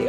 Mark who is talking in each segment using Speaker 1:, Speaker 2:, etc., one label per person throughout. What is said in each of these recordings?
Speaker 1: Et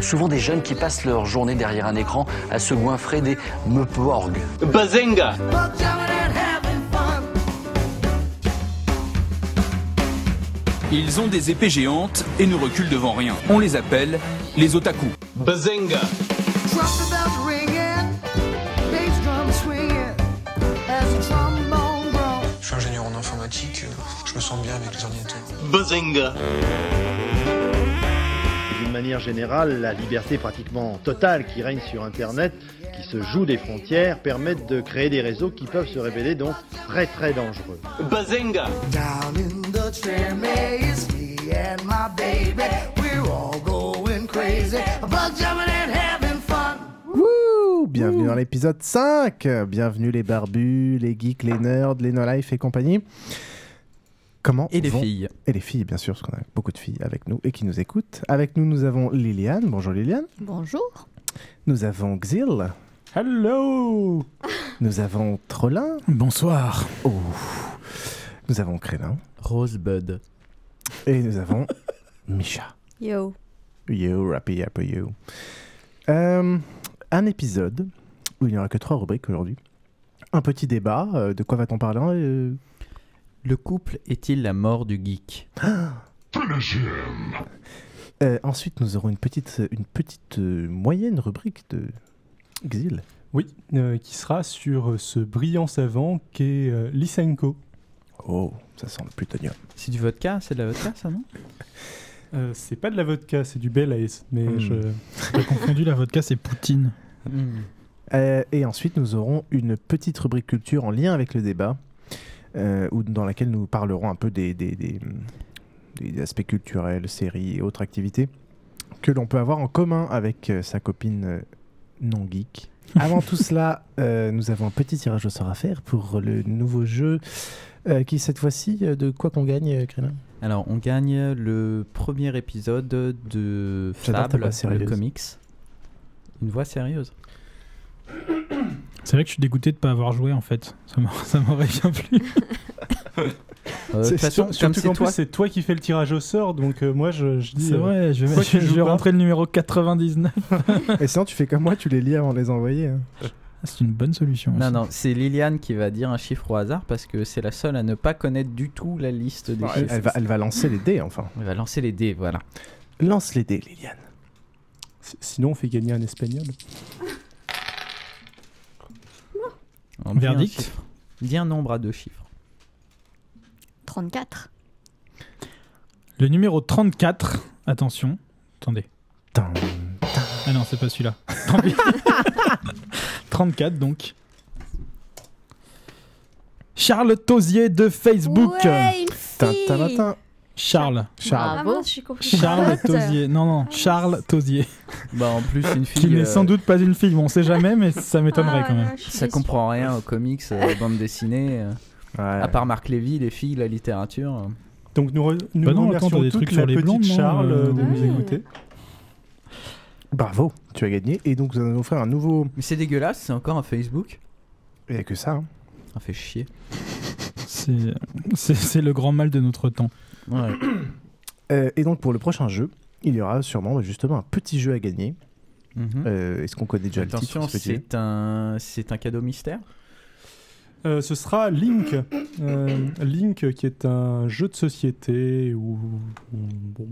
Speaker 2: Souvent des jeunes qui passent leur journée derrière un écran à se goinfrer des meuporgs.
Speaker 3: Bazinga
Speaker 4: Ils ont des épées géantes et ne reculent devant rien. On les appelle les otaku.
Speaker 3: Bazinga
Speaker 5: Je suis ingénieur en informatique, euh, je me sens bien avec les ordinateurs.
Speaker 3: Bazinga
Speaker 6: D'une manière générale, la liberté pratiquement totale qui règne sur Internet, qui se joue des frontières, permet de créer des réseaux qui peuvent se révéler donc très très dangereux.
Speaker 3: Bazinga
Speaker 7: Down in the tram maze, me and my baby, we're all going crazy, bug jumping and having fun.
Speaker 8: Wouh Bienvenue dans l'épisode 5 Bienvenue les barbus, les geeks, les nerds, les no-life et compagnie. Comment
Speaker 9: Et des
Speaker 8: vont-
Speaker 9: filles.
Speaker 8: Et les filles, bien sûr, parce qu'on a beaucoup de filles avec nous et qui nous écoutent. Avec nous, nous avons Liliane. Bonjour Liliane.
Speaker 10: Bonjour.
Speaker 8: Nous avons Xil. Hello Nous avons Trollin.
Speaker 9: Bonsoir.
Speaker 8: Oh. Nous avons Crélin.
Speaker 9: Rosebud.
Speaker 8: Et nous avons Micha.
Speaker 10: Yo.
Speaker 8: You, happy, happy you. Euh, un épisode où il n'y aura que trois rubriques aujourd'hui. Un petit débat. euh, de quoi va-t-on parler euh,
Speaker 9: Le couple est-il la mort du geek
Speaker 8: euh, Ensuite, nous aurons une petite, une petite euh, moyenne rubrique de Exil.
Speaker 11: Oui, euh, qui sera sur euh, ce brillant savant qu'est euh, Lysenko.
Speaker 8: Oh, ça sent le plutonium.
Speaker 9: C'est du vodka C'est de la vodka, ça, non
Speaker 11: Euh, c'est pas de la vodka, c'est du Bel Ace, mais
Speaker 8: Hmm.
Speaker 11: je...
Speaker 12: Confondu, la vodka, c'est Poutine.
Speaker 8: Euh, et ensuite, nous aurons une petite rubrique culture en lien avec le débat, euh, où, dans laquelle nous parlerons un peu des, des- des- des aspects culturels, séries et autres activités que l'on peut avoir en commun avec euh, sa copine euh, non geek. Avant tout cela, euh, nous avons un petit tirage au sort à faire pour le nouveau jeu euh, qui, cette fois-ci, euh, de quoi qu'on gagne, euh, Krélin
Speaker 9: Alors, on gagne le premier épisode de
Speaker 8: J'adore ta
Speaker 9: Fable,
Speaker 8: voix
Speaker 9: le
Speaker 8: sérieuse.
Speaker 9: comics. Une voix sérieuse.
Speaker 12: C'est vrai que je suis dégoûté de pas avoir joué en fait. Ça m'a- ça m'aurait bien plu.
Speaker 9: Euh, De
Speaker 11: C'est
Speaker 9: toute façon,
Speaker 11: sur-
Speaker 9: comme
Speaker 11: surtout
Speaker 9: c'est
Speaker 11: qu'en
Speaker 9: toi,
Speaker 11: plus, c'est toi qui fais le tirage au sort, donc euh, moi, je, je dis...
Speaker 12: C'est
Speaker 11: euh,
Speaker 12: vrai, je vais,
Speaker 11: Pourquoi
Speaker 12: je,
Speaker 11: tu
Speaker 12: je
Speaker 11: joues
Speaker 12: vais
Speaker 11: pas
Speaker 12: rentrer le numéro Ah, 99.
Speaker 8: Et sinon, tu fais comme moi, tu les lis avant de les envoyer. hein.
Speaker 12: Ah, C'est une bonne solution.
Speaker 9: Non,
Speaker 12: aussi.
Speaker 9: non, c'est Liliane qui va dire un chiffre au hasard parce que c'est la seule à ne pas connaître du tout la liste des
Speaker 8: Elle,
Speaker 9: chiffres.
Speaker 8: elle va, elle va lancer les dés, enfin.
Speaker 9: Elle va lancer les dés, voilà.
Speaker 8: Lance les dés, Liliane.
Speaker 11: si- Sinon, on fait gagner un espagnol.
Speaker 9: On dit un
Speaker 12: Verdict.
Speaker 9: chiffre. Dis un nombre à deux chiffres.
Speaker 10: 34.
Speaker 12: Le numéro 34, attention. Attendez.
Speaker 8: Tin,
Speaker 12: Ah non, c'est pas celui-là. Tant pis. 34 donc. Charles Tausier de Facebook.
Speaker 10: Ouais, une
Speaker 8: tin,
Speaker 10: fille.
Speaker 8: tin, tin, tin.
Speaker 12: Charles.
Speaker 8: Charles.
Speaker 10: Ah, Bravo. mince, je suis confuse. euh,
Speaker 12: Charles
Speaker 10: Charlotte.
Speaker 12: Tausier. Non, non,
Speaker 10: Ah,
Speaker 12: Charles Tausier.
Speaker 9: Bah, en plus, une fille.
Speaker 12: Qui n'est
Speaker 9: euh,
Speaker 12: sans doute pas une fille, on sait jamais, mais ça m'étonnerait
Speaker 10: Ah,
Speaker 12: quand même.
Speaker 10: là, je suis
Speaker 9: Ça
Speaker 10: déçue.
Speaker 9: comprend rien aux comics, euh, aux bandes dessinées. euh.
Speaker 8: Ouais.
Speaker 9: À part Marc Lévy, les filles, la littérature. euh.
Speaker 11: Donc nous, re- nous
Speaker 12: Bah non,
Speaker 11: remercions
Speaker 12: attends, t'as des
Speaker 11: toute
Speaker 12: trucs
Speaker 11: la
Speaker 12: sur les
Speaker 11: petite
Speaker 12: blondes, non
Speaker 11: Charles euh, de
Speaker 12: Ah.
Speaker 11: nous écouter.
Speaker 8: Bravo, tu as gagné. Et donc, nous allons offrir un nouveau.
Speaker 9: Mais c'est dégueulasse, c'est encore un Facebook.
Speaker 8: Il n'y a que ça. hein.
Speaker 9: Ça fait chier.
Speaker 12: C'est- C'est c'est le grand mal de notre temps.
Speaker 9: Ouais.
Speaker 8: Euh, et donc, pour le prochain jeu, il y aura sûrement bah, justement un petit jeu à gagner.
Speaker 9: Mhm.
Speaker 8: Euh, Est-ce qu'on connaît déjà le titre
Speaker 9: Attention,
Speaker 8: ce petit jeu
Speaker 9: c'est un, c'est un cadeau mystère.
Speaker 13: Euh, ce sera Link. Euh, Link euh, qui est un jeu de société où, où- bon,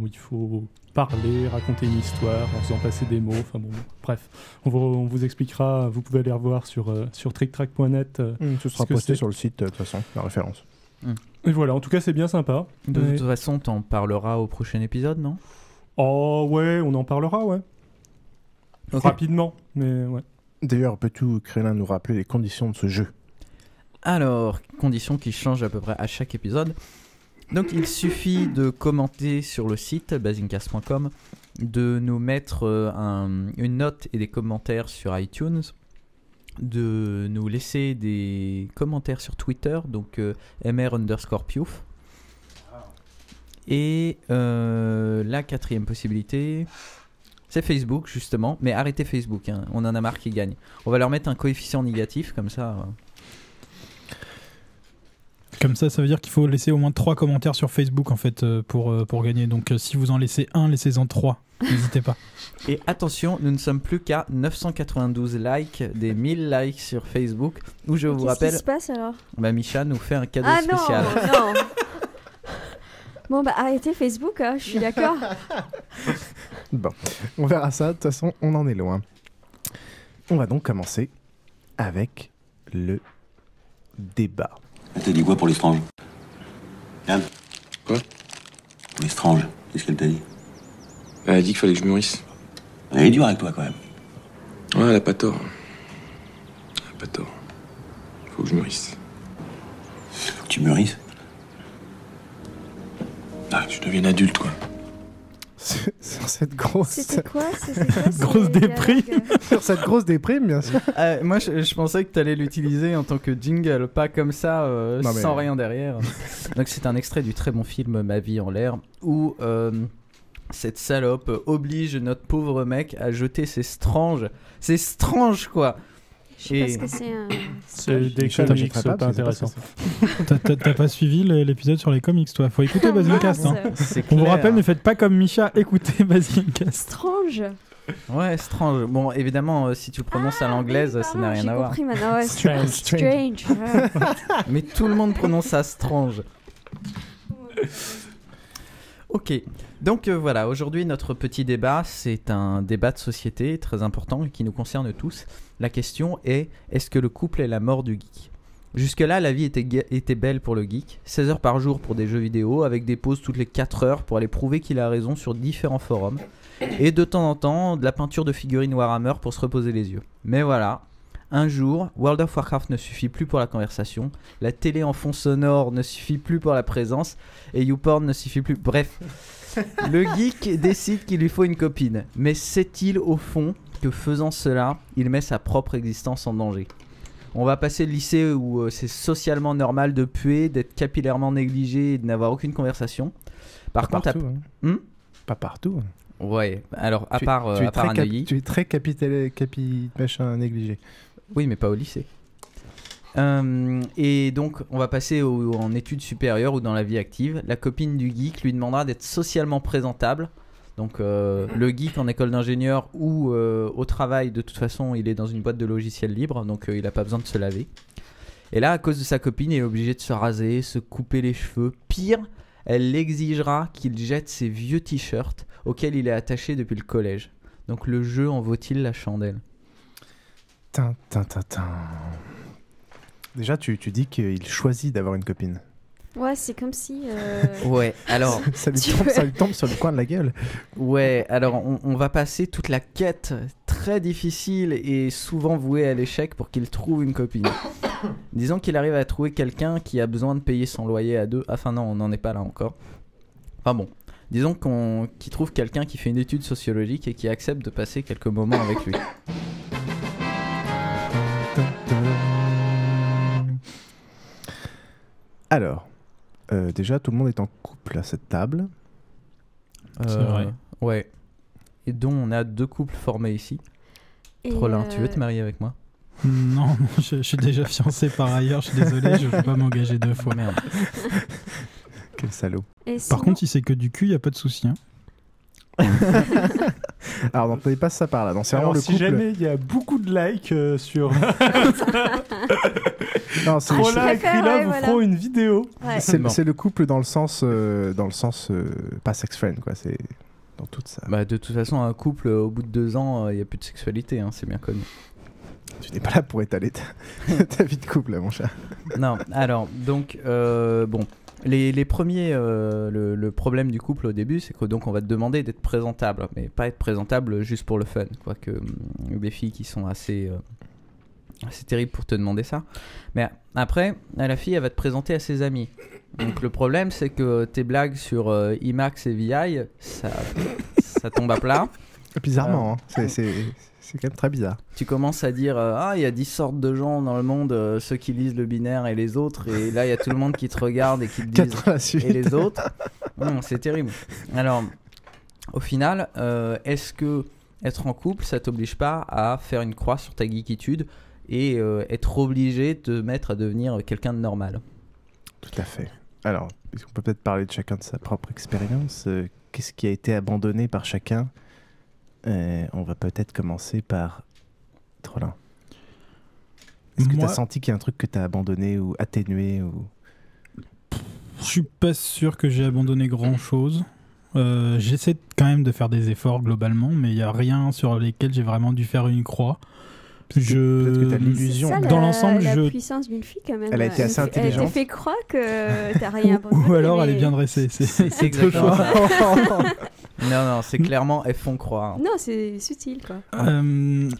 Speaker 13: où il faut parler, raconter une histoire en faisant passer des mots. Enfin bon, bref, on vous, on vous expliquera. Vous pouvez aller revoir sur, euh, sur tricktrack.net. euh,
Speaker 8: Hum, ce sera
Speaker 13: ce que
Speaker 8: posté
Speaker 13: c'est.
Speaker 8: sur le site, euh, de toute façon, la référence.
Speaker 13: Et voilà, en tout cas, c'est bien sympa.
Speaker 9: De
Speaker 13: Ouais.
Speaker 9: toute façon, t'en parleras au prochain épisode, non
Speaker 13: Oh ouais, on en parlera, ouais. Rapidement, mais ouais.
Speaker 8: D'ailleurs, peux-tu, Crélin, nous rappeler les conditions de ce jeu
Speaker 9: Alors, conditions qui changent à peu près à chaque épisode. Donc, il suffit de commenter sur le site basincast.com, de nous mettre euh, un- une note et des commentaires sur iTunes, de nous laisser des commentaires sur Twitter, donc euh, mr underscore piouf. Et euh, la quatrième possibilité, c'est Facebook justement, mais arrêtez Facebook, hein. on en a marre qu'ils gagnent. On va leur mettre un coefficient négatif comme ça. euh,
Speaker 12: Comme ça, ça veut dire qu'il faut laisser au moins 3 commentaires sur Facebook en fait euh, pour, euh, pour gagner. Donc euh, si vous en laissez un, laissez-en 3. N'hésitez pas.
Speaker 9: Et attention, nous ne sommes plus qu'à 992 likes des 1000 likes sur Facebook, où je vous
Speaker 10: Qu'est-ce
Speaker 9: rappelle,
Speaker 10: qui se passe alors
Speaker 9: bah, Micha nous fait un cadeau
Speaker 10: Ah non,
Speaker 9: spécial.
Speaker 10: non Bon bah arrêtez Facebook, hein, je suis d'accord.
Speaker 8: Bon, on verra ça, de toute façon, on en est loin. On va donc commencer avec le débat.
Speaker 14: T'as dit quoi pour l'estrange Yann Quoi Pour l'estrange, qu'est-ce qu'elle t'a dit Elle a dit qu'il fallait que je mûrisse. Elle est dure avec toi quand même.
Speaker 15: Ouais, elle a pas tort. Elle a pas tort. Faut que je mûrisse.
Speaker 14: Faut que tu mûrisses.
Speaker 15: Ah, que je devienne adulte, quoi.
Speaker 8: sur sur cette grosse.
Speaker 10: C'était quoi C'était quoi ce
Speaker 8: Grosse
Speaker 10: dialogue
Speaker 8: déprime Sur cette grosse déprime, bien sûr.
Speaker 9: Euh, moi, je, je pensais que tu allais l'utiliser en tant que jingle, pas comme ça, euh,
Speaker 8: Non, mais-
Speaker 9: sans rien derrière. Donc, c'est un extrait du très bon film Ma vie en l'air, où euh, cette salope oblige notre pauvre mec à jeter ses stranges. C'est strange, quoi
Speaker 10: Je sais pas ce que c'est un...
Speaker 13: C'est des
Speaker 12: Micha,
Speaker 13: comics
Speaker 12: t'achèteras
Speaker 13: pas
Speaker 12: pas, parce que
Speaker 13: intéressants.
Speaker 12: T'as- T'as t'as pas suivi le- l'épisode sur les comics, toi Faut écouter
Speaker 10: Ah,
Speaker 12: Basincast.
Speaker 10: mince.
Speaker 12: hein.
Speaker 9: C'est
Speaker 12: On vous
Speaker 9: clair.
Speaker 12: rappelle, ne faites pas comme Micha, écoutez Basincast.
Speaker 10: Strange
Speaker 9: Ouais, strange. Bon, évidemment, euh, si tu le prononces à l'anglaise, ça n'a rien
Speaker 10: J'ai
Speaker 9: à voir.
Speaker 10: compris
Speaker 13: Euh,
Speaker 10: maintenant, ouais,
Speaker 9: Strange,
Speaker 10: strange.
Speaker 9: strange. Mais tout le monde prononce ça strange. Ok, donc euh, voilà, aujourd'hui notre petit débat, c'est un débat de société très important et qui nous concerne tous. La question est, est-ce que le couple est la mort du geek Jusque-là, la vie était, ga- était belle pour le geek, 16 heures par jour pour des jeux vidéo, avec des pauses toutes les 4 heures pour aller prouver qu'il a raison sur différents forums, et de temps en temps, de la peinture de figurines Warhammer pour se reposer les yeux. Mais voilà, un jour, World of Warcraft ne suffit plus pour la conversation, la télé en fond sonore ne suffit plus pour la présence, et YouPorn ne suffit plus. Bref, le geek décide qu'il lui faut une copine. Mais sait-il au fond que faisant cela, il met sa propre existence en danger on va passer le lycée où euh, c'est socialement normal de puer, d'être capillairement négligé et de n'avoir aucune conversation. Par contre, à-
Speaker 8: partout, hein.
Speaker 9: Hmm
Speaker 8: Pas partout. hein.
Speaker 9: ouais. Alors à
Speaker 8: Tu-
Speaker 9: part, euh,
Speaker 8: tu es
Speaker 9: à part
Speaker 8: très cap-
Speaker 9: Neuilly.
Speaker 8: Tu es très capital, capi, machin, négligé.
Speaker 9: Oui, mais pas au lycée. Euh, et donc, on va passer au- en études supérieures ou dans la vie active. La copine du geek lui demandera d'être socialement présentable. Donc, euh, le geek en école d'ingénieur ou euh, au travail, de toute façon, il est dans une boîte de logiciels libre, donc euh, il n'a pas besoin de se laver. Et là, à cause de sa copine, il est obligé de se raser, se couper les cheveux. Pire, elle l'exigera qu'il jette ses vieux t-shirts auxquels il est attaché depuis le collège. Donc, le jeu en vaut-il la chandelle
Speaker 8: Tin, tin, tin, tin. Déjà, tu, tu dis qu'il choisit d'avoir une copine.
Speaker 10: Ouais, c'est comme si... euh,
Speaker 9: Ouais, alors.
Speaker 8: ça, lui tombe, ça lui tombe sur le coin de la gueule.
Speaker 9: Ouais, alors on, on va passer toute la quête très difficile et souvent vouée à l'échec pour qu'il trouve une copine. Disons qu'il arrive à trouver quelqu'un qui a besoin de payer son loyer à deux. Enfin non, on n'en est pas là encore. Enfin bon, disons qu'on qu'il trouve quelqu'un qui fait une étude sociologique et qui accepte de passer quelques moments avec lui.
Speaker 8: Alors, euh, déjà, tout le monde est en couple à cette table.
Speaker 9: Euh, Ouais. Et dont on a deux couples formés ici.
Speaker 10: Et,
Speaker 9: Trollin, tu veux
Speaker 10: euh,
Speaker 9: te marier avec moi
Speaker 12: Non, je, je suis déjà fiancé par ailleurs, je suis désolé, je veux pas m'engager deux fois.
Speaker 9: Merde.
Speaker 8: Quel salaud.
Speaker 10: Et
Speaker 12: Par
Speaker 10: sinon-
Speaker 12: contre, si c'est que du cul, y a pas de souci. hein.
Speaker 8: Alors, n'entendez pas ça par là. Non, c'est vraiment
Speaker 13: Alors,
Speaker 8: le
Speaker 13: si
Speaker 8: couple.
Speaker 13: jamais il y a beaucoup de likes euh, sur
Speaker 8: Non, c'est-
Speaker 13: Trolla et
Speaker 8: c'est-
Speaker 13: Krilla
Speaker 8: Ouais,
Speaker 13: vous
Speaker 8: voilà.
Speaker 13: feront une vidéo.
Speaker 8: C'est c'est le couple dans le sens, euh, dans le sens euh, pas sex friend, quoi. C'est dans toute sa.
Speaker 9: Bah, de toute façon, un couple, euh, au bout de deux ans, il n'y a plus de sexualité, hein, c'est bien connu.
Speaker 8: Tu n'es pas là pour étaler ta, ta vie de couple, là, mon chat.
Speaker 9: non, alors, donc, euh, bon. Les, les premiers, euh, le, le problème du couple au début, c'est que donc on va te demander d'être présentable, mais pas être présentable juste pour le fun. Quoique hum, des filles qui sont assez, euh, assez terribles pour te demander ça. Mais après, la fille, elle va te présenter à ses amis. Donc le problème, c'est que tes blagues sur euh, IMAX et VI, ça, ça tombe à plat. Euh,
Speaker 8: Bizarrement, hein. C'est- c'est c'est quand même très bizarre.
Speaker 9: Tu commences à dire euh, Ah, il y a 10 sortes de gens dans le monde, euh, ceux qui lisent le binaire et les autres. Et là, il y a tout le monde qui te regarde et qui te
Speaker 8: Quatre à la
Speaker 9: dit
Speaker 8: suite.
Speaker 9: Et les autres. Non, c'est terrible. Alors, au final, euh, est-ce que être en couple, ça t'oblige pas à faire une croix sur ta geekitude et euh, être obligé de te mettre à devenir quelqu'un de normal
Speaker 8: Tout à fait. Alors, on peut peut-être parler de chacun de sa propre expérience. euh, Qu'est-ce qui a été abandonné par chacun Euh, On va peut-être commencer par Trollin. Est-ce que tu
Speaker 12: Moi-
Speaker 8: as senti qu'il y a un truc que tu as abandonné ou atténué ou...
Speaker 12: Je suis pas sûr que j'ai abandonné grand chose. Euh, J'essaie quand même de faire des efforts globalement, mais il y a rien sur lesquels j'ai vraiment dû faire une croix. Je...
Speaker 8: peut-être que t'as l'illusion.
Speaker 10: Ça, la-
Speaker 12: Dans l'ensemble,
Speaker 10: Euh, la
Speaker 12: je
Speaker 10: puissance d'une fille quand même.
Speaker 12: Elle a été
Speaker 10: Une
Speaker 12: assez
Speaker 10: fille- Elle
Speaker 12: intelligente.
Speaker 10: t'a fait croire que t'as rien
Speaker 12: Ou-
Speaker 10: abandonné.
Speaker 12: Ou alors elle est
Speaker 10: mais-
Speaker 12: bien dressée. C'est
Speaker 9: C'est
Speaker 12: c'est deux
Speaker 9: exactement
Speaker 12: choix.
Speaker 9: ça. non, non, c'est clairement elles font croire.
Speaker 10: Non, c'est subtil quoi.
Speaker 12: Euh,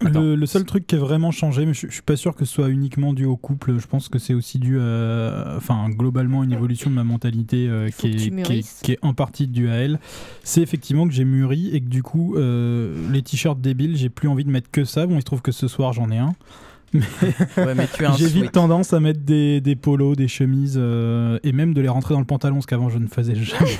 Speaker 12: le, le seul truc qui a vraiment changé, mais je, je suis pas sûr que ce soit uniquement dû au couple. Je pense que c'est aussi dû, à- enfin globalement, une évolution de ma mentalité euh, qui,
Speaker 16: que tu Bah,
Speaker 12: est, qui,
Speaker 16: mûrisses.
Speaker 12: est, qui est en partie due à elle. C'est effectivement que j'ai mûri et que du coup, euh, les t-shirts débiles, j'ai plus envie de mettre que ça. Bon, il se trouve que ce soir j'en ai un. Mais
Speaker 9: Ouais, mais tu as un
Speaker 12: j'ai
Speaker 9: sweat.
Speaker 12: vite tendance à mettre des, des polos, des chemises euh, et même de les rentrer dans le pantalon, ce qu'avant je ne faisais jamais.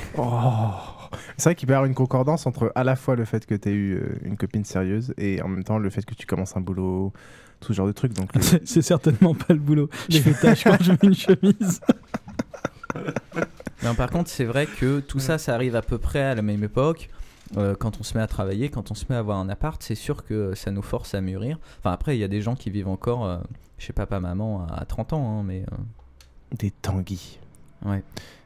Speaker 8: C'est vrai qu'il peut y avoir une concordance entre à la fois le fait que tu as eu euh, une copine sérieuse et en même temps le fait que tu commences un boulot, tout ce genre de trucs. Donc, le-
Speaker 12: C'est- C'est certainement pas le boulot. Je fais tâche quand je mets une chemise.
Speaker 9: Non, par contre, c'est vrai que tout ça, ça arrive à peu près à la même époque. Euh, quand on se met à travailler, quand on se met à avoir un appart, c'est sûr que ça nous force à mûrir. Enfin, après, il y a des gens qui vivent encore euh, chez papa, maman à 30 ans, hein, mais.
Speaker 8: Des tanguis.
Speaker 9: Ouais.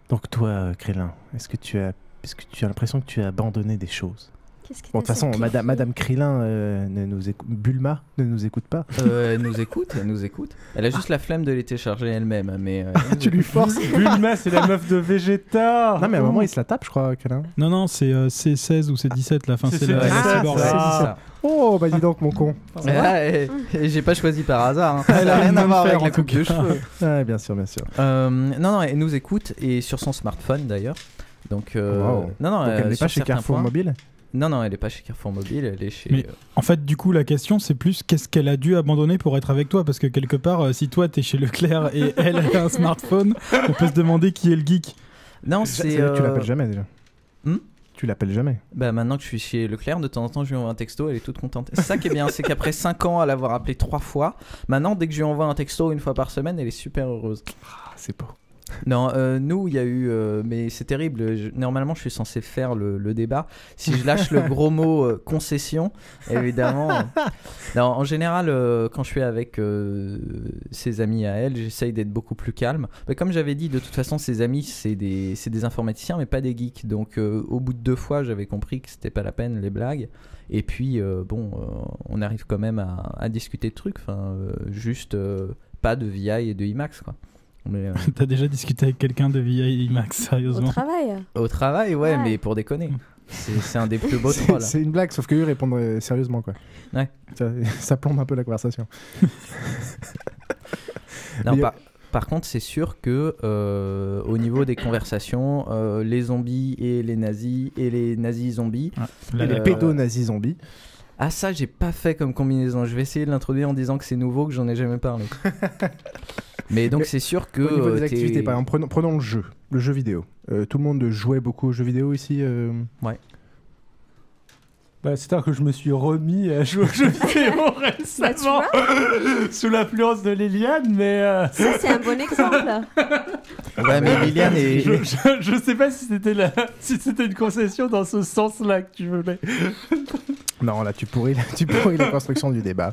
Speaker 8: Donc toi, euh, Crélin, est-ce que tu as, est-ce que tu as l'impression que tu as abandonné des choses
Speaker 10: Qu'est-ce qui
Speaker 8: Bon, de
Speaker 10: t'a
Speaker 8: toute façon,
Speaker 10: sacrifié
Speaker 8: Madame, Madame Crélin euh, ne nous écou- Bulma ne nous écoute pas.
Speaker 9: Euh, elle nous écoute, elle nous écoute. Elle a juste la flemme de les télécharger elle-même, mais. euh, elle nous
Speaker 8: tu lui
Speaker 9: écoute.
Speaker 8: forces.
Speaker 13: Bulma, c'est la meuf de Vegeta.
Speaker 8: Non, mais à un moment, il se la tape, je crois, Crélin.
Speaker 12: Non, non, c'est euh, c'est 16 ou c'est 17 là. Enfin,
Speaker 8: C'est
Speaker 12: c'est la,
Speaker 8: 16,
Speaker 12: la
Speaker 8: ah,
Speaker 12: cyborg.
Speaker 8: c'est ça. Oh, bah dis donc, mon con.
Speaker 9: Mais là, eh, eh, j'ai pas choisi par hasard. hein.
Speaker 8: Elle
Speaker 9: Ça
Speaker 8: a
Speaker 9: n'a rien à
Speaker 8: une
Speaker 9: voir avec
Speaker 8: bonne paire,
Speaker 9: la
Speaker 8: en tout
Speaker 9: coupe de
Speaker 8: cas.
Speaker 9: cheveux.
Speaker 8: Ah, Ouais, bien sûr, bien sûr.
Speaker 9: Euh, non, non, elle nous écoute et sur son smartphone d'ailleurs. Donc, euh,
Speaker 8: Wow.
Speaker 9: non, non,
Speaker 8: Donc, elle
Speaker 9: euh,
Speaker 8: n'est
Speaker 9: sur
Speaker 8: pas chez
Speaker 9: certains
Speaker 8: Carrefour
Speaker 9: points-
Speaker 8: Mobile
Speaker 9: Non, non, elle n'est pas chez Carrefour Mobile, elle est chez. euh,
Speaker 12: Mais en fait, du coup, la question c'est plus qu'est-ce qu'elle a dû abandonner pour être avec toi Parce que quelque part, euh, si toi t'es chez Leclerc et elle elle a un smartphone, on peut se demander qui est le geek.
Speaker 9: Non,
Speaker 8: Ça,
Speaker 9: c'est.
Speaker 8: ça veut dire que Tu
Speaker 9: euh, Hmm
Speaker 8: l'appelles jamais déjà. Tu l'appelles jamais.
Speaker 9: Bah maintenant que je suis chez Leclerc, de temps en temps je lui envoie un texto, elle est toute contente. C'est ça qui est bien, c'est qu'après 5 ans à l'avoir appelé 3 fois, maintenant dès que je lui envoie un texto une fois par semaine, elle est super heureuse.
Speaker 8: Ah, c'est beau.
Speaker 9: Non, euh, nous il y a eu, euh, mais c'est terrible. je- normalement je suis censé faire le, le débat. Si je lâche le gros mot euh, concession, évidemment. euh, non, en général, euh, quand je suis avec euh, ses amis à elle, j'essaye d'être beaucoup plus calme. Mais comme j'avais dit, de toute façon, ses amis, c'est des, c'est des informaticiens, mais pas des geeks. Donc, euh, au bout de deux fois, j'avais compris que c'était pas la peine les blagues. Et puis, euh, bon, euh, on arrive quand même à, à discuter de trucs. Enfin, euh, juste euh, pas de VI et de IMAX, quoi. Mais, euh,
Speaker 12: T'as déjà discuté avec quelqu'un de vieille IMAX, sérieusement
Speaker 10: travail.
Speaker 9: au travail, ouais,
Speaker 10: Ouais.
Speaker 9: mais pour déconner. C'est c'est un des plus beaux trolls.
Speaker 8: C'est une blague, sauf que lui répondrait sérieusement quoi.
Speaker 9: Ouais.
Speaker 8: Ça, ça plombe un peu la conversation.
Speaker 9: Non,
Speaker 8: Mais y a-
Speaker 9: par, par contre, c'est sûr que euh, au niveau des conversations, euh, les zombies et les nazis et les nazis zombies, euh,
Speaker 8: Et les pédo-nazis zombies.
Speaker 9: Ah ça, j'ai pas fait comme combinaison. Je vais essayer de l'introduire en disant que c'est nouveau, que j'en ai jamais parlé. Mais donc c'est sûr que
Speaker 8: Au niveau des
Speaker 9: euh, t'es-
Speaker 8: activités, par exemple, prenons, prenons le jeu, le jeu vidéo. Euh, tout le monde jouait beaucoup aux jeux vidéo ici. euh,
Speaker 9: Ouais.
Speaker 11: Bah, C'est-à-dire que je me suis remis à jouer aux jeux vidéo récemment sous l'influence de Liliane, mais. euh,
Speaker 16: Ça, c'est un bon exemple.
Speaker 9: Ouais, mais Liliane est-
Speaker 11: Je, je- je sais pas si c'était la... si c'était une concession dans ce sens-là que tu voulais.
Speaker 8: Non, là, tu pourris, la- tu pourris la construction du débat.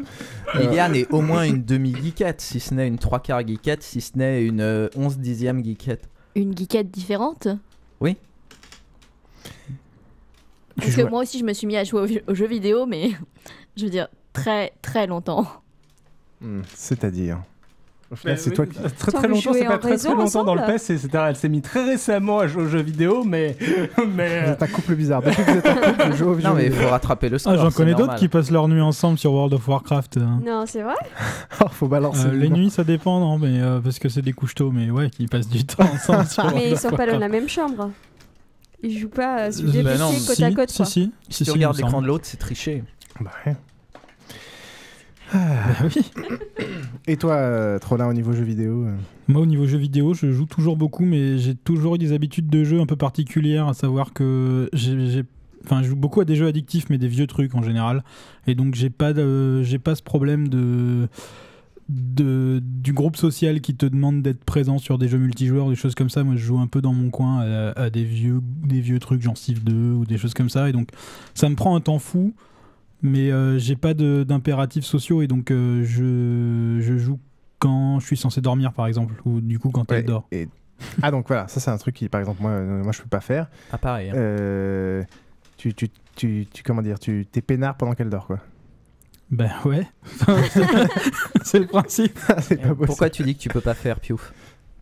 Speaker 8: Euh,
Speaker 9: Liliane est au moins une demi-geekette, si ce n'est une trois quarts geekette, si ce n'est une euh, onze dixième geekette.
Speaker 16: Une geekette différente
Speaker 9: Oui.
Speaker 16: Parce que moi aussi, je me suis mis à jouer aux vi- aux jeux vidéo, mais je veux dire, très très longtemps.
Speaker 8: hmm, C'est-à-dire. Au final,
Speaker 11: Mais
Speaker 8: c'est
Speaker 11: oui,
Speaker 8: toi qui.
Speaker 11: Très
Speaker 16: Sans
Speaker 11: très
Speaker 16: vous
Speaker 11: longtemps,
Speaker 16: jouer
Speaker 11: c'est pas très
Speaker 16: en
Speaker 11: très
Speaker 16: réseau
Speaker 11: longtemps dans le
Speaker 16: ensemble
Speaker 11: passé. C'est-à-dire, elle s'est mis très récemment à jouer aux jeux vidéo, mais. mais...
Speaker 8: Vous êtes un couple bizarre. Depuis que vous êtes un couple, vous jouez aux jeux
Speaker 9: Non, mais il
Speaker 8: vidéo.
Speaker 9: faut rattraper le score.
Speaker 12: Ah, j'en
Speaker 9: c'est
Speaker 12: connais d'autres
Speaker 9: normal.
Speaker 12: qui passent leur nuit ensemble sur World of Warcraft. hein.
Speaker 16: Non, c'est vrai
Speaker 8: Oh, faut balancer.
Speaker 12: Euh,
Speaker 8: le
Speaker 12: les
Speaker 8: nom.
Speaker 12: nuits, ça dépend, non, mais euh, parce que c'est des couches tôt, mais ouais, qui passent du temps ensemble. sur
Speaker 16: Ah, Mais
Speaker 12: World
Speaker 16: ils
Speaker 12: of
Speaker 16: sont pas dans
Speaker 12: Warcraft.
Speaker 16: la même chambre. Ils jouent pas euh, sur
Speaker 12: Euh,
Speaker 16: des
Speaker 12: bah
Speaker 16: PC
Speaker 12: non,
Speaker 16: côte
Speaker 12: si,
Speaker 16: à côte.
Speaker 12: si,
Speaker 16: quoi.
Speaker 12: si.
Speaker 9: Si tu
Speaker 12: il
Speaker 9: regardes
Speaker 12: me
Speaker 9: l'écran
Speaker 12: semble.
Speaker 9: de l'autre, c'est triché.
Speaker 8: Bah ouais. Ah. Et toi, euh, Trollin, au niveau jeux vidéo euh,
Speaker 12: Moi, au niveau jeux vidéo, je joue toujours beaucoup, mais j'ai toujours eu des habitudes de jeu un peu particulières, à savoir que j'ai. j'ai- Enfin, je joue beaucoup à des jeux addictifs, mais des vieux trucs en général. Et donc, j'ai pas, de- j'ai pas ce problème de, de, du groupe social qui te demande d'être présent sur des jeux multijoueurs, des choses comme ça. Moi, je joue un peu dans mon coin à, à des, vieux, des vieux trucs, genre Civ 2 ou des choses comme ça. Et donc, ça me prend un temps fou mais euh, j'ai pas de- d'impératifs sociaux et donc euh, je, je joue quand je suis censé dormir par exemple ou du coup quand
Speaker 8: Ouais,
Speaker 12: elle dort.
Speaker 8: et- Ah, donc voilà, ça, c'est un truc qui, par exemple, moi, euh, moi je peux pas faire.
Speaker 9: Ah, pareil. hein.
Speaker 8: Euh, tu, tu, tu, tu- comment dire, tu t'es peinard pendant qu'elle dort, quoi.
Speaker 12: Ben ouais, c'est le principe.
Speaker 8: c'est pas possible.
Speaker 9: bah, Pourquoi tu dis que tu peux pas faire, Piouf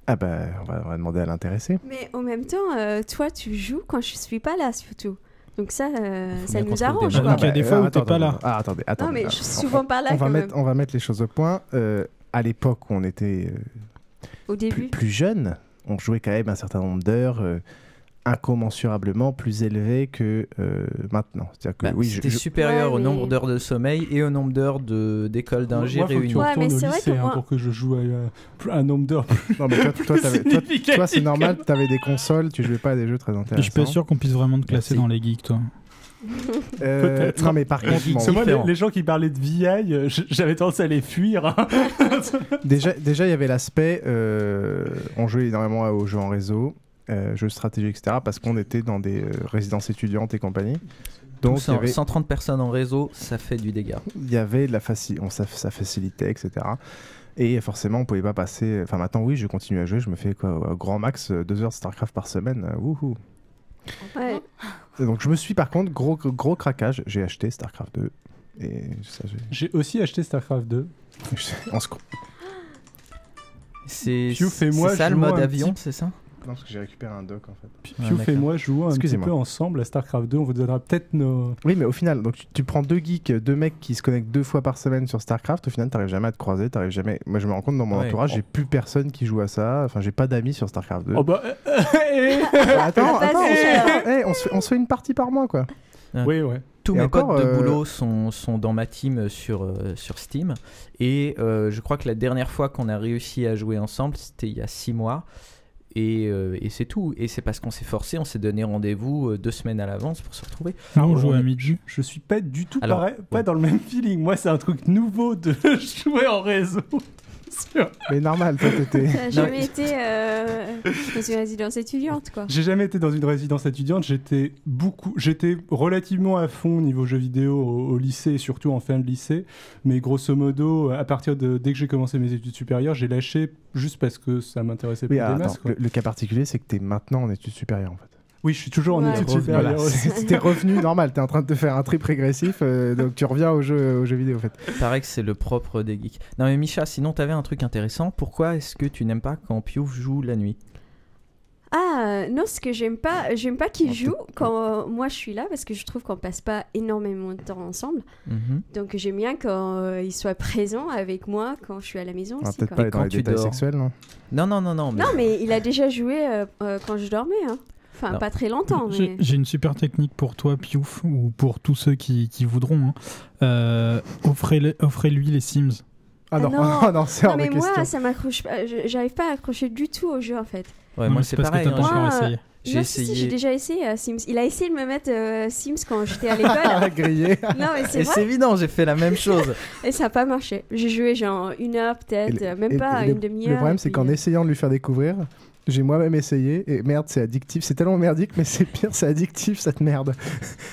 Speaker 8: Ah bah, on va, on va demander à l'intéressé.
Speaker 16: Mais en même temps, euh, toi, tu joues quand je suis pas là, surtout. Donc ça, euh, ça
Speaker 9: bien qu'on
Speaker 16: nous
Speaker 9: se le
Speaker 16: arrange.
Speaker 11: Ah,
Speaker 16: quoi.
Speaker 9: débat.
Speaker 11: bah,
Speaker 12: Donc, il y a des fois où
Speaker 8: attends,
Speaker 12: t'es pas
Speaker 8: attends,
Speaker 12: là.
Speaker 8: attends. Ah, attendez, attendez.
Speaker 16: mais
Speaker 8: là.
Speaker 16: je suis souvent pas là,
Speaker 8: On
Speaker 16: Ah,
Speaker 8: va,
Speaker 16: quand
Speaker 8: mettre,
Speaker 16: même.
Speaker 8: on va mettre les choses au point. Euh, à l'époque où on était euh,
Speaker 16: Au
Speaker 8: plus,
Speaker 16: début.
Speaker 8: plus jeune, on jouait quand même un certain nombre d'heures euh, incommensurablement plus élevées que euh, maintenant. C'est-à-dire que
Speaker 9: Bah,
Speaker 8: oui, je-
Speaker 9: C'était
Speaker 8: je-
Speaker 9: supérieur
Speaker 16: Ouais,
Speaker 9: au nombre
Speaker 16: mais-
Speaker 9: d'heures de sommeil et au nombre d'heures de- d'école d'ingé
Speaker 11: Moi, faut que tu
Speaker 9: réunies.
Speaker 16: Ouais, mais
Speaker 11: retournes au
Speaker 16: c'est vrai
Speaker 11: lycée,
Speaker 16: que
Speaker 11: hein,
Speaker 16: moi-
Speaker 11: pour que je joue à euh, un nombre d'heures.
Speaker 8: Non, mais toi, toi, t'avais- toi-
Speaker 11: significatif.
Speaker 8: toi, c'est normal, tu avais des consoles, tu jouais pas à des jeux très intéressants.
Speaker 12: Je suis pas sûr qu'on puisse vraiment te classer
Speaker 9: Merci.
Speaker 12: dans les geeks, toi.
Speaker 8: Euh,
Speaker 11: Peut-être.
Speaker 8: non, mais par
Speaker 9: Les geeks
Speaker 8: contre,
Speaker 11: Parce que
Speaker 8: bon,
Speaker 11: moi, les,
Speaker 9: Différent.
Speaker 11: les gens qui parlaient de VI, euh, j- j'avais tendance à les fuir. hein.
Speaker 8: déjà, déjà, il y avait l'aspect, euh, on jouait énormément aux jeux en réseau, euh, jeux stratégiques, etc., parce qu'on était dans des euh, résidences étudiantes et compagnie. Donc, il y
Speaker 9: 100
Speaker 8: avait,
Speaker 9: 130 personnes en réseau, ça fait du dégât.
Speaker 8: il y avait de la faci on, ça, ça facilitait, etc. Et forcément, on pouvait pas passer. Enfin, maintenant, oui, je continue à jouer. Je me fais quoi, au grand max, euh, deux heures de Starcraft par semaine. euh, wouhou.
Speaker 16: Ouais.
Speaker 8: Et donc, je me suis, par contre, gros, gros craquage. J'ai acheté Starcraft 2. Et ça, j'ai-
Speaker 11: J'ai aussi acheté StarCraft 2.
Speaker 8: en secours.
Speaker 9: C'est
Speaker 11: Piouf et
Speaker 9: c'est
Speaker 11: moi
Speaker 9: ça le
Speaker 11: jouons
Speaker 9: mode
Speaker 11: un
Speaker 9: avion,
Speaker 11: petit-
Speaker 9: c'est ça
Speaker 8: Non, parce que j'ai récupéré un doc en fait.
Speaker 11: Piouf et
Speaker 9: d'accord.
Speaker 11: moi jouons un petit
Speaker 8: Ah, Excusez-moi.
Speaker 11: peu ensemble à StarCraft 2. On vous donnera peut-être nos.
Speaker 8: Oui, mais au final, donc tu, tu prends deux geeks, deux mecs qui se connectent deux fois par semaine sur StarCraft. Au final, t'arrives jamais à te croiser, t'arrives jamais. Moi, je me rends compte dans mon
Speaker 9: Ouais.
Speaker 8: entourage, j'ai plus personne qui joue à ça. Enfin, j'ai pas d'amis sur StarCraft 2.
Speaker 11: Oh bah. euh, euh,
Speaker 8: Bah,
Speaker 16: Bah,
Speaker 8: attends, attends, on,
Speaker 16: c'est
Speaker 8: se-
Speaker 16: cher.
Speaker 8: eh, on se fait, on se fait une partie par mois, quoi.
Speaker 11: oui, ouais.
Speaker 9: Tous
Speaker 8: Et
Speaker 9: mes
Speaker 8: encore,
Speaker 9: potes de
Speaker 8: euh,
Speaker 9: boulot sont, sont dans ma team sur, euh, sur Steam. Et euh, je crois que la dernière fois qu'on a réussi à jouer ensemble, c'était il y a 6 mois. Et, euh, et c'est tout. Et c'est parce qu'on s'est forcé, on s'est donné rendez-vous euh, deux semaines à l'avance pour se retrouver.
Speaker 12: Ah, on
Speaker 11: Ouais,
Speaker 12: joue
Speaker 11: on
Speaker 12: à
Speaker 11: est-
Speaker 12: midi.
Speaker 11: Je suis pas du tout
Speaker 9: Alors,
Speaker 11: pareil- pas
Speaker 9: ouais.
Speaker 11: dans le même feeling. Moi, c'est un truc nouveau de jouer en réseau. Sur-
Speaker 8: Mais normal, toi, t'étais.
Speaker 16: Ça a jamais été euh, dans une résidence étudiante, quoi.
Speaker 11: J'ai jamais été dans une résidence étudiante. J'étais beaucoup, j'étais relativement à fond niveau jeux vidéo au, au lycée, surtout en fin de lycée. Mais grosso modo, à partir de dès que j'ai commencé mes études supérieures, j'ai lâché juste parce que ça m'intéressait
Speaker 8: Oui,
Speaker 11: pas
Speaker 8: ah,
Speaker 11: des masses.
Speaker 8: attends,
Speaker 11: quoi.
Speaker 8: le, le cas particulier, c'est que t'es maintenant en études supérieures, en fait.
Speaker 11: Oui, je suis toujours en
Speaker 16: Ouais.
Speaker 11: études
Speaker 16: Revenu,
Speaker 11: supérieures.
Speaker 8: Voilà,
Speaker 11: aussi.
Speaker 8: c'est- t'es revenu normal. T'es en train de te faire un trip régressif, euh, donc tu reviens au jeu, au jeu vidéo, en fait.
Speaker 9: Pareil que c'est le propre des geeks. Non mais Micha, sinon t'avais un truc intéressant. Pourquoi est-ce que tu n'aimes pas quand Piouf joue la nuit
Speaker 16: Ah euh, non, ce que j'aime pas, j'aime pas qu'ils
Speaker 8: En
Speaker 16: jouent quand euh, moi je suis là parce que je trouve qu'on passe pas énormément de temps ensemble.
Speaker 9: Mhm.
Speaker 16: Donc j'aime bien quand euh, ils soient présents avec moi quand je suis à la maison
Speaker 8: On va
Speaker 16: aussi.
Speaker 8: peut-être
Speaker 16: quoi.
Speaker 8: pas aller dans
Speaker 9: quand
Speaker 8: les
Speaker 9: tu
Speaker 8: détails
Speaker 9: dors.
Speaker 8: sexuels, non
Speaker 9: Non, non, non, non. Mais...
Speaker 16: Non, mais il a déjà joué euh, euh, quand je dormais. hein. Enfin,
Speaker 9: Non.
Speaker 16: pas très longtemps,
Speaker 12: J'ai
Speaker 16: mais.
Speaker 12: j'ai une super technique pour toi, Piouf, ou pour tous ceux qui, qui voudront. hein. Euh, Offrez-le- Offrez-lui les Sims.
Speaker 8: Ah non,
Speaker 16: non.
Speaker 8: ah non, c'est hors
Speaker 16: Non,
Speaker 8: de
Speaker 16: mais
Speaker 8: question.
Speaker 16: moi, ça m'accroche pas. je- J'arrive pas à accrocher du tout au jeu en fait.
Speaker 9: Ouais,
Speaker 12: Non,
Speaker 9: moi
Speaker 12: mais
Speaker 9: c'est
Speaker 12: parce
Speaker 8: Hmm.
Speaker 9: pareil.
Speaker 12: que t'as
Speaker 9: hein,
Speaker 12: pas
Speaker 16: Moi,
Speaker 12: encore essayé.
Speaker 9: J'ai
Speaker 16: Non, si, si,
Speaker 9: essayé.
Speaker 16: j'ai déjà essayé euh, Sims. Il a essayé de me mettre euh, Sims quand j'étais à l'école.
Speaker 9: grillé.
Speaker 16: Non, mais c'est
Speaker 9: Et
Speaker 16: vrai.
Speaker 9: c'est évident, j'ai fait la même chose.
Speaker 16: Et ça n'a pas marché. J'ai joué genre une heure peut-être,
Speaker 8: Et
Speaker 16: euh,
Speaker 8: le-
Speaker 16: même
Speaker 8: et-
Speaker 16: pas
Speaker 8: et le-
Speaker 16: une demi-heure.
Speaker 8: Le problème,
Speaker 16: et
Speaker 8: c'est
Speaker 16: puis, euh,
Speaker 8: qu'en essayant de lui faire découvrir, j'ai moi-même essayé et merde, c'est addictif. C'est tellement merdique, mais c'est pire, c'est addictif cette merde.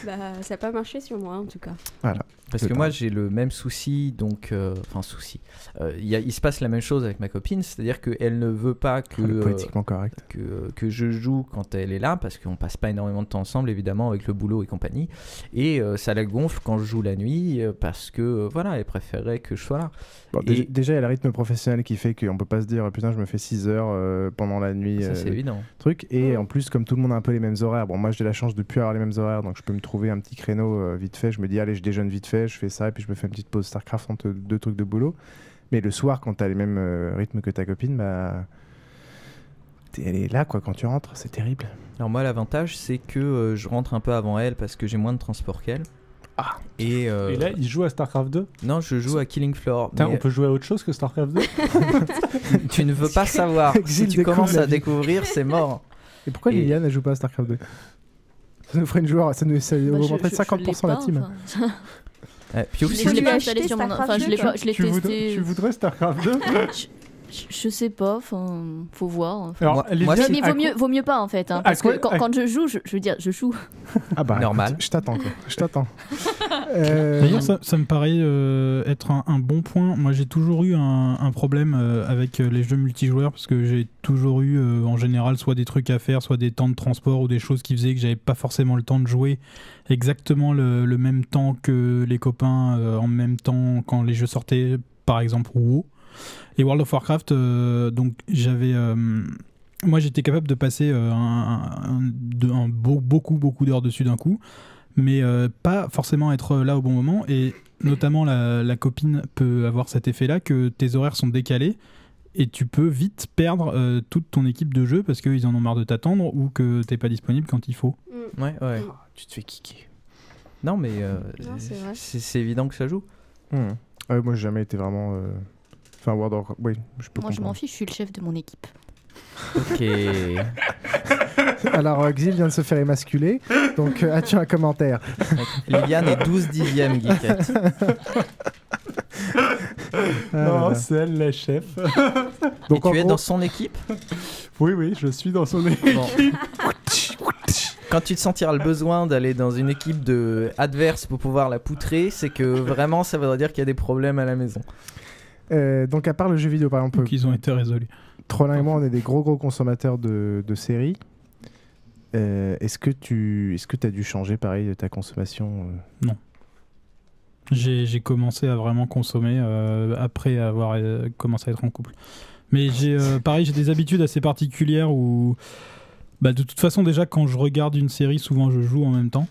Speaker 16: bah, ça n'a pas marché sur moi en tout cas.
Speaker 8: Voilà.
Speaker 9: Parce que moi j'ai le même souci, donc euh, enfin souci. Euh, il y a- il se passe la même chose avec ma copine, c'est-à-dire qu'elle ne veut pas que euh,
Speaker 8: le politiquement correct.
Speaker 9: que, euh, que je joue quand elle est là, parce qu'on passe pas énormément de temps ensemble évidemment avec le boulot et compagnie, et euh, ça la gonfle quand je joue la nuit euh, parce que euh, voilà elle préférait que je sois là.
Speaker 8: Bon,
Speaker 9: Et-
Speaker 8: déjà- Déjà, il y a le rythme professionnel qui fait qu'on peut pas se dire oh, putain, je me fais 6 heures euh, pendant la nuit. euh,
Speaker 9: Ça, c'est évident.
Speaker 8: Truc. Et en plus, comme tout le monde a un peu les mêmes horaires, bon, moi j'ai la chance de plus avoir les mêmes horaires, donc je peux me trouver un petit créneau euh, vite fait. Je me dis, allez, je déjeune vite fait, je fais ça, et puis je me fais une petite pause StarCraft entre deux trucs de boulot. Mais le soir, quand t'as les mêmes euh, rythmes que ta copine, bah. t'es- Elle est là, quoi, quand tu rentres, c'est terrible.
Speaker 9: Alors moi l'avantage c'est que euh, je rentre un peu avant elle parce que j'ai moins de transport qu'elle.
Speaker 8: Ah.
Speaker 9: Et, euh,
Speaker 13: Et là, il joue à StarCraft 2
Speaker 9: Non, je joue à Killing Floor.
Speaker 13: Putain,
Speaker 9: mais-
Speaker 13: on peut jouer à autre chose que StarCraft 2
Speaker 9: tu ne veux pas savoir. Ah, si
Speaker 8: Exil
Speaker 9: tu
Speaker 8: découvre
Speaker 9: commences
Speaker 8: la
Speaker 9: à
Speaker 8: vie.
Speaker 9: découvrir, c'est mort.
Speaker 8: Et pourquoi Liliane, elle joue pas à StarCraft 2 Ça nous ferait une joueur, ça nous ça
Speaker 9: Bah, je-
Speaker 8: augmenterait
Speaker 9: je-
Speaker 8: de
Speaker 9: je l'ai
Speaker 8: 50% la
Speaker 9: pas,
Speaker 8: team.
Speaker 10: enfin.
Speaker 9: Ouais, puis au
Speaker 10: Je l'ai-
Speaker 9: final-
Speaker 10: je l'ai pas installé sur mon. Enfin, je l'ai pas- je l'ai
Speaker 13: Tu voudrais-
Speaker 10: testé.
Speaker 13: tu voudrais StarCraft 2
Speaker 10: Je- Je sais pas, enfin, faut voir. enfin.
Speaker 13: Alors,
Speaker 10: mais
Speaker 13: Liliane,
Speaker 10: mais
Speaker 13: à quoi-
Speaker 10: vaut mieux, vaut mieux pas en fait, hein,
Speaker 13: À
Speaker 10: parce
Speaker 13: quoi- Ah,
Speaker 10: que quand,
Speaker 13: à-
Speaker 10: quand je joue, je, je veux dire, je joue.
Speaker 8: Ah bah,
Speaker 9: normal.
Speaker 8: je t'attends, quoi. Je t'attends.
Speaker 12: D'ailleurs, ça, ça me paraît euh, être un, un bon point. Moi, j'ai toujours eu un, un problème euh, avec euh, les jeux multijoueurs parce que j'ai toujours eu euh, en général soit des trucs à faire, soit des temps de transport ou des choses qui faisaient que j'avais pas forcément le temps de jouer exactement le, le même temps que les copains euh, en même temps quand les jeux sortaient, par exemple WoW. Et World of Warcraft, euh, donc j'avais. euh, moi, j'étais capable de passer euh, un, un- de- un beau- beaucoup, beaucoup d'heures dessus d'un coup, mais euh, pas forcément être euh, là au bon moment. Et notamment, la, la copine peut avoir cet effet-là que tes horaires sont décalés et tu peux vite perdre euh, toute ton équipe de jeu parce qu'ils en ont marre de t'attendre ou que t'es pas disponible quand il faut.
Speaker 9: Ouais, ouais.
Speaker 8: tu te fais kicker.
Speaker 9: Non, mais euh,
Speaker 16: c'est vrai.
Speaker 9: c'est c'est évident que ça joue.
Speaker 8: Hmm. Ah ouais, moi, j'ai jamais été vraiment. euh, Enfin, World of Warcraft. Oui, je peux
Speaker 10: Moi, je m'en
Speaker 8: comprendre.
Speaker 10: fiche, je suis le chef de mon équipe.
Speaker 9: Ok.
Speaker 8: Alors, euh, Xil vient de se faire émasculer, donc euh, as-tu un commentaire
Speaker 9: Liliane est 12 dixième, Geekette.
Speaker 8: Ah là
Speaker 13: Non,
Speaker 8: là.
Speaker 13: c'est elle la chef.
Speaker 8: Donc,
Speaker 9: Et
Speaker 8: en
Speaker 9: tu es
Speaker 8: gros-
Speaker 9: dans son équipe
Speaker 13: Oui, oui, je suis dans son équipe.
Speaker 9: Bon. Quand tu te sentiras le besoin d'aller dans une équipe de adverse pour pouvoir la poutrer, c'est que vraiment ça voudrait dire qu'il y a des problèmes à la maison.
Speaker 8: Euh, donc, à part le jeu vidéo, par exemple.
Speaker 12: Qu'ils ont été résolus.
Speaker 8: Trollin et moi, on est des gros gros consommateurs de, de séries. Euh, est-ce que tu est-ce que as dû changer pareil de ta consommation euh,
Speaker 12: Non. J'ai j'ai commencé à vraiment consommer euh, après avoir euh, commencé à être en couple. Mais j'ai euh, pareil, j'ai des habitudes assez particulières où, bah, de toute façon, déjà quand je regarde une série, souvent je joue en même temps.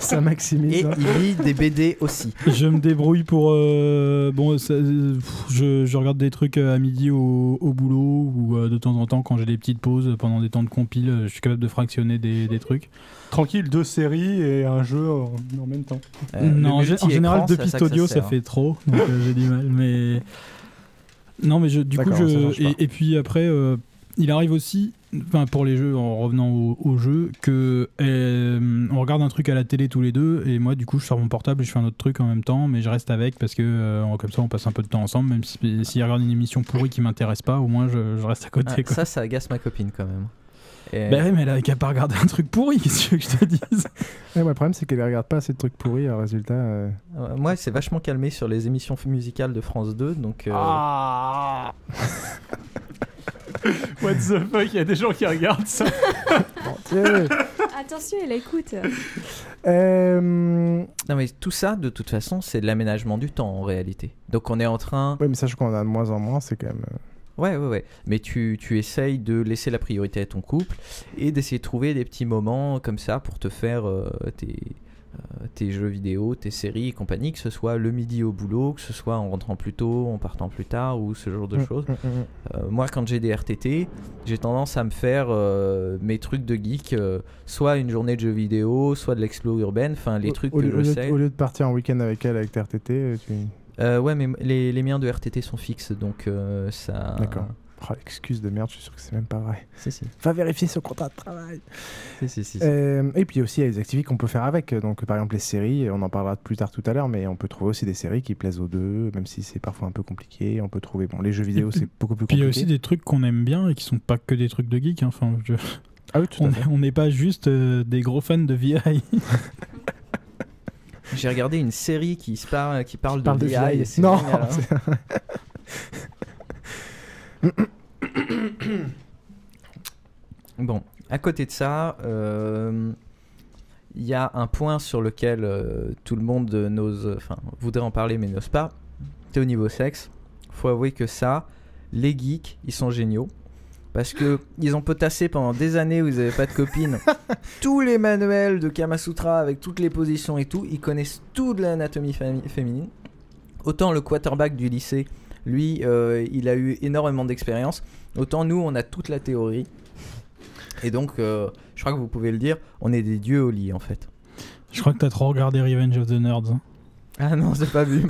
Speaker 8: Ça maximise. hein
Speaker 9: Et il lit des BD aussi.
Speaker 12: Je me débrouille pour. euh, bon, ça, euh, pff, je, je regarde des trucs euh, à midi au, au boulot ou euh, de temps en temps quand j'ai des petites pauses euh, pendant des temps de compile, euh, je suis capable de fractionner des, des trucs.
Speaker 13: Tranquille, deux séries et un jeu en, en même temps.
Speaker 12: non, en, gé- en général, depuis Studio, ça, fait trop. Donc euh, j'ai du mal. Mais. Non, mais je, du coup,
Speaker 8: D'accord, ça change
Speaker 12: je.
Speaker 8: pas.
Speaker 12: Et, et puis après, euh, il arrive aussi, enfin, pour les jeux, en revenant au, au jeu, que euh, on regarde un truc à la télé tous les deux, et moi, du coup, je sors mon portable et je fais un autre truc en même temps, mais je reste avec parce que, euh, on- comme ça, on passe un peu de temps ensemble, même si- s'il regarde une émission pourrie qui m'intéresse pas, au moins, je, je reste à côté.
Speaker 9: Ah,
Speaker 12: quoi.
Speaker 9: ça, ça agace ma copine quand même. Et-
Speaker 12: Bah ouais, mais elle a qu'à pas regarder un truc pourri, qu'est-ce que tu veux que je te dise
Speaker 8: Ouais, moi, le problème c'est qu'elle regarde pas assez de trucs pourris. Alors, résultat. euh,
Speaker 9: Euh, Moi, c'est vachement calmé sur les émissions f- musicales de France 2, donc. euh,
Speaker 13: Ah. What the fuck, il y a des gens qui regardent ça.
Speaker 8: Dieu.
Speaker 16: Attention, elle écoute.
Speaker 8: Euh,
Speaker 9: Non, mais tout ça, de toute façon, c'est de l'aménagement du temps en réalité. Donc, on est en train.
Speaker 8: Oui, mais sache qu'on en a de moins en moins, c'est quand même. euh,
Speaker 9: Ouais, ouais, ouais. Mais tu, tu essayes de laisser la priorité à ton couple et d'essayer de trouver des petits moments comme ça pour te faire euh, tes, euh, tes jeux vidéo, tes séries et compagnie, que ce soit le midi au boulot, que ce soit en rentrant plus tôt, en partant plus tard ou ce genre de
Speaker 8: Mm,
Speaker 9: choses.
Speaker 8: mm, mm.
Speaker 9: Euh, moi, quand j'ai des RTT, j'ai tendance à me faire euh, mes trucs de geek, euh, soit une journée de jeux vidéo, soit de l'explo urbaine, enfin les
Speaker 8: au-
Speaker 9: trucs
Speaker 8: au,
Speaker 9: que
Speaker 8: lieu- au
Speaker 9: je
Speaker 8: lieu,
Speaker 9: sais.
Speaker 8: au lieu de partir en week-end avec elle avec ta RTT, euh, tu.
Speaker 9: Euh, ouais, mais m- les, les miens de RTT sont fixes, donc euh, ça.
Speaker 8: D'accord. Oh, excuse de merde, je suis sûr que c'est même pas vrai.
Speaker 9: Si, si.
Speaker 8: Va vérifier son contrat de travail.
Speaker 9: Si, si, si, si.
Speaker 8: Euh, et puis aussi, il y a les activités qu'on peut faire avec. Donc, par exemple, les séries, on en parlera plus tard tout à l'heure, mais on peut trouver aussi des séries qui plaisent aux deux, même si c'est parfois un peu compliqué. On peut trouver, bon, les jeux vidéo, c'est beaucoup plus
Speaker 12: Puis il y
Speaker 8: compliqué.
Speaker 12: a aussi des trucs qu'on aime bien et qui sont pas que des trucs de geek. hein. Enfin, je-
Speaker 8: à
Speaker 9: Ah
Speaker 12: on
Speaker 8: fait.
Speaker 12: est- on n'est pas juste euh, des gros fans de VI.
Speaker 9: J'ai regardé une série qui, se parle, qui parle,
Speaker 8: parle
Speaker 9: de
Speaker 8: de
Speaker 9: VI.
Speaker 8: VI.
Speaker 9: et c'est
Speaker 8: Non,
Speaker 9: génial, hein. hein. Bon, à côté de ça, euh, il y a un point sur lequel euh, tout le monde euh, n'ose, enfin, voudrait en parler mais n'ose pas. C'est au niveau sexe. Faut avouer que ça, les geeks, ils sont géniaux. Parce que ils ont potassé pendant des années où ils n'avaient pas de copine. tous les manuels de Kamasutra avec toutes les positions et tout, ils connaissent tout de l'anatomie fami- féminine. Autant le quarterback du lycée, lui, euh, il a eu énormément d'expérience. Autant nous, on a toute la théorie. Et donc, euh, je crois que vous pouvez le dire, on est des dieux au lit en fait.
Speaker 12: Je crois que t'as trop regardé Revenge of the Nerds. hein.
Speaker 9: Ah non, c'est pas vu.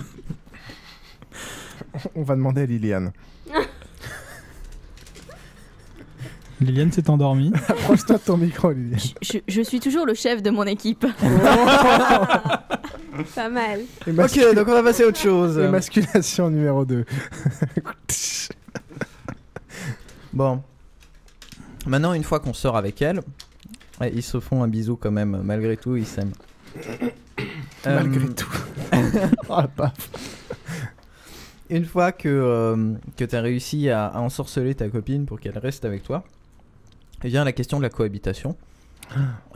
Speaker 8: On va demander à Liliane.
Speaker 12: Liliane s'est endormie.
Speaker 8: Approche-toi de ton micro, Liliane.
Speaker 10: Je, je suis toujours le chef de mon équipe.
Speaker 16: Pas mal.
Speaker 8: mascul-
Speaker 9: donc on va passer à autre chose.
Speaker 8: Émasculation numéro 2.
Speaker 9: Bon. Maintenant, une fois qu'on sort avec elle, ouais, ils se font un bisou quand même, malgré tout, ils s'aiment.
Speaker 8: Malgré
Speaker 9: Euh,
Speaker 8: tout. oh la paf.
Speaker 9: une fois que, euh, que tu as réussi à, à ensorceler ta copine pour qu'elle reste avec toi, eh vient la question de la cohabitation.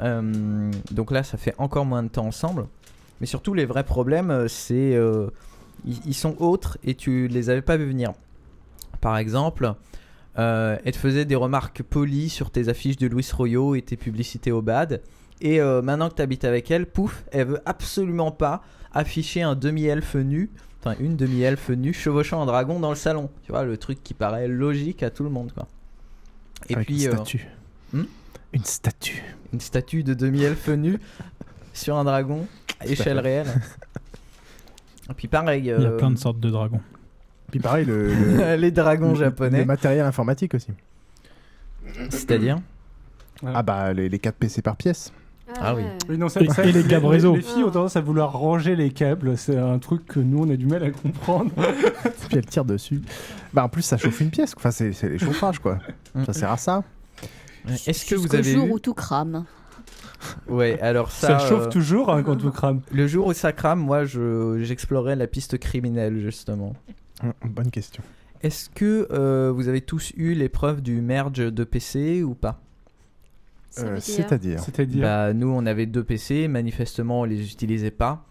Speaker 9: Euh, donc là, ça fait encore moins de temps ensemble. Mais surtout, les vrais problèmes, euh, c'est. euh, ils ils sont autres et tu les avais pas vu venir. Par exemple, euh, elle te faisait des remarques polies sur tes affiches de Louis Royo et tes publicités au BAD. Et euh, maintenant que tu habites avec elle, pouf, elle veut absolument pas afficher un demi-elfe nu, enfin une demi-elfe nue chevauchant un dragon dans le salon. Tu vois, le truc qui paraît logique à tout le monde, quoi. Et
Speaker 8: Avec
Speaker 9: puis.
Speaker 8: une
Speaker 9: euh,
Speaker 8: statue.
Speaker 9: hmm
Speaker 8: Une statue.
Speaker 9: une statue de demi-elfe nu sur un dragon à échelle réelle. Et puis pareil.
Speaker 12: Il y a
Speaker 9: euh,
Speaker 12: plein de sortes de dragons.
Speaker 8: Puis pareil, le, le-
Speaker 9: Les dragons
Speaker 8: le-
Speaker 9: japonais.
Speaker 8: Le matériel informatique aussi.
Speaker 9: C'est-à-dire
Speaker 8: Ah bah, les, les 4 PC par pièce.
Speaker 9: Ah oui.
Speaker 11: Oui, non, ça,
Speaker 8: Et-
Speaker 11: ça,
Speaker 8: et les
Speaker 11: les-
Speaker 8: Gabrezzo.
Speaker 11: Les, les filles ont tendance à vouloir ranger les câbles. C'est un truc que nous, on a du mal à comprendre.
Speaker 8: puis elle tire dessus. Bah, en plus, ça chauffe une pièce. quoi. Enfin, c'est c'est les chauffages, quoi. ça sert à ça.
Speaker 9: Est-ce que vous
Speaker 10: Jusqu'au
Speaker 9: avez
Speaker 10: jour
Speaker 9: eu-
Speaker 10: où tout crame.
Speaker 9: Ouais, alors ça. euh,
Speaker 11: Ça chauffe toujours, hein, quand tout crame.
Speaker 9: Le jour où ça crame, moi, je- j'explorais la piste criminelle justement.
Speaker 8: Mm, Bonne question.
Speaker 9: Est-ce que euh, vous avez tous eu l'épreuve du merge de PC ou pas
Speaker 8: Ça veut Euh, dire c'est-à-dire C'est-à-dire
Speaker 9: Bah, nous, on avait deux PC. Manifestement, on les utilisait pas.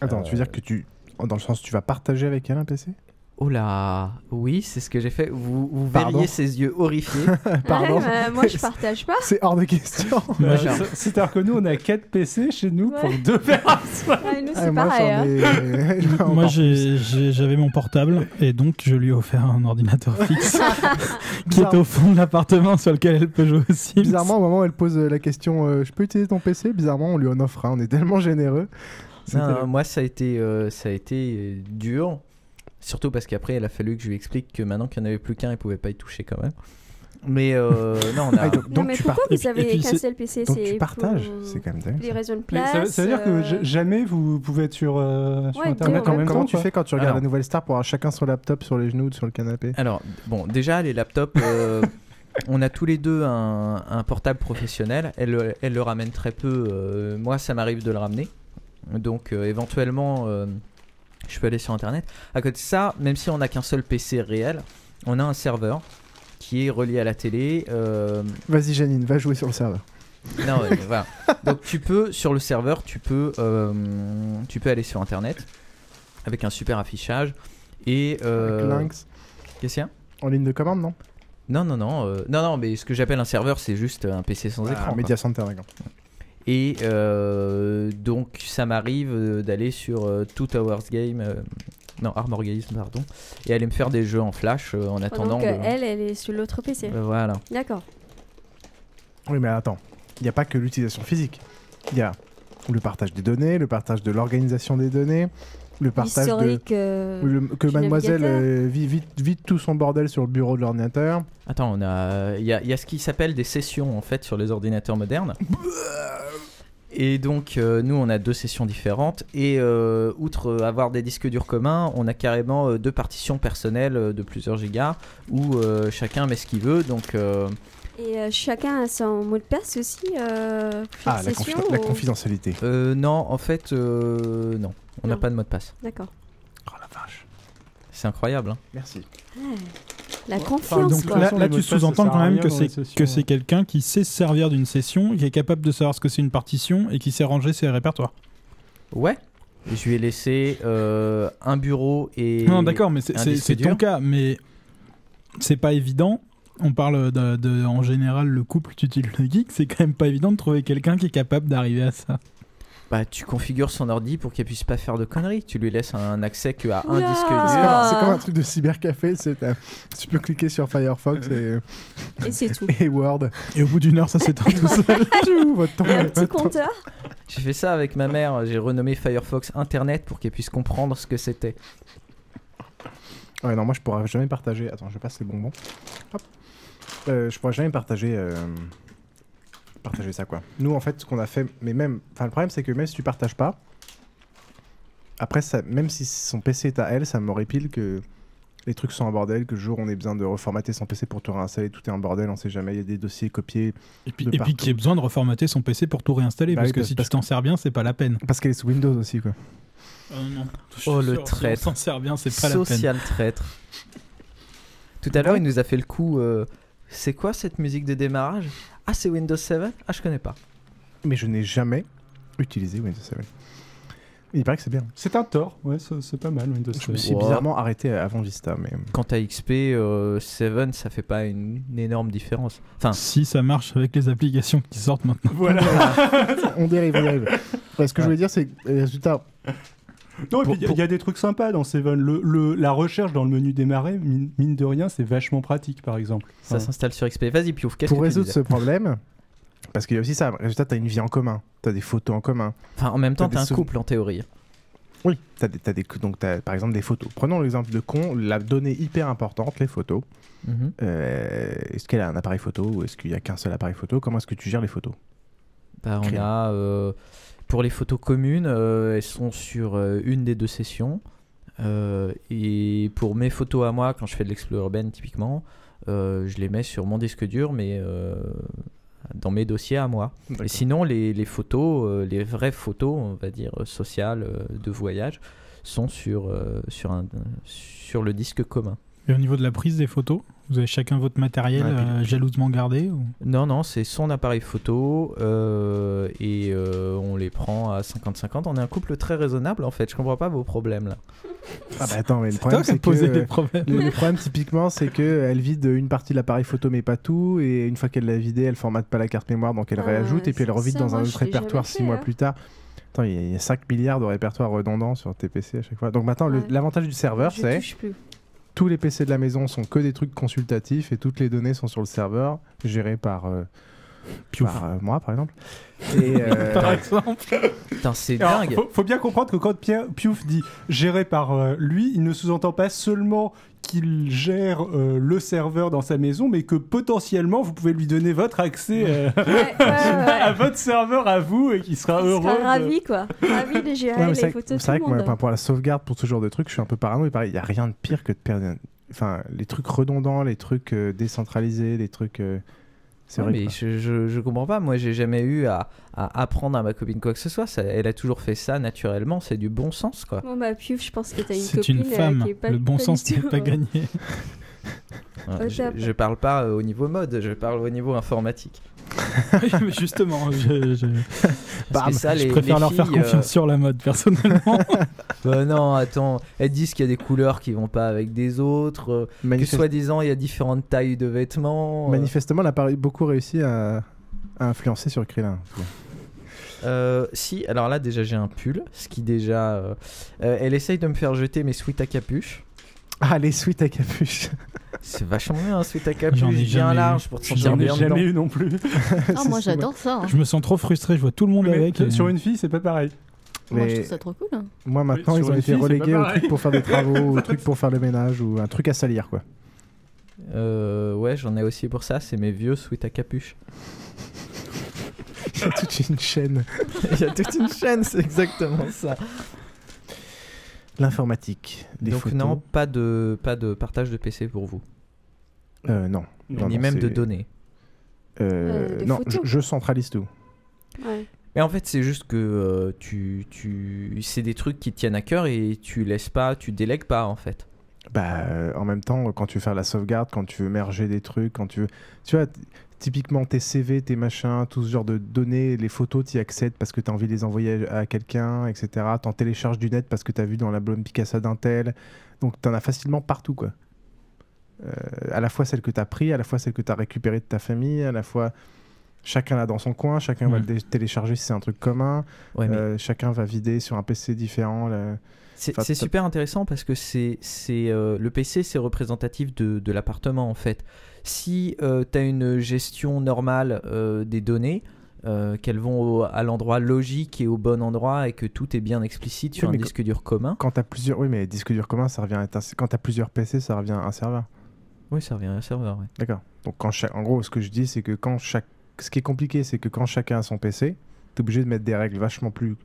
Speaker 8: Attends, tu veux dire que tu. Dans le sens, tu vas partager avec elle un PC
Speaker 9: Oh là, oui, c'est ce que j'ai fait. Vous, vous
Speaker 8: Pardon
Speaker 9: verriez ses yeux horrifiés.
Speaker 8: Pardon.
Speaker 16: Ouais, bah, moi, je partage pas.
Speaker 8: C'est hors de question.
Speaker 11: Euh, ça- C'est-à-dire que nous, on a 4 PC chez nous pour
Speaker 16: Ouais.
Speaker 11: deux personnes.
Speaker 16: Ouais, nous,
Speaker 8: Ah,
Speaker 16: c'est
Speaker 8: moi,
Speaker 16: pareil.
Speaker 8: j'en
Speaker 16: hein.
Speaker 8: ai- j'en
Speaker 12: Moi,
Speaker 8: ai encore
Speaker 12: j'ai- j'ai- j'avais mon portable et donc je lui ai offert un ordinateur fixe qui est au fond de l'appartement sur lequel elle peut jouer aussi.
Speaker 8: Bizarrement, au moment où elle pose euh, la question euh, Je peux utiliser ton PC Bizarrement, on lui en offre un. On est tellement généreux. C'était-
Speaker 9: Non, non, moi, ça a été, euh, ça a été euh, dur. Surtout parce qu'après, il a fallu que je lui explique que maintenant qu'il n'y en avait plus qu'un, il pouvait pas y toucher quand même. Mais euh, non, on a.
Speaker 8: Ah, donc-
Speaker 16: Non, mais pourquoi vous avez qu'un seul PC
Speaker 8: donc
Speaker 16: c'est
Speaker 8: tu partages,
Speaker 16: pour
Speaker 8: c'est quand même
Speaker 16: Les raisons de
Speaker 11: Mais
Speaker 16: place.
Speaker 11: ça, veut- ça veut dire que
Speaker 16: euh,
Speaker 11: j- jamais vous pouvez être sur, euh, sur
Speaker 16: Ouais,
Speaker 11: Internet
Speaker 16: deux en
Speaker 11: en même
Speaker 8: Comment
Speaker 11: temps.
Speaker 8: tu fais quand tu regardes
Speaker 9: Alors.
Speaker 8: la nouvelle star pour avoir chacun son laptop sur les genoux ou sur le canapé
Speaker 9: Alors, bon, déjà, les laptops, euh, on a tous les deux un, un portable professionnel. Elle, le- elle le ramène très peu. euh, moi, ça m'arrive de le ramener. Donc, euh, éventuellement, euh, je peux aller sur Internet. À côté de ça, même si on n'a qu'un seul PC réel, on a un serveur qui est relié à la télé. euh,
Speaker 8: Vas-y, Janine, va jouer sur le serveur.
Speaker 9: non, ouais, mais voilà. Donc tu peux sur le serveur, tu peux, euh, tu peux aller sur internet avec un super affichage et euh,
Speaker 8: Avec Lynx.
Speaker 9: Qu'est-ce qu'il y a
Speaker 8: En ligne de commande, non
Speaker 9: Non, non, non, euh, non, non. Mais ce que j'appelle un serveur, c'est juste un PC sans
Speaker 8: Ah,
Speaker 9: écran. quoi.
Speaker 8: Media Center, d'accord.
Speaker 9: Et euh, donc ça m'arrive euh, d'aller sur euh, Two Towers Game, euh, non Armor Games, pardon, et aller me faire des jeux en flash euh, en
Speaker 16: oh,
Speaker 9: attendant.
Speaker 16: Donc, euh,
Speaker 9: de-
Speaker 16: elle, elle est sur l'autre PC.
Speaker 9: Euh, voilà.
Speaker 16: D'accord.
Speaker 8: Oui, mais attends, il n'y a pas que l'utilisation physique. Il y a le partage des données, le partage de l'organisation des données, le partage de...
Speaker 17: L'historique, euh,
Speaker 8: Oui, le- que
Speaker 17: du
Speaker 8: mademoiselle
Speaker 17: navigateur.
Speaker 8: euh, vit vite, vite tout son bordel sur le bureau de l'ordinateur.
Speaker 9: Attends, on a, il y, a- il y a ce qui s'appelle des sessions en fait sur les ordinateurs modernes. Et donc euh, nous on a deux sessions différentes et euh, outre euh, avoir des disques durs communs, on a carrément euh, deux partitions personnelles euh, de plusieurs gigas où euh, chacun met ce qu'il veut. Donc euh,
Speaker 16: Et euh, chacun a son mot de passe aussi euh, pour chaque session, ou-
Speaker 8: confidentialité.
Speaker 9: non, en fait, euh, non, on n'a
Speaker 16: Non.
Speaker 9: pas de mot de passe.
Speaker 16: D'accord.
Speaker 9: C'est incroyable. hein.
Speaker 8: Merci.
Speaker 16: La
Speaker 12: Enfin,
Speaker 16: confiance,
Speaker 12: donc
Speaker 16: quoi.
Speaker 12: là, là,
Speaker 16: mots
Speaker 12: tu
Speaker 16: de passe, ça
Speaker 12: sous-entends
Speaker 16: sert
Speaker 12: quand
Speaker 16: à
Speaker 12: même
Speaker 16: rien
Speaker 12: que
Speaker 16: dans les
Speaker 12: c'est
Speaker 16: sessions,
Speaker 12: que
Speaker 16: ouais.
Speaker 12: c'est quelqu'un qui sait se servir d'une session, qui est capable de savoir ce que c'est une partition et qui sait ranger ses répertoires.
Speaker 9: Ouais. Je lui ai laissé euh, un bureau et.
Speaker 12: Non, d'accord, mais c'est-
Speaker 9: un
Speaker 12: c'est
Speaker 9: disque
Speaker 12: c'est ton
Speaker 9: dur.
Speaker 12: cas, mais c'est pas évident. On parle de, de- en général le couple tutile le geek, c'est quand même pas évident de trouver quelqu'un qui est capable d'arriver à ça.
Speaker 9: Bah, tu configures son ordi pour qu'elle puisse pas faire de conneries. Tu lui laisses un accès que à un
Speaker 8: Oula.
Speaker 9: disque
Speaker 8: C'est
Speaker 9: dur.
Speaker 8: comme- C'est comme un truc de cybercafé, c'est euh, tu peux cliquer sur Firefox et,
Speaker 16: Et c'est tout.
Speaker 8: et Word. Et au bout d'une heure, ça s'éteint tout seul.
Speaker 16: Un petit compteur.
Speaker 9: J'ai fait ça avec ma mère. J'ai renommé Firefox Internet pour qu'elle puisse comprendre ce que c'était.
Speaker 8: Ouais, non, moi je pourrais jamais partager. Attends, je passe les bonbons. Hop. Euh, je pourrais jamais partager. euh, Partager ça quoi. Nous en fait, ce qu'on a fait, mais même. Enfin, le problème c'est que même si tu partages pas, après, ça, même si son PC est à elle, ça me répile que les trucs sont en bordel, que le jour où on ait besoin de reformater son PC pour tout réinstaller, tout est en bordel, on sait jamais, il y a des dossiers copiés.
Speaker 12: Et puis, et puis qu'il y ait besoin de reformater son PC pour tout réinstaller,
Speaker 8: Bah
Speaker 12: parce
Speaker 8: oui,
Speaker 12: que
Speaker 8: parce-
Speaker 12: si
Speaker 8: parce
Speaker 12: tu t'en sers bien, c'est pas la peine.
Speaker 8: Parce qu'elle est sous Windows aussi quoi.
Speaker 12: Ah
Speaker 9: Oh le
Speaker 12: sûr, si on
Speaker 9: traître.
Speaker 12: s'en sert bien, c'est pas la peine.
Speaker 9: Social traître. Tout à l'heure, il nous a fait le coup. euh, c'est quoi cette musique de démarrage Ah, c'est Windows 7 Ah, je connais pas.
Speaker 8: Mais je n'ai jamais utilisé Windows 7. Il paraît que c'est bien.
Speaker 11: C'est un tort, ouais, c'est c'est pas mal Windows
Speaker 8: Je me
Speaker 11: 7.
Speaker 8: suis bizarrement arrêté avant Vista, mais.
Speaker 9: Quant à XP, euh, 7, ça fait pas une, une énorme différence. Enfin,
Speaker 12: si ça marche avec les applications qui sortent maintenant.
Speaker 8: on dérive, on dérive. Ouais, ce que je voulais dire, c'est que les résultats.
Speaker 11: Non, et puis
Speaker 8: Pour-
Speaker 11: il y a- il
Speaker 8: pour-
Speaker 11: y, a des trucs sympas dans Seven. Le, le- la recherche dans le menu démarrer, mine, mine de rien, c'est vachement pratique par exemple.
Speaker 9: Ça s'installe sur XP. Vas-y, Piouf, qu'est-ce que
Speaker 8: Pour
Speaker 9: tu
Speaker 8: résoudre
Speaker 9: disais
Speaker 8: ce problème, parce qu'il y a aussi ça, résultat, t'as une vie en commun, t'as des photos en commun.
Speaker 9: Enfin, en même temps,
Speaker 8: des
Speaker 9: t'as un
Speaker 8: sou-
Speaker 9: couple en théorie.
Speaker 8: Oui, t'as des, t'as des, donc t'as par exemple des photos. Prenons l'exemple de Con, la donnée hyper importante, les photos.
Speaker 9: Mhm.
Speaker 8: Euh, est-ce qu'elle a un appareil photo ou est-ce qu'il y a qu'un seul appareil photo Comment est-ce que tu gères les photos
Speaker 9: Bah, on
Speaker 8: Créer.
Speaker 9: a euh, pour les photos communes, euh, elles sont sur euh, une des deux sessions. Euh, et pour mes photos à moi, quand je fais de l'explo urbaine typiquement, euh, je les mets sur mon disque dur, mais euh, dans mes dossiers à moi. Et sinon, les, les photos, euh, les vraies photos, on va dire euh, sociales euh, de voyage, sont sur euh, sur un sur le disque commun.
Speaker 12: Et au niveau de la prise des photos, vous avez chacun votre matériel
Speaker 9: Ouais, puis-
Speaker 12: euh, jalousement gardé ou-
Speaker 9: Non, non, c'est son appareil photo euh, et euh, on les prend à 50-50. On est un couple très raisonnable en fait. Je comprends pas vos problèmes là.
Speaker 8: Ah bah attends, mais le
Speaker 9: C'est
Speaker 8: problème
Speaker 9: toi qui as
Speaker 8: c'est que
Speaker 9: posé les
Speaker 8: euh,
Speaker 9: problèmes.
Speaker 8: le, le problème typiquement c'est que elle vide une partie de l'appareil photo mais pas tout et une fois qu'elle l'a vidé, elle formate pas la carte mémoire donc elle
Speaker 9: Ah,
Speaker 8: réajoute et puis elle
Speaker 9: c'est
Speaker 8: revide
Speaker 9: ça,
Speaker 8: dans
Speaker 9: moi,
Speaker 8: un
Speaker 9: je
Speaker 8: autre
Speaker 9: l'ai jamais
Speaker 8: répertoire six
Speaker 9: fait,
Speaker 8: mois
Speaker 9: hein.
Speaker 8: plus tard. Attends, il y, a- il y a 5 milliards de répertoires redondants sur tes PC à chaque fois. Donc maintenant le-
Speaker 9: Ouais.
Speaker 8: l'avantage du serveur
Speaker 9: Je
Speaker 8: c'est
Speaker 9: touche plus.
Speaker 8: tous les PC de la maison sont que des trucs consultatifs et toutes les données sont sur le serveur gérées par euh, par, euh, moi par exemple. Et, euh,
Speaker 9: Putain, c'est
Speaker 11: Alors,
Speaker 9: dingue.
Speaker 11: Faut, faut bien comprendre que quand Pierre Piouf dit géré par euh, lui, il ne sous-entend pas seulement qu'il gère euh, le serveur dans sa maison, mais que potentiellement vous pouvez lui donner votre accès euh, à votre serveur à vous et qu'il sera
Speaker 16: Il
Speaker 11: heureux.
Speaker 16: sera
Speaker 11: de-
Speaker 16: ravi, quoi. Ravi de gérer
Speaker 8: Ouais, mais
Speaker 16: les
Speaker 8: c'est vrai-
Speaker 16: photos de
Speaker 8: c'est
Speaker 16: tout
Speaker 8: vrai
Speaker 16: le
Speaker 8: que moi,
Speaker 16: monde.
Speaker 8: enfin, pour la sauvegarde, pour ce genre de truc, je suis un peu parano. Et pareil, il n'y a rien de pire que de perdre. un- Enfin, les trucs redondants, les trucs euh, décentralisés, les trucs. euh, C'est
Speaker 9: Ouais,
Speaker 8: vrai.
Speaker 9: mais je, je, je comprends pas. Moi, j'ai jamais eu à, à apprendre à ma copine quoi que ce soit. Ça- elle a toujours fait ça naturellement. C'est du bon sens quoi.
Speaker 16: Bon, bah, Piouf, je pense que t'as une
Speaker 9: C'est
Speaker 16: copine
Speaker 9: une
Speaker 16: euh,
Speaker 9: femme.
Speaker 16: qui est pas
Speaker 9: Le bon
Speaker 16: pas
Speaker 9: sens
Speaker 16: du
Speaker 9: n'est
Speaker 16: tout,
Speaker 9: pas
Speaker 16: euh,
Speaker 9: gagné.
Speaker 16: Au
Speaker 9: Ouais, je,
Speaker 16: top.
Speaker 9: je parle pas euh, au niveau mode. Je parle au niveau informatique.
Speaker 12: Mais Justement, je, je-
Speaker 9: Parce que ça,
Speaker 12: je
Speaker 9: les-
Speaker 12: préfère
Speaker 9: les
Speaker 12: leur faire
Speaker 9: filles, euh,
Speaker 12: confiance sur la mode personnellement.
Speaker 9: Bah non, attends, elles disent qu'il y a des couleurs qui vont pas avec des autres, euh,
Speaker 8: Manifeste-
Speaker 9: que soi-disant il y a différentes tailles de vêtements. euh,
Speaker 8: Manifestement, elle a pas beaucoup réussi à, à influencer sur Krillin.
Speaker 9: euh, si, alors là déjà j'ai un pull, ce qui déjà... euh, euh, elle essaye de me faire jeter mes sweats à capuche.
Speaker 8: Ah, les suites à capuche.
Speaker 9: C'est vachement bien un sweat à
Speaker 12: J'en ai
Speaker 9: capuche, bien
Speaker 12: jamais
Speaker 9: large
Speaker 12: eu.
Speaker 9: pour te
Speaker 12: J'en
Speaker 9: sentir
Speaker 12: ai
Speaker 9: bien
Speaker 12: jamais
Speaker 9: dedans.
Speaker 12: eu non
Speaker 11: plus.
Speaker 10: Ah, moi j'adore ça. hein.
Speaker 9: euh,
Speaker 12: je me sens trop frustré, je vois tout le monde avec.
Speaker 11: Sur une fille, c'est pas pareil.
Speaker 10: Moi, je trouve ça trop cool. hein.
Speaker 8: Moi maintenant,
Speaker 10: Oui,
Speaker 8: ils
Speaker 10: sur
Speaker 8: ont
Speaker 10: les
Speaker 8: été
Speaker 10: filles, c'est
Speaker 8: relégués
Speaker 10: pas
Speaker 8: au
Speaker 10: pareil.
Speaker 8: truc pour faire des travaux, au truc pour faire le ménage ou un truc à salir quoi.
Speaker 9: Euh, ouais, j'en ai aussi pour ça, c'est mes vieux sweats à capuche.
Speaker 8: Il y a toute une chaîne.
Speaker 9: Il y a toute une chaîne, c'est exactement ça.
Speaker 8: L'informatique, des
Speaker 9: Donc
Speaker 8: photos.
Speaker 9: non, pas de, pas de partage de PC pour vous.
Speaker 8: Euh, non. Non,
Speaker 9: Ni
Speaker 8: non,
Speaker 9: même de
Speaker 8: c'est-
Speaker 9: données.
Speaker 8: Euh,
Speaker 9: Euh, des
Speaker 8: non,
Speaker 9: photos.
Speaker 8: je, je centralise tout.
Speaker 9: Mais en fait, c'est juste que euh, tu, tu, c'est des trucs qui te tiennent à cœur et tu laisses pas, tu délègues pas en fait.
Speaker 8: Bah, euh, en même temps, quand tu veux faire la sauvegarde, quand tu veux merger des trucs, quand tu veux. Tu vois, t- typiquement tes CV, tes machins, tout ce genre de données, les photos, tu y accèdes parce que tu as envie de les envoyer à à quelqu'un, etc. T'en télécharges du net parce que tu as vu dans la blonde Picasso d'un tel. Donc, t'en as facilement partout, quoi. Euh, à la fois celle que tu as pris, à la fois celle que tu as récupérée de ta famille, à la fois. Chacun l'a dans son coin, chacun va
Speaker 9: Mm.
Speaker 8: le dé- télécharger si c'est un truc commun, Euh, chacun va vider sur un PC différent. la-
Speaker 9: C'est
Speaker 8: Enfin,
Speaker 9: c'est
Speaker 8: t'as-
Speaker 9: super intéressant parce que c'est c'est, euh, le PC, c'est représentatif de, de l'appartement en fait. Si tu as une gestion normale euh, des données, euh, qu'elles vont au- à l'endroit logique et au bon endroit et que tout est bien explicite sur
Speaker 8: Oui,
Speaker 9: un
Speaker 8: mais
Speaker 9: disque dur commun.
Speaker 8: Quand t'as plusieurs, oui, mais disque dur commun, ça revient à être un- quand t'as plusieurs PC, ça revient à un serveur.
Speaker 9: Oui, ça revient à un serveur. ouais.
Speaker 8: D'accord. Donc quand chaque, en gros, ce que je dis, c'est que quand chaque, ce qui est compliqué, c'est que quand chacun a son PC, t'es obligé de mettre des règles vachement plus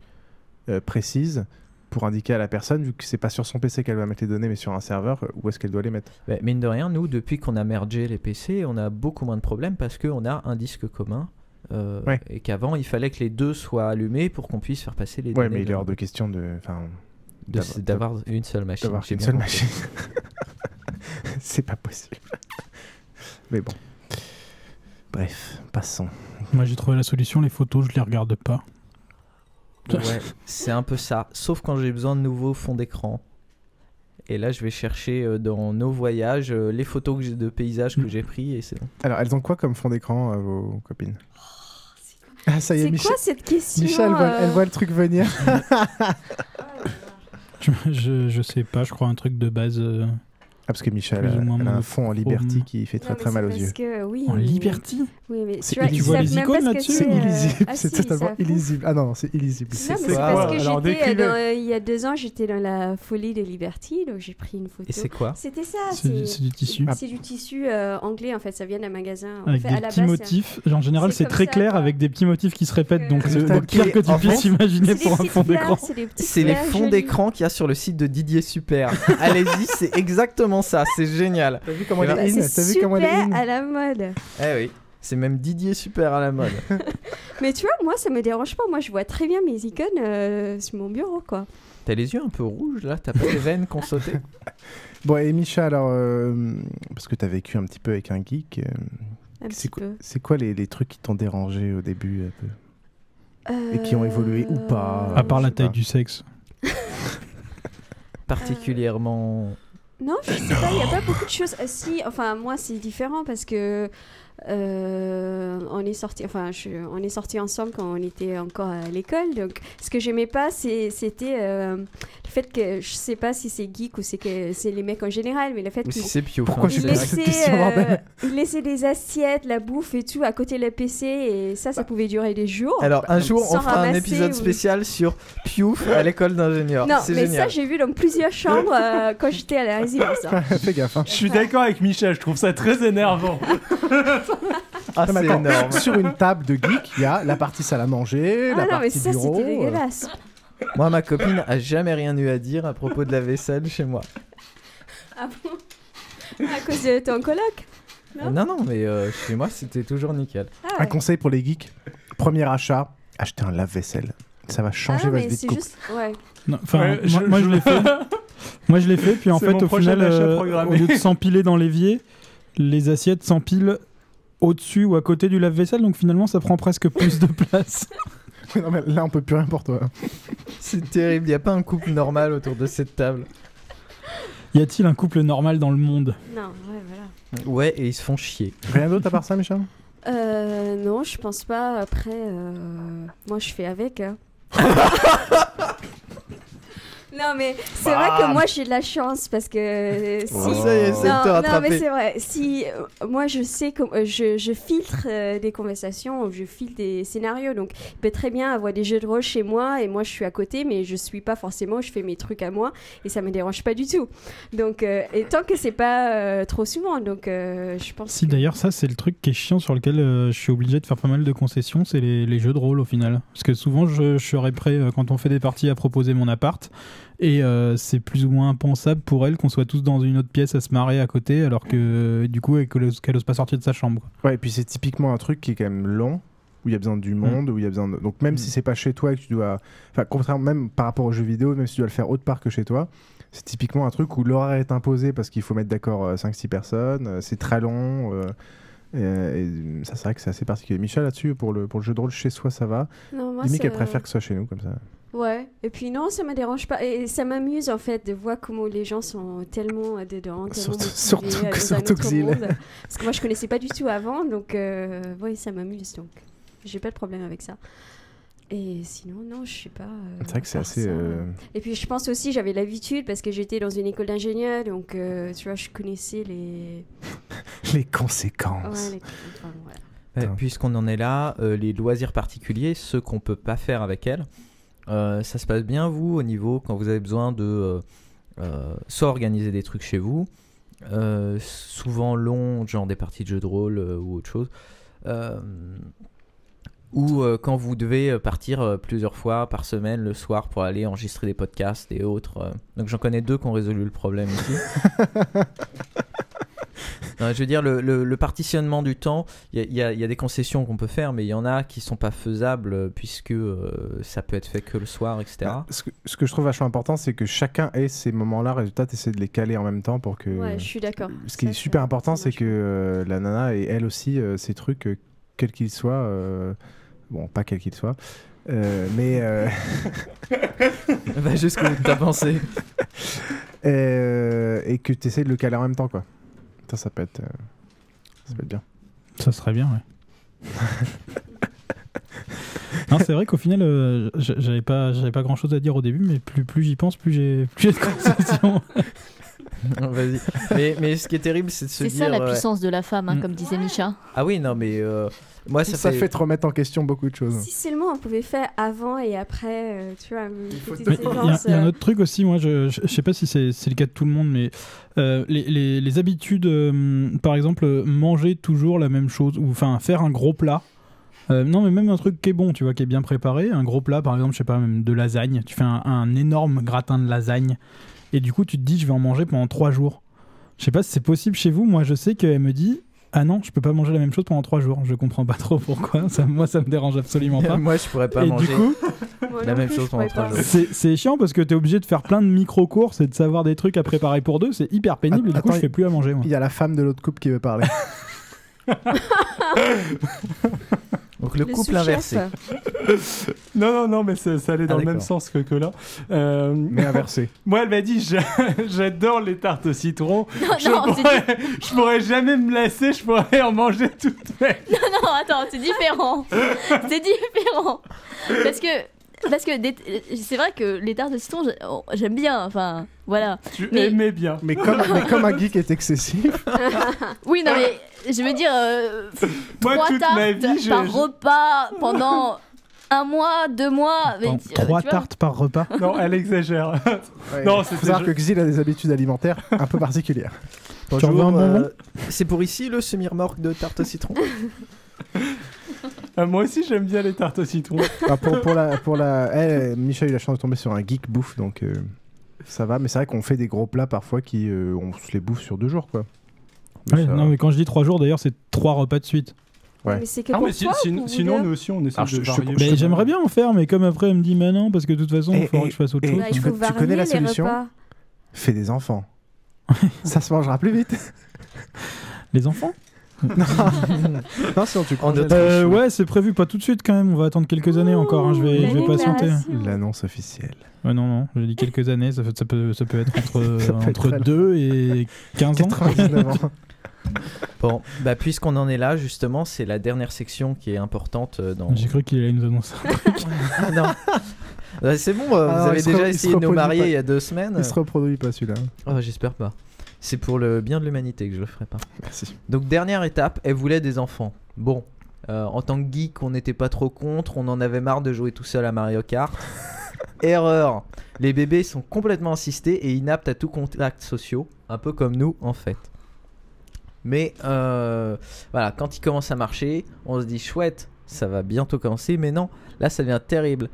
Speaker 8: euh, précises pour indiquer à la personne, vu que c'est pas sur son PC qu'elle va mettre les données, mais sur un serveur, euh, où est-ce qu'elle doit les mettre.
Speaker 9: Bah, mine de rien, nous, depuis qu'on a mergé les PC, on a beaucoup moins de problèmes parce qu'on a un disque commun. euh,
Speaker 8: Ouais.
Speaker 9: Et qu'avant, il fallait que les deux soient allumés pour qu'on puisse faire passer les
Speaker 8: ouais,
Speaker 9: données.
Speaker 8: mais il est
Speaker 9: de-
Speaker 8: hors de question de, enfin,
Speaker 9: de- d'avoir une seule machine.
Speaker 8: D'avoir
Speaker 9: j'ai
Speaker 8: une
Speaker 9: bien
Speaker 8: seule
Speaker 9: compris.
Speaker 8: machine. c'est pas possible. mais bon. Bref, passons.
Speaker 12: Moi j'ai trouvé la solution, les photos je les regarde pas.
Speaker 9: Ouais, c'est un peu ça. Sauf quand j'ai besoin de nouveaux fonds d'écran. Et là, je vais chercher euh, dans nos voyages euh, les photos que j'ai- de paysages que j'ai pris et c'est bon.
Speaker 8: Alors, elles ont quoi comme fond d'écran, euh, vos copines Ah, ça y est,
Speaker 16: C'est
Speaker 8: Michel.
Speaker 16: quoi cette question
Speaker 8: Michel, elle voit,
Speaker 16: euh,
Speaker 8: elle voit le truc venir.
Speaker 12: Je, je, je sais pas, je crois un truc de base. euh,
Speaker 8: Ah, parce que Michel
Speaker 12: Plus ou
Speaker 8: a,
Speaker 12: moins
Speaker 8: elle a un
Speaker 12: monochrome.
Speaker 8: fond en Liberty qui fait très
Speaker 16: Non,
Speaker 8: très
Speaker 16: mais
Speaker 8: mal aux
Speaker 16: c'est
Speaker 8: yeux.
Speaker 16: parce que, oui,
Speaker 12: En
Speaker 16: mais-
Speaker 12: Liberty
Speaker 16: Oui, mais
Speaker 8: C'est
Speaker 16: tu vois, ils
Speaker 8: illisible.
Speaker 16: savent même pas ce que
Speaker 8: C'est
Speaker 16: c'est. euh,
Speaker 8: illisible,
Speaker 16: ah
Speaker 8: c'est
Speaker 16: si, ils
Speaker 8: totalement
Speaker 16: savent.
Speaker 8: illisible. Ah non, c'est illisible.
Speaker 16: Non, mais c'est parce que j'étais, euh, dans- euh, il y a deux ans, j'étais dans la folie des Liberty, donc j'ai pris une photo.
Speaker 8: Et c'est quoi
Speaker 16: C'était ça.
Speaker 12: C'est du- c'est du tissu.
Speaker 8: Ah.
Speaker 16: C'est du tissu euh, anglais, en fait. Ça vient d'un magasin. En
Speaker 12: Avec
Speaker 16: fait,
Speaker 12: des
Speaker 16: à la
Speaker 12: petits
Speaker 16: base,
Speaker 12: motifs. En général, c'est
Speaker 16: comme
Speaker 12: très
Speaker 16: ça,
Speaker 12: clair avec des petits motifs qui se répètent. Donc,
Speaker 8: Comme
Speaker 12: le,
Speaker 8: ça,
Speaker 12: le pire
Speaker 8: ok,
Speaker 12: que tu
Speaker 8: en
Speaker 12: puisses
Speaker 8: France,
Speaker 12: imaginer
Speaker 16: c'est des
Speaker 12: pour un
Speaker 16: petites
Speaker 12: fond d'écran.
Speaker 16: fleurs, c'est des petites
Speaker 9: C'est les
Speaker 16: fleurs
Speaker 9: fonds
Speaker 16: jolies.
Speaker 9: d'écran qu'il y a sur le site de Didier Super. Allez-y, c'est exactement ça. C'est génial. T'as vu
Speaker 8: comment
Speaker 16: Bah, c'est super à la mode.
Speaker 9: Eh oui, c'est même Didier Super à la mode.
Speaker 16: Mais tu vois, moi, ça me dérange pas. Moi, je vois très bien mes icônes euh, sur mon bureau, quoi.
Speaker 9: T'as les yeux un peu rouges là, t'as pas les veines qu'on sautait.
Speaker 8: Bon, et Micha, alors, euh, parce que t'as vécu un petit peu avec un geek, euh,
Speaker 16: Un
Speaker 8: c'est
Speaker 16: petit
Speaker 8: quoi,
Speaker 16: peu.
Speaker 8: c'est quoi les, les trucs qui t'ont dérangé au début un peu Et qui ont évolué
Speaker 16: Euh,
Speaker 8: ou pas
Speaker 12: À part
Speaker 8: je
Speaker 12: la
Speaker 8: sais
Speaker 12: taille
Speaker 8: pas.
Speaker 12: du sexe.
Speaker 9: Particulièrement.
Speaker 16: Non, je sais pas, il n'y a pas beaucoup de choses. Ah, si, enfin, moi, c'est différent parce que euh, on est sorti, enfin, je- on est sorti ensemble quand on était encore à l'école. Donc, ce que j'aimais pas, c'est- c'était euh, le fait que je sais pas si c'est geek ou c'est que c'est les mecs en général, mais le fait
Speaker 9: Ou si
Speaker 16: qu'ils-
Speaker 9: c'est pio,
Speaker 8: Pourquoi
Speaker 9: hein,
Speaker 8: je
Speaker 16: ils
Speaker 9: c'est
Speaker 8: pose
Speaker 9: vrai.
Speaker 8: cette
Speaker 16: laissaient,
Speaker 8: question,
Speaker 16: euh,
Speaker 8: bordel
Speaker 16: ils laissaient des assiettes, la bouffe et tout à côté de la PC et ça, ça pouvait durer des jours.
Speaker 9: Bah. Alors un jour,
Speaker 16: Sans
Speaker 9: on fera un
Speaker 16: ramasser
Speaker 9: épisode
Speaker 16: ou-
Speaker 9: spécial sur Piouf à l'école d'ingénieur.
Speaker 16: Non,
Speaker 9: C'est
Speaker 16: mais ça,
Speaker 9: génial.
Speaker 16: j'ai vu dans plusieurs chambres euh, quand j'étais à la résidence. hein.
Speaker 8: Fais gaffe.
Speaker 11: Je suis d'accord avec Michel, je trouve ça très énervant.
Speaker 9: Ah,
Speaker 8: Non, mais
Speaker 9: c'est
Speaker 8: attends,
Speaker 9: énorme.
Speaker 8: Sur une table de geek, il y a la partie salle à manger,
Speaker 16: Ah
Speaker 8: la
Speaker 16: non, mais
Speaker 8: partie
Speaker 16: ça,
Speaker 8: bureau.
Speaker 16: c'était
Speaker 8: euh,
Speaker 16: dégueulasse.
Speaker 9: Moi, ma copine a jamais rien eu à dire à propos de la vaisselle chez moi.
Speaker 16: Ah bon À cause de ton coloc
Speaker 9: Euh, Non, non, mais euh, chez moi, c'était toujours nickel.
Speaker 8: Un conseil pour les geeks premier achat, achetez un lave-vaisselle. Ça va changer
Speaker 16: non,
Speaker 8: votre
Speaker 16: mais
Speaker 8: vie de
Speaker 16: c'est
Speaker 8: couple.
Speaker 16: juste. Ouais.
Speaker 12: Non, Enfin,
Speaker 11: Ouais,
Speaker 12: moi,
Speaker 11: je-
Speaker 12: moi, je,
Speaker 11: je-
Speaker 12: l'ai fait. moi je l'ai fait, puis en
Speaker 11: C'est
Speaker 12: fait
Speaker 11: mon
Speaker 12: au
Speaker 11: prochain
Speaker 12: final,
Speaker 11: achat
Speaker 12: euh,
Speaker 11: programmé.
Speaker 12: au lieu de s'empiler dans l'évier, les assiettes s'empilent au-dessus ou à côté du lave-vaisselle, donc finalement ça prend presque plus de place.
Speaker 8: Ouais, non, mais là, on peut plus rien pour toi.
Speaker 9: C'est terrible, il n'y a pas un couple normal autour de cette table.
Speaker 12: Y a-t-il un couple normal dans le monde
Speaker 16: Non, ouais, voilà.
Speaker 9: Ouais, et ils se font chier.
Speaker 8: Rien d'autre à part ça, Michel
Speaker 16: Euh, non, je pense pas. Après, euh, moi, je fais avec. hein. Non, mais c'est
Speaker 3: Bah.
Speaker 16: vrai que moi j'ai de la chance parce que euh, si.
Speaker 3: Oh, ça y est, c'est le
Speaker 16: non,
Speaker 3: temps
Speaker 16: non,
Speaker 3: attrapé.
Speaker 16: mais c'est vrai. Si euh, moi je sais que euh, je, je filtre euh, des conversations, je filtre des scénarios, donc il peut très bien avoir des jeux de rôle chez moi et moi je suis à côté, mais je suis pas forcément. Je fais mes trucs à moi et ça me dérange pas du tout. Donc euh, et tant que c'est pas euh, trop souvent, donc euh, je pense.
Speaker 12: Si d'ailleurs ça c'est le truc qui est chiant sur lequel euh, je suis obligé de faire pas mal de concessions, c'est les, les jeux de rôle au final. Parce que souvent je, je serais prêt euh, quand on fait des parties à proposer mon appart et euh, c'est plus ou moins impensable pour elle qu'on soit tous dans une autre pièce à se marrer à côté alors que euh, du coup elle- qu'elle ose- qu'elle ose pas sortir de sa chambre.
Speaker 8: Ouais, et puis c'est typiquement un truc qui est quand même long, où il y a besoin du monde, où il y a besoin de... Donc même si c'est pas chez toi et que tu dois... Enfin, contrairement même par rapport aux jeux vidéo, même si tu dois le faire autre part que chez toi, c'est typiquement un truc où l'horaire est imposé parce qu'il faut mettre d'accord 5-6 personnes, euh, c'est très long. euh, euh, et ça, c'est vrai que c'est assez particulier. Michel, là-dessus, pour le, pour le jeu de rôle chez soi, ça va.
Speaker 16: Non, moi, euh,
Speaker 8: Limite,
Speaker 16: ça-
Speaker 8: elle préfère que ce soit chez nous, comme ça.
Speaker 16: Ouais, et puis non, ça me dérange pas. Et ça m'amuse en fait de voir comment les gens sont tellement euh, dedans. Tellement
Speaker 8: Surtout-
Speaker 16: motivés,
Speaker 8: surtout
Speaker 16: euh, dans
Speaker 8: que-
Speaker 16: un
Speaker 8: surtout
Speaker 16: autre
Speaker 8: que Zil.
Speaker 16: monde. Parce que moi je connaissais pas du tout avant, donc euh, oui, ça m'amuse donc. J'ai pas de problème avec ça. Et sinon, non, je sais pas. euh,
Speaker 8: C'est vrai que c'est
Speaker 16: à part
Speaker 8: assez...
Speaker 16: ça.
Speaker 8: euh,
Speaker 16: Et puis je pense aussi, j'avais l'habitude parce que j'étais dans une école d'ingénieur, donc euh, tu vois, je connaissais les.
Speaker 8: Les conséquences.
Speaker 16: Ouais, les- enfin, voilà.
Speaker 9: Euh, Puisqu'on en est là, euh, les loisirs particuliers, ceux qu'on peut pas faire avec elle, euh, ça se passe bien vous au niveau quand vous avez besoin de euh, euh, soit organiser des trucs chez vous, euh, souvent longs, genre des parties de jeux de rôle euh, ou autre chose, euh, ou euh, quand vous devez euh, partir euh, plusieurs fois par semaine le soir pour aller enregistrer des podcasts et autres. euh. Donc j'en connais deux qui ont résolu le problème ici. Non, je veux dire, le, le- le partitionnement du temps, il y a, il y a- il y a des concessions qu'on peut faire, mais il y en a qui sont pas faisables euh, puisque euh, ça peut être fait que le soir, etc.
Speaker 8: Ah, ce, que, ce que je trouve vachement important, c'est que chacun ait ces moments-là. Résultat, t'essaies de les caler en même temps pour que.
Speaker 16: Ouais, je suis d'accord.
Speaker 8: Ce qui est super important, c'est que euh, la nana et elle aussi, euh, ces trucs, euh, quels qu'ils soient, euh, bon, pas quels qu'ils soient, euh, mais. euh,
Speaker 9: Va jusqu'au bout de ta pensée.
Speaker 8: Euh, et que t'essaies de le caler en même temps, quoi. Ça, ça peut être. euh, ça peut être bien.
Speaker 12: Ça serait bien, ouais. non, c'est vrai qu'au final, euh, j- j'avais pas, j'avais pas grand chose à dire au début, mais plus, plus j'y pense, plus j'ai, plus j'ai de concessions.
Speaker 9: Vas-y. Mais, mais ce qui est terrible, c'est de se
Speaker 10: C'est
Speaker 9: dire.
Speaker 10: ça la
Speaker 9: euh,
Speaker 10: puissance de la femme, hein,
Speaker 9: Mm.
Speaker 10: comme disait Micha.
Speaker 9: Ah oui, non, mais euh, moi, ça,
Speaker 8: fait... te remettre en question beaucoup de choses.
Speaker 16: Si seulement on pouvait faire avant et après, euh, tu vois, une petite
Speaker 12: Mais Il y, a-
Speaker 16: séquence,
Speaker 12: il y a un
Speaker 16: euh,
Speaker 12: autre truc aussi, moi je, je, je sais pas si c'est c'est le cas de tout le monde, mais euh, les, les- les habitudes, euh, par exemple, euh, manger toujours la même chose, ou enfin faire un gros plat. Euh, non, mais même un truc qui est bon, tu vois, qui est bien préparé, un gros plat, par exemple, je sais pas, même de lasagne. Tu fais un, un énorme gratin de lasagne, et du coup, tu te dis, je vais en manger pendant trois jours. Je sais pas si c'est possible chez vous. Moi, je sais qu'elle me dit, ah non, je peux pas manger la même chose pendant trois jours. Je comprends pas trop pourquoi. Ça, moi, ça me dérange absolument pas.
Speaker 9: Moi, je pourrais pas
Speaker 12: Et
Speaker 9: manger
Speaker 12: Du coup,
Speaker 9: la même chose pendant trois jours.
Speaker 12: c'est c'est chiant parce que t'es obligé de faire plein de micro-courses et de savoir des trucs à préparer pour deux, c'est hyper pénible et du coup
Speaker 8: Attends,
Speaker 12: je fais plus à manger moi.
Speaker 8: Il y a la femme de l'autre couple qui veut parler.
Speaker 9: Donc le
Speaker 11: Le sous-chef.
Speaker 9: couple inversé.
Speaker 11: Non, non, non, mais ça, ça allait dans
Speaker 9: Ah,
Speaker 11: le même
Speaker 9: d'accord.
Speaker 11: sens que, que là. Euh,
Speaker 8: Mais inversé.
Speaker 11: Moi, elle m'a dit j'a- j'adore les tartes au citron.
Speaker 10: Non,
Speaker 11: je,
Speaker 10: non, c'est
Speaker 11: pourrais, je pourrais jamais me lasser, je pourrais en manger toute ma vie.
Speaker 10: Non, non, attends, c'est différent. c'est différent. Parce que. Parce que des- c'est vrai que les tartes de citron, j'ai- oh, j'aime bien, enfin, voilà.
Speaker 11: Tu
Speaker 10: Mais-
Speaker 11: aimais bien.
Speaker 8: Mais comme, mais comme un geek est excessif.
Speaker 10: Oui, non, mais je veux dire, euh,
Speaker 8: Moi,
Speaker 10: trois
Speaker 8: toute
Speaker 10: tartes
Speaker 8: ma vie, je-
Speaker 10: par
Speaker 8: je-
Speaker 10: repas pendant un mois, deux mois. mais tu- tu vois,
Speaker 12: par repas
Speaker 11: Non, elle exagère. non, c'est
Speaker 8: faut savoir que Xil a des habitudes alimentaires un peu particulières.
Speaker 9: Bonjour,
Speaker 8: veux un bonbon
Speaker 9: euh, C'est pour ici le semi-remorque de tarte au citron
Speaker 11: Ah, moi aussi, j'aime bien les tartes au citron.
Speaker 8: Bah, pour, pour la, pour la... eh, Michel a eu la chance de tomber sur un geek bouffe, donc euh, ça va. Mais c'est vrai qu'on fait des gros plats parfois qui euh, on se les bouffe sur deux jours, quoi.
Speaker 12: Ouais, non, mais quand je dis trois jours d'ailleurs, c'est trois repas de suite.
Speaker 8: Ouais.
Speaker 16: Mais c'est que
Speaker 11: Ah,
Speaker 16: pour
Speaker 11: mais si-
Speaker 16: toi ou
Speaker 11: si-
Speaker 16: pour vous
Speaker 11: sinon,
Speaker 16: deux
Speaker 11: nous aussi, on essaie de varier.
Speaker 12: Mais J'aimerais bien en faire, mais comme après elle me dit, mais non, parce que de toute façon, il
Speaker 8: Eh,
Speaker 12: faudra
Speaker 8: eh,
Speaker 12: que je fasse autre
Speaker 8: eh,
Speaker 12: chose.
Speaker 16: Bah, il
Speaker 8: tu
Speaker 16: faut
Speaker 8: co- tu connais la
Speaker 16: varier les
Speaker 8: solution
Speaker 16: repas.
Speaker 8: Fais des enfants. ça se mangera plus vite.
Speaker 12: Les enfants
Speaker 8: non. non, sinon tu crois.
Speaker 12: Euh, ouais, c'est prévu, pas tout de suite quand même, on va attendre quelques années encore, hein, je vais, je vais patienter.
Speaker 8: L'annonce officielle.
Speaker 12: Ouais, non, non, j'ai dit quelques années, ça, fait- ça peut, ça peut être entre,
Speaker 8: Ça peut être
Speaker 12: entre
Speaker 8: très long.
Speaker 12: 2 et 15 ans.
Speaker 8: 99 ans.
Speaker 9: Bon, bah puisqu'on en est là, justement, c'est la dernière section qui est importante euh, dans.
Speaker 12: J'ai cru qu'il allait nous annoncer un truc.
Speaker 9: Ah, non. Ouais, C'est bon, euh,
Speaker 8: Ah,
Speaker 9: vous avez
Speaker 8: il se re-
Speaker 9: déjà
Speaker 8: il se
Speaker 9: essayé de nous
Speaker 8: reproduit
Speaker 9: marier
Speaker 8: pas.
Speaker 9: il y a deux semaines.
Speaker 8: Il se reproduit pas celui-là.
Speaker 9: Oh, j'espère pas. C'est pour le bien de l'humanité que je le ferai pas. Merci. Donc, dernière étape, elle voulait des enfants. Bon, euh, en tant que geek, on n'était pas trop contre, on en avait marre de jouer tout seul à Mario Kart. Erreur Les bébés sont complètement assistés et inaptes à tout contact sociaux, un peu comme nous en fait. Mais euh, voilà, quand il commence à marcher, on se dit chouette, ça va bientôt commencer, mais non, là ça devient terrible.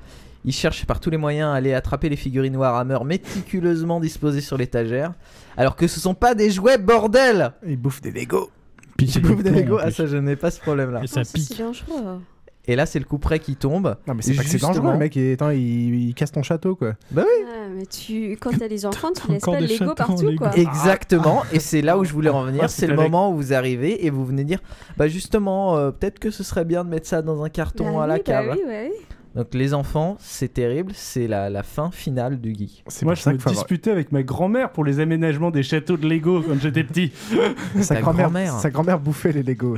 Speaker 9: Il cherche par tous les moyens à aller attraper les figurines Warhammer méticuleusement disposées sur l'étagère, alors que ce sont pas des jouets, bordel
Speaker 8: Il bouffe des Lego
Speaker 9: Puis il bouffe des
Speaker 8: plomb,
Speaker 9: Lego,
Speaker 8: en
Speaker 9: ah ça je n'ai pas ce problème là.
Speaker 16: Oh, C'est dangereux.
Speaker 9: Et là c'est le coup près qui tombe.
Speaker 8: Non mais c'est pas que c'est dangereux, le mec, il, attends, il, il casse ton château quoi.
Speaker 9: Bah
Speaker 16: Ah, mais tu, quand t'as des enfants, tu laisses
Speaker 8: encore
Speaker 16: pas le
Speaker 8: des
Speaker 16: Lego
Speaker 8: chatons,
Speaker 16: partout,
Speaker 8: Lego.
Speaker 16: quoi.
Speaker 9: Exactement, et c'est là où je voulais en venir.
Speaker 8: Ah,
Speaker 9: C'est
Speaker 8: c'est
Speaker 9: le
Speaker 8: avec-
Speaker 9: moment où vous arrivez et vous venez dire Bah, justement, euh, peut-être que ce serait bien de mettre ça dans un carton
Speaker 16: Bah
Speaker 9: à la
Speaker 16: oui, bah
Speaker 9: cave.
Speaker 16: oui, ouais.
Speaker 9: Donc, les enfants, c'est terrible, c'est la, la fin finale du geek.
Speaker 11: Moi, je me disputais avec ma grand-mère pour les aménagements des châteaux de Lego quand j'étais petit.
Speaker 8: Sa grand-mère sa grand-mère bouffait les Lego.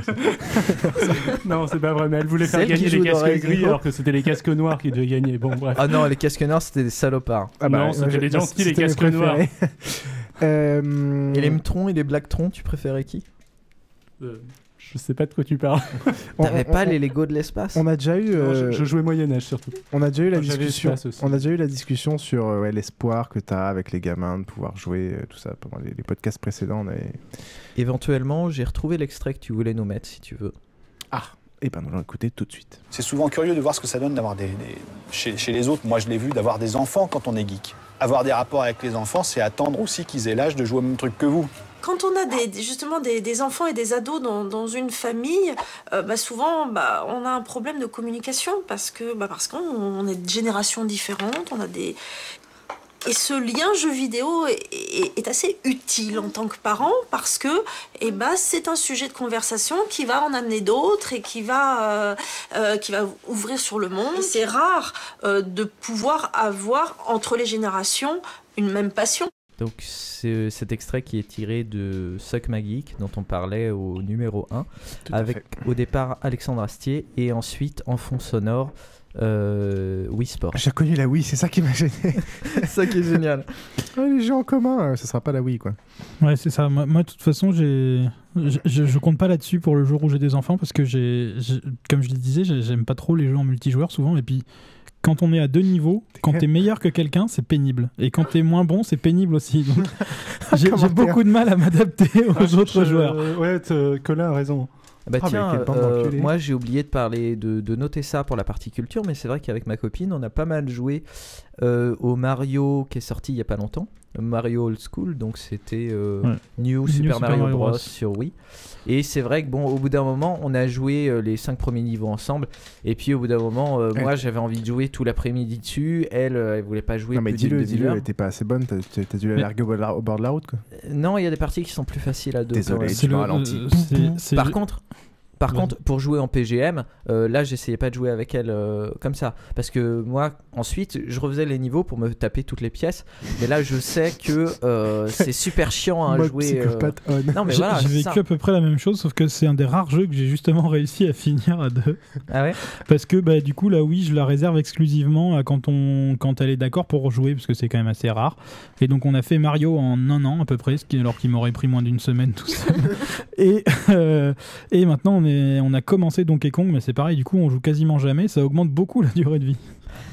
Speaker 11: Non, c'est pas vrai, mais elle voulait
Speaker 9: C'est
Speaker 11: faire
Speaker 9: elle qui
Speaker 11: gagner
Speaker 9: joue
Speaker 11: les
Speaker 9: dans
Speaker 11: casques
Speaker 9: Resident
Speaker 11: gris
Speaker 9: Evil.
Speaker 11: alors que c'était les casques noirs qui devaient gagner. Bon, bref.
Speaker 9: Ah non, les casques noirs, c'était des salopards.
Speaker 11: Ah bah, Non, c'était ouais, les moi, gentils, les c'était mes casques noirs. préférés.
Speaker 8: Euh,
Speaker 9: Et les mtrons et les blacktrons, tu préférais qui
Speaker 11: Euh, Je sais pas de quoi tu parles.
Speaker 9: T'avais
Speaker 8: on-
Speaker 9: pas
Speaker 8: on-
Speaker 9: les Lego de l'espace
Speaker 8: On a déjà eu.
Speaker 11: Non, je-
Speaker 8: euh,
Speaker 11: je, jouais Moyen-Âge surtout.
Speaker 8: On a déjà eu la
Speaker 11: Quand j'avais
Speaker 8: discussion.
Speaker 11: espace aussi.
Speaker 8: On a déjà eu la discussion sur euh, ouais, l'espoir que tu as avec les gamins de pouvoir jouer euh, tout ça pendant les, les podcasts précédents. On avait...
Speaker 9: Éventuellement, j'ai retrouvé l'extrait que tu voulais nous mettre si tu veux.
Speaker 8: Ah Et ben nous l'avons écouté tout de suite.
Speaker 17: C'est souvent curieux de voir ce que ça donne d'avoir des, des- chez, chez les autres. Moi, je l'ai vu d'avoir des enfants quand on est geek. Avoir des rapports avec les enfants, c'est attendre aussi qu'ils aient l'âge de jouer au même truc que vous.
Speaker 1: Quand on a des, des- justement des, des enfants et des ados dans, dans une famille, euh, bah, souvent bah, on a un problème de communication parce que bah, parce qu'on on est de générations différentes, on a des et ce lien jeu vidéo est, est- est assez utile en tant que parent parce que eh ben, c'est un sujet de conversation qui va en amener d'autres et qui va, euh, euh, qui va ouvrir sur le monde. Et C'est rare euh, de pouvoir avoir entre les générations une même passion.
Speaker 9: Donc c'est cet extrait qui est tiré de Suck Ma Geek dont on parlait au numéro 1
Speaker 8: Tout à
Speaker 9: avec au départ Alexandre Astier et ensuite en fond sonore euh, Wii Sport.
Speaker 8: J'ai reconnu la Wii, c'est ça qui m'a gêné.
Speaker 9: ça qui est génial.
Speaker 8: Ah, les jeux en commun, euh, ce sera pas la Wii quoi.
Speaker 12: Ouais, c'est ça. Moi, moi, de toute façon, j'ai, je, je- je compte pas là-dessus pour le jour où j'ai des enfants parce que j'ai, j'ai- comme je le disais, j'ai- j'aime pas trop les jeux en multijoueur souvent. Et puis, quand on est à deux niveaux, quand t'es meilleur que quelqu'un, c'est pénible. Et quand t'es moins bon, c'est pénible aussi. Donc, j'ai, j'ai beaucoup de mal à m'adapter aux
Speaker 11: Ah, je-
Speaker 12: autres
Speaker 11: je-
Speaker 12: joueurs.
Speaker 8: Euh,
Speaker 11: Ouais, t- Colin a raison.
Speaker 9: Bah tiens, euh, moi j'ai oublié de parler de, de noter ça pour la partie culture, mais c'est vrai qu'avec ma copine, on a pas mal joué euh, au Mario qui est sorti il y a pas longtemps, Mario Old School, donc c'était euh,
Speaker 12: Ouais.
Speaker 9: New,
Speaker 12: New
Speaker 9: Super,
Speaker 12: Super
Speaker 9: Mario,
Speaker 12: Mario
Speaker 9: Bros.
Speaker 12: Bros.
Speaker 9: sur Wii. Et c'est vrai que bon, au bout d'un moment, on a joué euh, les cinq premiers niveaux ensemble, et puis au bout d'un moment, euh,
Speaker 8: Ouais.
Speaker 9: moi j'avais envie de jouer tout l'après-midi dessus, elle, euh, elle voulait pas jouer.
Speaker 8: non mais
Speaker 9: plus d'une
Speaker 8: dis-le, dis-le,
Speaker 9: demi-heure.
Speaker 8: elle était pas assez bonne, t'as- t'as t'as dû la
Speaker 9: Mais-
Speaker 8: larguer au bord de la- au bord de la route quoi.
Speaker 9: Euh, Non, il y a des parties qui sont plus faciles à deux.
Speaker 8: Désolé,
Speaker 9: quand même.
Speaker 8: C'est tu le- euh, m'as ralenti. le- c'est-
Speaker 9: Par
Speaker 8: c'est-
Speaker 9: contre, par
Speaker 8: Vas-y.
Speaker 9: contre, pour jouer en PGM, euh, là, j'essayais pas de jouer avec elle euh, comme ça, parce que moi, ensuite, je refaisais les niveaux pour me taper toutes les pièces. Mais là, je sais que euh, c'est super chiant à
Speaker 8: Mode
Speaker 9: jouer. euh,
Speaker 8: psychopathe on.
Speaker 9: Non, mais
Speaker 12: J'ai-
Speaker 9: voilà.
Speaker 12: J'ai
Speaker 9: c'est
Speaker 12: vécu
Speaker 9: ça.
Speaker 12: à peu près la même chose, sauf que c'est un des rares jeux que j'ai justement réussi à finir à deux.
Speaker 9: Ah ouais
Speaker 12: Parce que bah, du coup, là, oui, je la réserve exclusivement à quand, on, quand elle est d'accord pour jouer, parce que c'est quand même assez rare. Et donc, on a fait Mario en un an à peu près, ce qui, alors qu'il m'aurait pris moins d'une semaine tout seul. et, euh, et maintenant, on, est, on a commencé Donkey Kong, mais c'est pareil, du coup, on joue quasiment jamais, ça augmente beaucoup la durée de vie.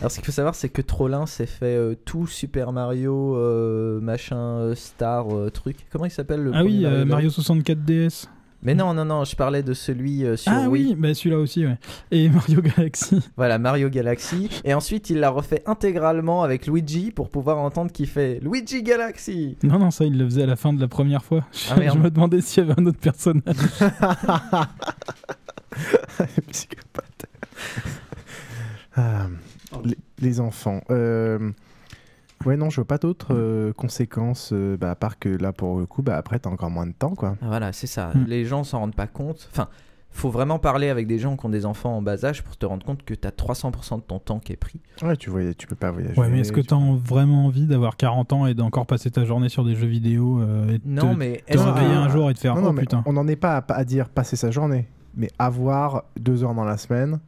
Speaker 9: Alors, ce qu'il faut savoir, c'est que Trollin s'est fait euh, tout Super Mario, euh, machin, euh, Star, euh, truc. Comment il s'appelle le
Speaker 12: ah
Speaker 9: premier
Speaker 12: oui, euh,
Speaker 9: Mario
Speaker 12: Mario 64 DS.
Speaker 9: Mais non, non, non, je parlais de celui euh, sur
Speaker 12: Ah
Speaker 9: Wii.
Speaker 12: oui, bah, celui-là aussi, ouais. Et Mario Galaxy.
Speaker 9: Voilà, Mario Galaxy. Et ensuite, il l'a refait intégralement avec Luigi pour pouvoir entendre qu'il fait Luigi Galaxy.
Speaker 12: Non, non, ça, il le faisait à la fin de la première fois. Je,
Speaker 9: Ah, merde.
Speaker 12: je me demandais s'il y avait un autre personnage.
Speaker 8: Psychopathe. Ah, les, les enfants. Euh, ouais, non, je vois pas d'autres euh, conséquences, euh, bah, à part que là, pour le coup, bah, après, t'as encore moins de temps, quoi.
Speaker 9: Ah, Voilà, c'est ça.
Speaker 8: Mm.
Speaker 9: Les gens s'en rendent pas compte. Enfin, faut vraiment parler avec des gens qui ont des enfants en bas âge pour te rendre compte que t'as 300% de ton temps qui est pris.
Speaker 8: Ouais, tu, voyais, tu peux pas voyager.
Speaker 12: Ouais, mais est-ce que
Speaker 8: tu-
Speaker 12: t'as en- vraiment envie d'avoir 40 ans et d'encore passer ta journée sur des jeux vidéo euh, et de
Speaker 9: Non,
Speaker 12: te,
Speaker 9: mais
Speaker 12: te
Speaker 9: est-ce
Speaker 12: réveiller
Speaker 9: que-
Speaker 12: un jour et te faire
Speaker 8: Non, non,
Speaker 12: oh
Speaker 8: mais
Speaker 12: putain.
Speaker 8: On n'en est pas à, à dire passer sa journée, mais avoir deux heures dans la semaine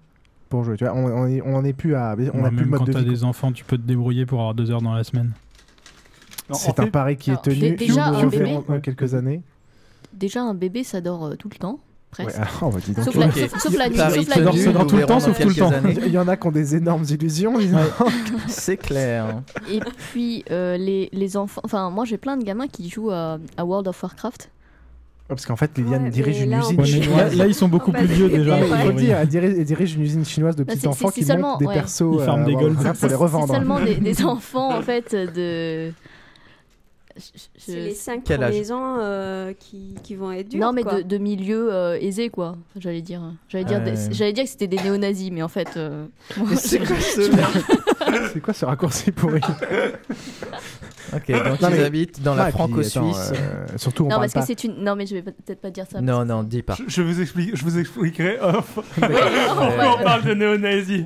Speaker 8: pour jouer.
Speaker 12: tu vois, on, on est- on en est plus à. On
Speaker 8: a
Speaker 12: a
Speaker 8: plus le mode
Speaker 12: quand
Speaker 8: de
Speaker 12: t'as
Speaker 8: vie,
Speaker 12: des enfants, tu peux te débrouiller pour avoir deux heures dans la semaine.
Speaker 8: C'est un pari qui est tenu
Speaker 10: déjà, un
Speaker 8: sur
Speaker 10: bébé-
Speaker 8: en- en quelques années.
Speaker 10: euh, Déjà, un bébé, ça dort euh, tout le temps, presque.
Speaker 8: Ouais, ah, on va dire donc,
Speaker 10: sauf,
Speaker 8: ouais.
Speaker 10: la, sauf- sauf la nuit.
Speaker 9: Paris
Speaker 10: sauf la
Speaker 9: tenu,
Speaker 10: nuit.
Speaker 9: nous verrons dans quelques années.
Speaker 8: Il y en a qui ont des énormes illusions. dis donc.
Speaker 9: C'est clair.
Speaker 10: Et puis, euh, les, les enfants. Enfin, moi, j'ai plein de gamins qui jouent à, à World of Warcraft.
Speaker 8: Ouais, parce qu'en fait, Liliane dirige une
Speaker 10: là, on
Speaker 8: usine
Speaker 10: peut-
Speaker 8: chinoise.
Speaker 10: Là- là, ils sont beaucoup
Speaker 12: plus vieux, déjà.
Speaker 8: Non, mais Il faut
Speaker 12: Ouais.
Speaker 8: le dire, elle dirige, elle dirige une usine chinoise de
Speaker 10: Bah,
Speaker 8: petits
Speaker 10: c'est-
Speaker 8: enfants
Speaker 10: c'est- c'est
Speaker 8: qui
Speaker 10: seulement-
Speaker 8: montent des
Speaker 10: ouais.
Speaker 8: persos
Speaker 10: Ils
Speaker 8: euh,
Speaker 10: ferment des
Speaker 8: voilà,
Speaker 10: golfs.
Speaker 8: pour les revendre.
Speaker 10: C'est seulement des, des enfants, en fait, de. je- je-
Speaker 16: C'est les 5
Speaker 10: Quel âge
Speaker 16: premiers ans euh, qui, qui vont être durs.
Speaker 10: non mais de,
Speaker 16: quoi.
Speaker 10: de milieux euh, aisés quoi, j'allais dire. J'allais
Speaker 9: Euh,
Speaker 10: dire, des-
Speaker 8: Ouais.
Speaker 10: j'allais dire que c'était des néo-nazis, mais en fait. euh, moi,
Speaker 8: c'est
Speaker 10: je-
Speaker 8: quoi
Speaker 10: je-
Speaker 8: C'est quoi ce raccourci pourri
Speaker 9: Ok, donc
Speaker 8: Non,
Speaker 9: ils
Speaker 8: mais-
Speaker 9: habitent dans la
Speaker 8: Ah, et puis,
Speaker 9: franco-suisse.
Speaker 8: attends, euh, surtout, on
Speaker 10: non
Speaker 8: parle
Speaker 10: parce que
Speaker 8: pas-
Speaker 10: c'est une. Non mais je vais pas- peut-être pas dire ça.
Speaker 9: Non, non, dis pas.
Speaker 11: Je vous, explique, je vous expliquerai off.
Speaker 9: Pourquoi
Speaker 11: on parle de néo-nazis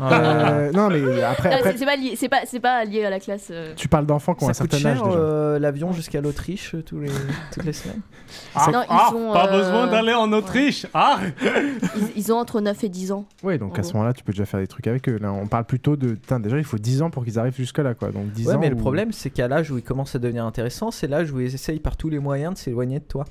Speaker 8: Euh, non, mais après,
Speaker 10: Non,
Speaker 8: après,
Speaker 10: Ah, c'est- C'est pas lié, c'est pas, c'est pas lié à la classe. euh.
Speaker 8: tu parles d'enfants qui ont
Speaker 9: Ça
Speaker 8: un
Speaker 9: coûte
Speaker 8: certain
Speaker 9: cher,
Speaker 8: âge déjà.
Speaker 9: euh, l'avion jusqu'à l'Autriche euh, tous les, toutes les semaines
Speaker 10: Ah, Non, ils ah, sont, pas euh, besoin d'aller
Speaker 11: en Autriche Ah
Speaker 10: Ils, ils ont entre 9 et 10 ans.
Speaker 8: Oui, donc à ce moment-là, tu peux déjà faire des trucs avec eux. Là, on parle plutôt de. Putain, déjà, il faut 10 ans pour qu'ils arrivent jusque-là, quoi. Donc 10
Speaker 9: Ouais,
Speaker 8: ans.
Speaker 9: mais le
Speaker 8: où-
Speaker 9: problème, c'est qu'à l'âge où ils commencent à devenir intéressants, c'est l'âge où ils essayent par tous les moyens de s'éloigner de toi.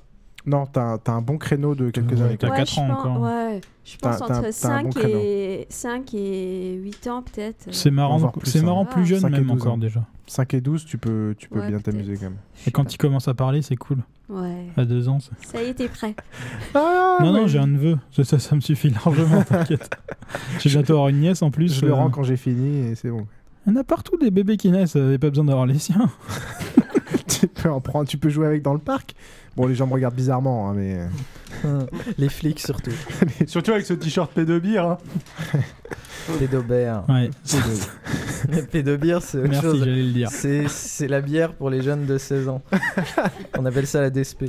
Speaker 8: Non, t'as un, t'as un bon créneau de
Speaker 12: Euh,
Speaker 8: quelques années.
Speaker 16: Ouais, je pense- Ouais, je
Speaker 8: T'as-
Speaker 16: pense
Speaker 8: t'as un-
Speaker 16: entre
Speaker 8: t'as un
Speaker 16: 5,
Speaker 8: bon créneau.
Speaker 16: et, 5 et 8 ans peut-être.
Speaker 12: C'est marrant,
Speaker 8: Voire
Speaker 12: donc-
Speaker 8: plus,
Speaker 12: c'est
Speaker 8: hein.
Speaker 12: marrant plus jeune
Speaker 8: 5 et
Speaker 12: même
Speaker 8: 12
Speaker 12: encore
Speaker 8: ans.
Speaker 12: déjà.
Speaker 8: 5 et 12, tu peux, tu peux
Speaker 16: Ouais,
Speaker 8: bien t'amuser quand même.
Speaker 12: Et quand ils commencent à parler, c'est cool.
Speaker 16: Ouais.
Speaker 12: À deux ans, c'est-
Speaker 16: Ça y est, t'es prêt.
Speaker 8: Ah,
Speaker 11: Ah
Speaker 12: non, non, j'ai un neveu. Ça, ça, ça me suffit largement, t'inquiète. J'ai bientôt avoir une nièce en plus.
Speaker 8: Je le
Speaker 12: euh,
Speaker 8: rends quand j'ai fini et c'est bon.
Speaker 12: Il y en a partout des bébés qui naissent, euh, et pas besoin d'avoir les siens.
Speaker 8: tu peux en prendre, tu peux jouer avec dans le parc. Bon, les gens me regardent bizarrement, hein, mais.
Speaker 9: les flics surtout.
Speaker 11: Surtout avec ce t-shirt pédobir. Hein.
Speaker 9: Pédobère.
Speaker 12: Ouais.
Speaker 9: Mais pédobire, c'est Ah, autre
Speaker 12: Merci,
Speaker 9: chose.
Speaker 12: j'allais le dire.
Speaker 9: C'est, c'est la bière pour les jeunes de 16 ans. On appelle ça la DSP. Euh,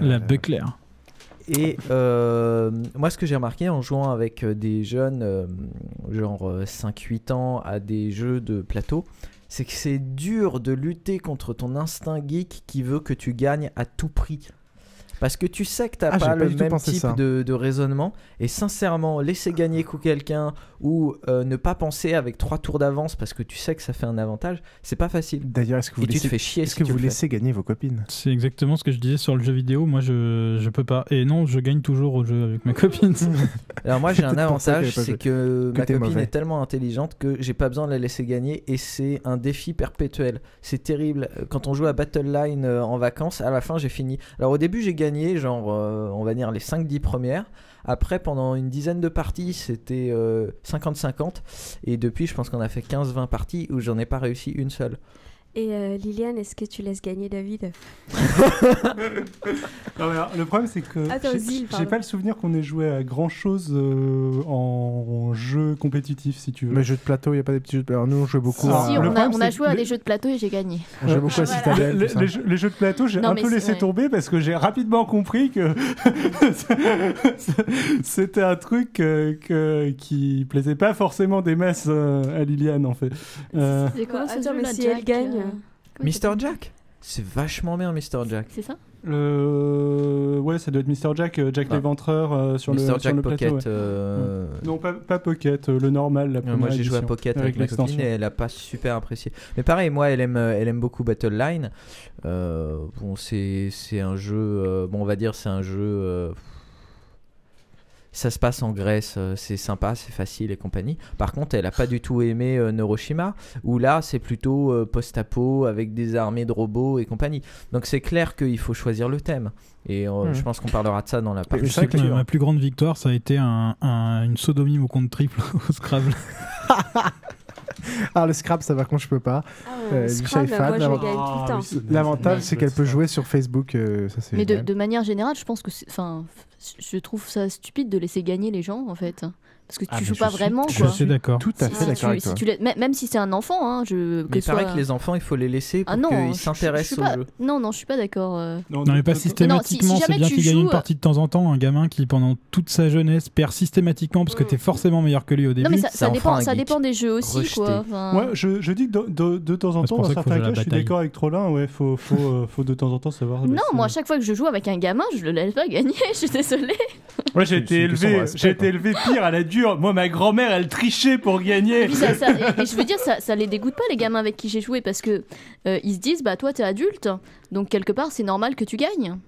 Speaker 12: La Buckler.
Speaker 9: Et euh, moi, ce que j'ai remarqué en jouant avec euh, des jeunes, euh, genre euh, 5-8 ans, à des jeux de plateau, c'est que c'est dur de lutter contre ton instinct geek qui veut que tu gagnes à tout prix. Parce que tu sais que t'as
Speaker 8: Ah,
Speaker 9: pas
Speaker 8: j'avais pas
Speaker 9: le
Speaker 8: du tout
Speaker 9: même
Speaker 8: pensé
Speaker 9: type
Speaker 8: ça.
Speaker 9: de, de raisonnement. Et sincèrement, laisser gagner coup quelqu'un ou euh, ne pas penser avec trois tours d'avance parce que tu sais que ça fait un avantage, c'est pas facile.
Speaker 8: D'ailleurs, est-ce que vous
Speaker 9: Et tu te
Speaker 8: laissez,
Speaker 9: fais chier
Speaker 8: est-ce
Speaker 9: si
Speaker 8: que
Speaker 9: tu
Speaker 8: vous
Speaker 9: le fais.
Speaker 8: laissez gagner vos copines
Speaker 12: C'est exactement ce que je disais sur le jeu vidéo. Moi, je, je peux pas. Et non, je gagne toujours au jeu avec ma copine.
Speaker 9: Alors moi j'ai un
Speaker 12: Peut-être pour ça
Speaker 9: avantage,
Speaker 12: qu'elle
Speaker 9: c'est
Speaker 12: est pas
Speaker 9: que
Speaker 12: jouée. Que
Speaker 9: ma
Speaker 12: t'es
Speaker 9: copine
Speaker 12: mauvais.
Speaker 9: est tellement intelligente que j'ai pas besoin de la laisser gagner et c'est un défi perpétuel. C'est terrible.
Speaker 8: Euh,
Speaker 9: Quand on joue à Battle Line euh, en vacances, à la fin j'ai fini. Alors au début j'ai gagné genre euh, on va dire les 5-10 premières. Après pendant une dizaine de parties c'était euh, 50-50 et depuis je pense qu'on a fait 15-20 parties où j'en ai pas réussi une seule.
Speaker 16: Et euh, Liliane, est-ce que tu laisses gagner David
Speaker 11: Non, mais alors, le problème, c'est que
Speaker 16: Attends,
Speaker 11: j'ai-
Speaker 16: Zil,
Speaker 11: j'ai
Speaker 16: pardon.
Speaker 11: pas le souvenir qu'on ait joué à grand chose en jeu compétitif, si tu veux.
Speaker 8: Mais jeux de plateau, il n'y a pas des petits jeux de plateau. Alors, nous, on joue beaucoup à.
Speaker 10: Si, on,
Speaker 11: le
Speaker 10: a,
Speaker 11: problème,
Speaker 10: on a
Speaker 11: c'est
Speaker 10: joué à
Speaker 11: que
Speaker 10: des jeux de plateau et j'ai gagné.
Speaker 8: On joue beaucoup à
Speaker 10: Voilà.
Speaker 8: Citadel.
Speaker 11: Les,
Speaker 8: tout ça.
Speaker 11: les jeux, les jeux de plateau, j'ai
Speaker 10: Non,
Speaker 11: un
Speaker 10: mais
Speaker 11: peu
Speaker 10: c'est-
Speaker 11: laissé
Speaker 10: ouais.
Speaker 11: tomber parce que j'ai rapidement compris que c'était un truc euh, que- qui plaisait pas forcément des masses euh, à Liliane en fait. Euh,
Speaker 10: C'est comment ça se
Speaker 16: Attends,
Speaker 10: joue,
Speaker 16: mais
Speaker 10: la
Speaker 16: si
Speaker 10: Jack,
Speaker 16: elle gagne,
Speaker 10: euh,
Speaker 9: Mister Jack C'est vachement bien Mister Jack.
Speaker 10: C'est ça
Speaker 11: le- ouais, ça doit être Mr. Jack, euh, Jack
Speaker 9: Ah.
Speaker 11: l'éventreur euh, sur,
Speaker 9: Mr.
Speaker 11: le, sur
Speaker 9: Jack
Speaker 11: le plateau.
Speaker 9: Pocket,
Speaker 11: ouais.
Speaker 9: euh,
Speaker 11: Non, pas, pas Pocket, euh, le normal. La
Speaker 9: Ouais, moi
Speaker 11: première
Speaker 9: j'ai joué à
Speaker 11: édition,
Speaker 9: Pocket avec, ma
Speaker 11: l'extension.
Speaker 9: copine et elle a pas super apprécié. Mais pareil, moi elle aime, euh, elle aime beaucoup Battle Line. Euh, bon, c'est c'est un jeu. euh, bon, on va dire c'est un jeu. euh, ça se passe en Grèce, euh, c'est sympa, c'est facile et compagnie. Par contre, elle a pas du tout aimé euh, Neuroshima, où là c'est plutôt euh, post-apo avec des armées de robots et compagnie. Donc c'est clair qu'il faut choisir le thème. Et euh,
Speaker 12: Mhm.
Speaker 9: je pense qu'on parlera de ça dans la
Speaker 12: Je
Speaker 9: partie
Speaker 12: sais que
Speaker 9: culture.
Speaker 12: ma plus grande victoire, ça a été un- un- une sodomie au compte triple au Scrabble.
Speaker 8: Ah, le Scrap, ça par contre, je peux pas.
Speaker 16: le
Speaker 10: Euh,
Speaker 8: Lucia
Speaker 16: Scrabble,
Speaker 8: est fan.
Speaker 16: moi, je le
Speaker 8: L'avant-
Speaker 16: gagne tout le Ah, temps. oui, c'est bien,
Speaker 8: L'avantage,
Speaker 16: c'est
Speaker 8: c'est
Speaker 16: bien,
Speaker 8: qu'elle peut jouer sur Facebook. euh, ça, c'est
Speaker 10: Mais de,
Speaker 8: génial.
Speaker 10: de manière générale, je pense que, c'est- enfin, f- je trouve ça stupide de laisser gagner les gens en fait, parce que tu
Speaker 8: Ah, mais
Speaker 10: joues
Speaker 8: je
Speaker 10: pas
Speaker 8: suis-
Speaker 10: vraiment.
Speaker 8: je
Speaker 10: quoi.
Speaker 8: suis d'accord. Tout à
Speaker 10: Si-
Speaker 8: fait
Speaker 10: si
Speaker 8: d'accord
Speaker 10: tu-
Speaker 8: avec
Speaker 10: si
Speaker 8: toi.
Speaker 10: tu la- même- Même si c'est un enfant, hein, je.
Speaker 9: Mais il
Speaker 10: ce
Speaker 9: paraît
Speaker 10: soit-
Speaker 9: que les enfants, il faut les laisser pour
Speaker 10: Ah non,
Speaker 9: qu'ils
Speaker 10: je- je- je
Speaker 9: s'intéressent
Speaker 10: suis
Speaker 9: au
Speaker 10: pas-
Speaker 9: jeu.
Speaker 10: Non, non, je suis pas d'accord. euh.
Speaker 12: Non, mais pas
Speaker 10: Non,
Speaker 12: systématiquement.
Speaker 10: si- si
Speaker 12: c'est
Speaker 10: jamais
Speaker 12: bien
Speaker 10: tu
Speaker 12: qu'il gagne
Speaker 10: joues,
Speaker 12: une
Speaker 10: euh,
Speaker 12: partie de temps en temps. Un gamin qui, pendant toute sa jeunesse, perd systématiquement parce que t'es forcément meilleur que lui au début.
Speaker 10: Mm. Non, mais ça, ça dépend, ça dépend des jeux aussi, quoi. enfin.
Speaker 11: Moi, je, je dis que de, de- de temps en
Speaker 12: C'est
Speaker 11: temps,
Speaker 12: pour
Speaker 11: dans
Speaker 12: ça qu'il faut
Speaker 11: certains
Speaker 12: jouer à
Speaker 11: cas,
Speaker 12: la
Speaker 11: je suis
Speaker 12: bataille.
Speaker 11: d'accord avec Trollin. Ouais, faut, faut, euh, faut de temps en temps savoir.
Speaker 10: Non, moi, à chaque fois que je joue avec un gamin, je le laisse pas gagner, je suis désolée.
Speaker 11: Moi, j'ai
Speaker 8: C'est- c'est
Speaker 11: été
Speaker 8: une question de
Speaker 11: élevé,
Speaker 8: respect,
Speaker 11: j'ai
Speaker 8: quoi.
Speaker 11: été élevé pire à la dure. Moi, ma grand-mère, elle trichait pour gagner.
Speaker 10: Et puis ça- ça- et- et je veux dire, ça, ça les dégoûte pas les gamins avec qui j'ai joué parce que euh, ils se disent, bah toi t'es adulte, donc quelque part c'est normal que tu gagnes.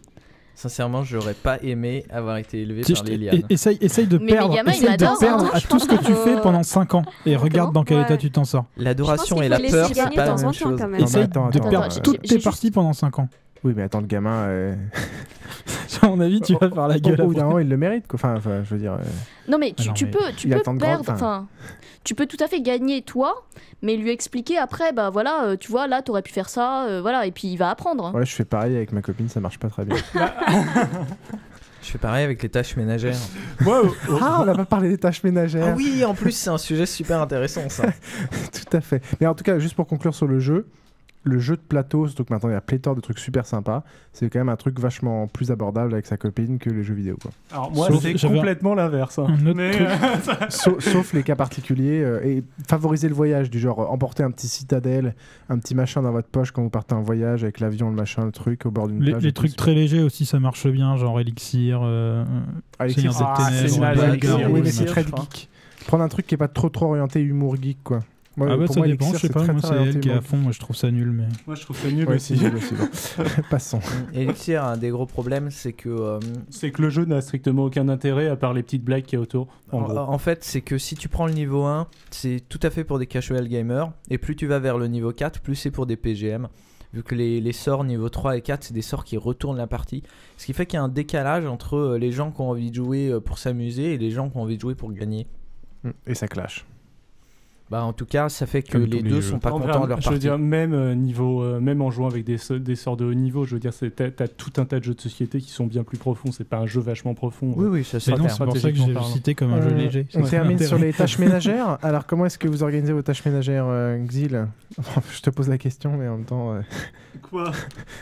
Speaker 9: Sincèrement, j'aurais pas aimé avoir été élevé
Speaker 12: Si
Speaker 9: par
Speaker 12: je
Speaker 9: les
Speaker 12: te-
Speaker 9: lianes.
Speaker 12: e- essaye, essaye de
Speaker 10: Mais les
Speaker 12: perdre,
Speaker 10: gamins, ils
Speaker 12: essaye de
Speaker 10: m'adorent, hein,
Speaker 12: perdre à
Speaker 10: je
Speaker 12: tout ce que tu fais pendant 5 ans et regarde dans quel
Speaker 10: Ouais.
Speaker 12: état tu t'en sors.
Speaker 9: L'adoration et la
Speaker 10: les
Speaker 9: peur,
Speaker 10: laisser
Speaker 9: c'est
Speaker 10: gagner
Speaker 9: pas
Speaker 10: de temps
Speaker 9: la
Speaker 10: en
Speaker 9: même
Speaker 10: temps,
Speaker 9: chose.
Speaker 10: quand même.
Speaker 8: Essaye de perdre toutes
Speaker 12: T'es parti pendant 5 ans.
Speaker 8: Oui, mais attends, le gamin. euh,
Speaker 12: À mon avis, tu vas faire la
Speaker 8: au-
Speaker 12: gueule.
Speaker 8: Au bout d'un
Speaker 12: après.
Speaker 8: moment, il le mérite, quoi. Enfin, enfin, je veux dire. euh,
Speaker 10: Non mais tu,
Speaker 8: Alors,
Speaker 10: tu
Speaker 8: mais
Speaker 10: peux, tu
Speaker 8: il
Speaker 10: peux
Speaker 8: attend de
Speaker 10: perdre,
Speaker 8: grandir,
Speaker 10: enfin, tu peux tout à fait gagner toi, mais lui expliquer après, bah voilà, euh, tu vois, là t'aurais pu faire ça, euh, voilà, et puis il va apprendre. hein.
Speaker 8: Voilà, je fais pareil avec ma copine, ça marche pas très bien.
Speaker 9: Je fais pareil avec les tâches ménagères.
Speaker 8: ah, on n'a pas parlé des tâches ménagères.
Speaker 9: Ah oui, en plus, c'est un sujet super intéressant ça.
Speaker 8: Tout à fait. Mais en tout cas, juste pour conclure sur le jeu, le jeu de plateau, donc maintenant il y a pléthore de trucs super sympas, c'est quand même un truc vachement plus abordable avec sa copine que les jeux vidéo. Quoi.
Speaker 11: Alors moi,
Speaker 8: Sauf-
Speaker 11: c'est
Speaker 8: j'avais un-
Speaker 11: complètement l'inverse. hein.
Speaker 12: Un autre
Speaker 11: Mais,
Speaker 12: truc.
Speaker 11: euh,
Speaker 8: Sau- sauf les cas particuliers euh, et favoriser le voyage du genre euh, emporter un petit citadelle un petit machin dans votre poche quand vous partez en voyage avec l'avion le machin le truc au bord d'une
Speaker 12: Les,
Speaker 8: plage
Speaker 12: les
Speaker 8: et tout,
Speaker 12: trucs très légers aussi, ça marche bien, genre Elixir, euh,
Speaker 8: Alexis,
Speaker 12: Seigneur des
Speaker 8: ah,
Speaker 12: Ténèbres,
Speaker 8: c'est mal,
Speaker 12: Black
Speaker 8: Alexis.
Speaker 12: Arrow,
Speaker 8: Oui,
Speaker 12: les
Speaker 8: mais c'est
Speaker 12: machins.
Speaker 8: très geek. Prendre un truc qui est pas trop trop orienté humour geek quoi. Moi,
Speaker 12: ah bah
Speaker 8: pour
Speaker 12: ça
Speaker 8: moi,
Speaker 12: dépend,
Speaker 8: Elixir,
Speaker 12: je sais
Speaker 8: c'est
Speaker 12: pas,
Speaker 8: très,
Speaker 12: moi
Speaker 8: très
Speaker 12: c'est elle
Speaker 8: orienté
Speaker 12: qui est à
Speaker 8: humour
Speaker 12: fond, moi je trouve ça nul mais...
Speaker 11: Moi je trouve ça nul
Speaker 8: Ouais,
Speaker 11: aussi.
Speaker 8: c'est nul aussi, bon. Passons.
Speaker 9: Elixir, un des gros problèmes, c'est que. euh,
Speaker 11: C'est que le jeu n'a strictement aucun intérêt à part les petites blagues qu'il y a autour. En
Speaker 9: En,
Speaker 11: gros.
Speaker 9: en fait, c'est que si tu prends le niveau 1, c'est tout à fait pour des casual gamers, et plus tu vas vers le niveau 4, plus c'est pour des PGM. Vu que les, les sorts niveau 3 et 4, c'est des sorts qui retournent la partie. Ce qui fait qu'il y a un décalage entre euh, les gens qui ont envie de jouer euh, pour s'amuser et les gens qui ont envie de jouer pour gagner.
Speaker 8: et ça clash.
Speaker 9: Bah, en tout cas, ça fait que
Speaker 11: Comme
Speaker 9: les
Speaker 11: tous
Speaker 9: deux
Speaker 11: jeux.
Speaker 9: sont pas
Speaker 11: En
Speaker 9: contents
Speaker 11: vrai,
Speaker 9: de leur
Speaker 11: Je veux
Speaker 9: partie.
Speaker 11: dire, même, euh, niveau, euh, même en jouant avec des, so- des sorts de haut niveau, je veux dire, c'est- t'as t'as tout un tas de jeux de société qui sont bien plus profonds. C'est pas un jeu vachement profond.
Speaker 9: Oui,
Speaker 11: euh,
Speaker 9: oui, ça,
Speaker 12: Mais non, c'est pour ça que je l'ai
Speaker 11: stratégiquement
Speaker 12: cité comme un
Speaker 11: parlant.
Speaker 12: jeu léger.
Speaker 8: Euh, On
Speaker 12: Ça
Speaker 8: termine
Speaker 12: m'intéresse.
Speaker 8: sur les tâches ménagères. Alors, comment est-ce que vous organisez vos tâches ménagères, euh, Xil Je te pose la question, mais en même temps. euh,
Speaker 11: Quoi